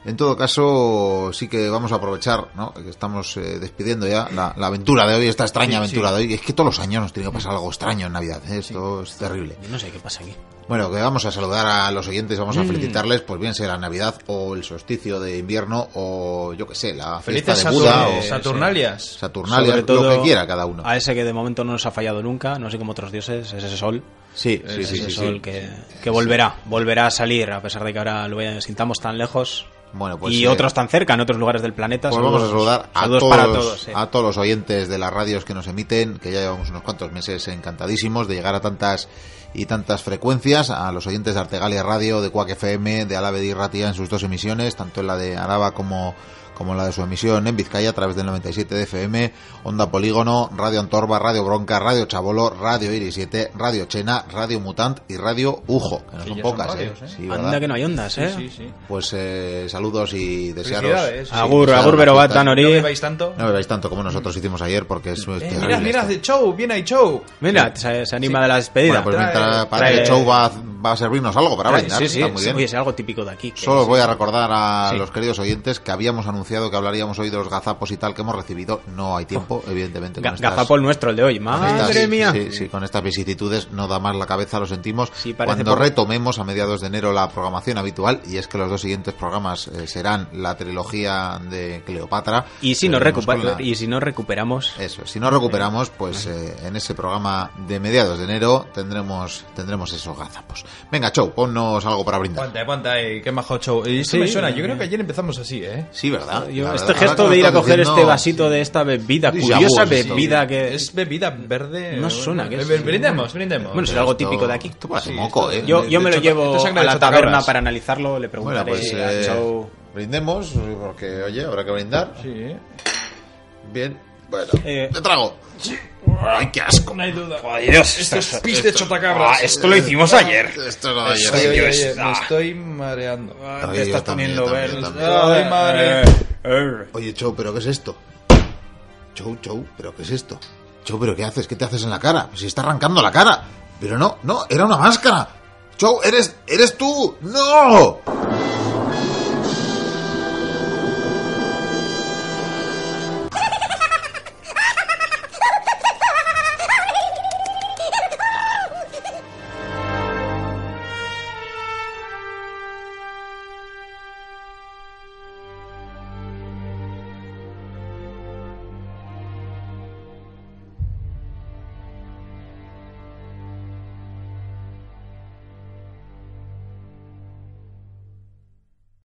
[SPEAKER 1] En todo caso, sí que vamos a aprovechar, ¿no? Que estamos eh, despidiendo ya la, la aventura de hoy, esta extraña aventura de hoy. Es que todos los años nos tiene que pasar algo extraño en Navidad, ¿eh? esto es terrible.
[SPEAKER 2] yo no sé qué pasa aquí.
[SPEAKER 1] Bueno, que vamos a saludar a los oyentes, vamos
[SPEAKER 3] Mm.
[SPEAKER 1] a felicitarles, pues bien sea la Navidad o el solsticio de invierno o yo que sé, la fiesta
[SPEAKER 3] Felices
[SPEAKER 1] de Buda
[SPEAKER 3] Saturn-
[SPEAKER 1] o
[SPEAKER 3] Saturnalias.
[SPEAKER 1] Saturnalias, lo que quiera cada uno.
[SPEAKER 2] A ese que de momento no nos ha fallado nunca, no sé cómo otros dioses, es ese sol.
[SPEAKER 1] Sí, sí,
[SPEAKER 2] es
[SPEAKER 1] sí,
[SPEAKER 2] ese
[SPEAKER 1] sí,
[SPEAKER 2] sol
[SPEAKER 1] sí.
[SPEAKER 2] que, que volverá, volverá a salir, a pesar de que ahora lo vea- sintamos tan lejos.
[SPEAKER 1] Bueno, pues,
[SPEAKER 2] y
[SPEAKER 1] eh,
[SPEAKER 2] otros tan cerca, en otros lugares del planeta.
[SPEAKER 1] Pues vamos a saludar a
[SPEAKER 2] saludos
[SPEAKER 1] todos,
[SPEAKER 2] para todos. eh.
[SPEAKER 1] a todos los oyentes de las radios que nos emiten, que ya llevamos unos cuantos meses encantadísimos de llegar a tantas y tantas frecuencias, a los oyentes de Artegalia Radio, de Cuac FM, de Alave de Irratia en sus dos emisiones, tanto en la de Araba como como en la de su emisión en Vizcaya a través del 97 de FM, Onda Polígono, Radio Antorba, Radio Bronca, Radio Chabolo, Radio Iris 7, Radio Chena, Radio Mutant y Radio Ujo, que no
[SPEAKER 3] Que
[SPEAKER 1] son
[SPEAKER 3] ya son
[SPEAKER 1] pocas,
[SPEAKER 3] radios,
[SPEAKER 1] ¿eh?
[SPEAKER 3] ¿eh?
[SPEAKER 1] Sí, ¿verdad?
[SPEAKER 2] Anda que no hay ondas, ¿eh?
[SPEAKER 3] Sí, sí.
[SPEAKER 1] Pues eh, saludos y desearos...
[SPEAKER 3] Felicidades.
[SPEAKER 1] sí,
[SPEAKER 2] Agur,
[SPEAKER 1] desearos
[SPEAKER 2] agur, pero
[SPEAKER 1] las
[SPEAKER 2] va
[SPEAKER 1] fiestas.
[SPEAKER 2] tan
[SPEAKER 3] No
[SPEAKER 2] ori.
[SPEAKER 3] bebáis tanto.
[SPEAKER 1] No veráis tanto como nosotros hicimos ayer porque es, es
[SPEAKER 3] Eh,
[SPEAKER 1] terrible
[SPEAKER 3] mira, mira,
[SPEAKER 1] esto.
[SPEAKER 3] de show, viene ahí show.
[SPEAKER 2] Mira, se, se anima de la despedida.
[SPEAKER 1] Bueno, pues mientras para
[SPEAKER 2] trae-
[SPEAKER 1] el show va, a- va a servirnos algo para brindar,
[SPEAKER 2] sí, sí,
[SPEAKER 1] está Ah, muy
[SPEAKER 2] sí,
[SPEAKER 1] bien.
[SPEAKER 2] oye, es algo típico de aquí. que
[SPEAKER 1] Solo os
[SPEAKER 2] es-
[SPEAKER 1] voy a recordar a
[SPEAKER 2] Sí.
[SPEAKER 1] los queridos oyentes que habíamos anunciado que hablaríamos hoy de los gazapos y tal que hemos recibido. No hay tiempo, evidentemente.
[SPEAKER 2] Ga-
[SPEAKER 1] con estas-
[SPEAKER 2] Gazapo el nuestro, el de hoy.
[SPEAKER 1] con estas-
[SPEAKER 2] Madre mía.
[SPEAKER 1] Sí, sí, con estas vicisitudes no da más la cabeza, lo sentimos.
[SPEAKER 2] Sí, parece
[SPEAKER 1] Cuando
[SPEAKER 2] poco.
[SPEAKER 1] retomemos a mediados de enero la programación habitual, y es que los dos siguientes programas eh, serán la trilogía de Cleopatra.
[SPEAKER 2] Y si, nos
[SPEAKER 1] Seguiremos con
[SPEAKER 2] recupa-
[SPEAKER 1] la- Eh,
[SPEAKER 2] y si nos recuperamos,
[SPEAKER 1] eso, si no recuperamos, pues eh, en ese programa de mediados de enero tendremos tendremos esos gazapos. Venga, Chow, ponnos algo para brindar.
[SPEAKER 3] Ponte, ponte ahí, eh, qué majo show. Y esto
[SPEAKER 2] Sí,
[SPEAKER 3] me suena, yo
[SPEAKER 2] eh.
[SPEAKER 3] creo que ayer empezamos así, ¿eh?
[SPEAKER 1] Sí, ¿verdad?
[SPEAKER 2] Yo-
[SPEAKER 1] La
[SPEAKER 2] este
[SPEAKER 1] verdad,
[SPEAKER 2] gesto
[SPEAKER 1] ahora que
[SPEAKER 2] de
[SPEAKER 1] lo
[SPEAKER 2] ir a
[SPEAKER 1] estás
[SPEAKER 2] coger
[SPEAKER 1] diciendo,
[SPEAKER 2] este vasito de esta bebida,
[SPEAKER 1] Déjà vu,
[SPEAKER 2] curiosa
[SPEAKER 1] sí.
[SPEAKER 2] bebida que
[SPEAKER 3] Es bebida verde.
[SPEAKER 2] No
[SPEAKER 3] eh,
[SPEAKER 2] suena, ¿qué
[SPEAKER 3] eh,
[SPEAKER 2] es?
[SPEAKER 3] Brindemos, brindemos.
[SPEAKER 2] Bueno, es
[SPEAKER 1] pero
[SPEAKER 2] algo
[SPEAKER 1] esto-
[SPEAKER 2] típico de aquí.
[SPEAKER 1] Esto parece
[SPEAKER 3] Sí,
[SPEAKER 1] moco,
[SPEAKER 3] esto-
[SPEAKER 1] ¿eh?
[SPEAKER 2] Yo,
[SPEAKER 1] De-
[SPEAKER 2] yo
[SPEAKER 1] de
[SPEAKER 2] me lo
[SPEAKER 1] hecho,
[SPEAKER 2] llevo
[SPEAKER 3] esto se han
[SPEAKER 2] a la
[SPEAKER 3] hecho
[SPEAKER 2] taberna
[SPEAKER 3] cabras.
[SPEAKER 2] para analizarlo, le
[SPEAKER 1] Bueno,
[SPEAKER 2] preguntaré
[SPEAKER 1] pues
[SPEAKER 2] a
[SPEAKER 1] eh,
[SPEAKER 2] Chau.
[SPEAKER 1] brindemos, porque oye, habrá que brindar.
[SPEAKER 3] Sí, ¿eh?
[SPEAKER 1] Bien. Bueno,
[SPEAKER 2] Eh.
[SPEAKER 1] te trago. Ay, qué asco.
[SPEAKER 3] No hay duda.
[SPEAKER 7] Dios,
[SPEAKER 3] Esto es pis de chotacabras.
[SPEAKER 7] ah, esto
[SPEAKER 1] Eh,
[SPEAKER 7] lo hicimos ayer.
[SPEAKER 1] Esto no yo-
[SPEAKER 3] Oye, oye,
[SPEAKER 1] yo-
[SPEAKER 3] oye, Ah, me estoy mareando.
[SPEAKER 1] Ay,
[SPEAKER 2] te
[SPEAKER 1] yo
[SPEAKER 2] estás
[SPEAKER 1] también,
[SPEAKER 2] poniendo
[SPEAKER 1] también,
[SPEAKER 2] verde.
[SPEAKER 1] también. Eh,
[SPEAKER 3] Ay, madre.
[SPEAKER 1] Oye, Chow, ¿pero qué es esto? Chow, Chow, ¿pero qué es esto? Chow, ¿pero qué haces? ¿Qué te haces en la cara? Si está arrancando la cara. Pero no, no, era una máscara. Chow, eres, eres tú. ¡No!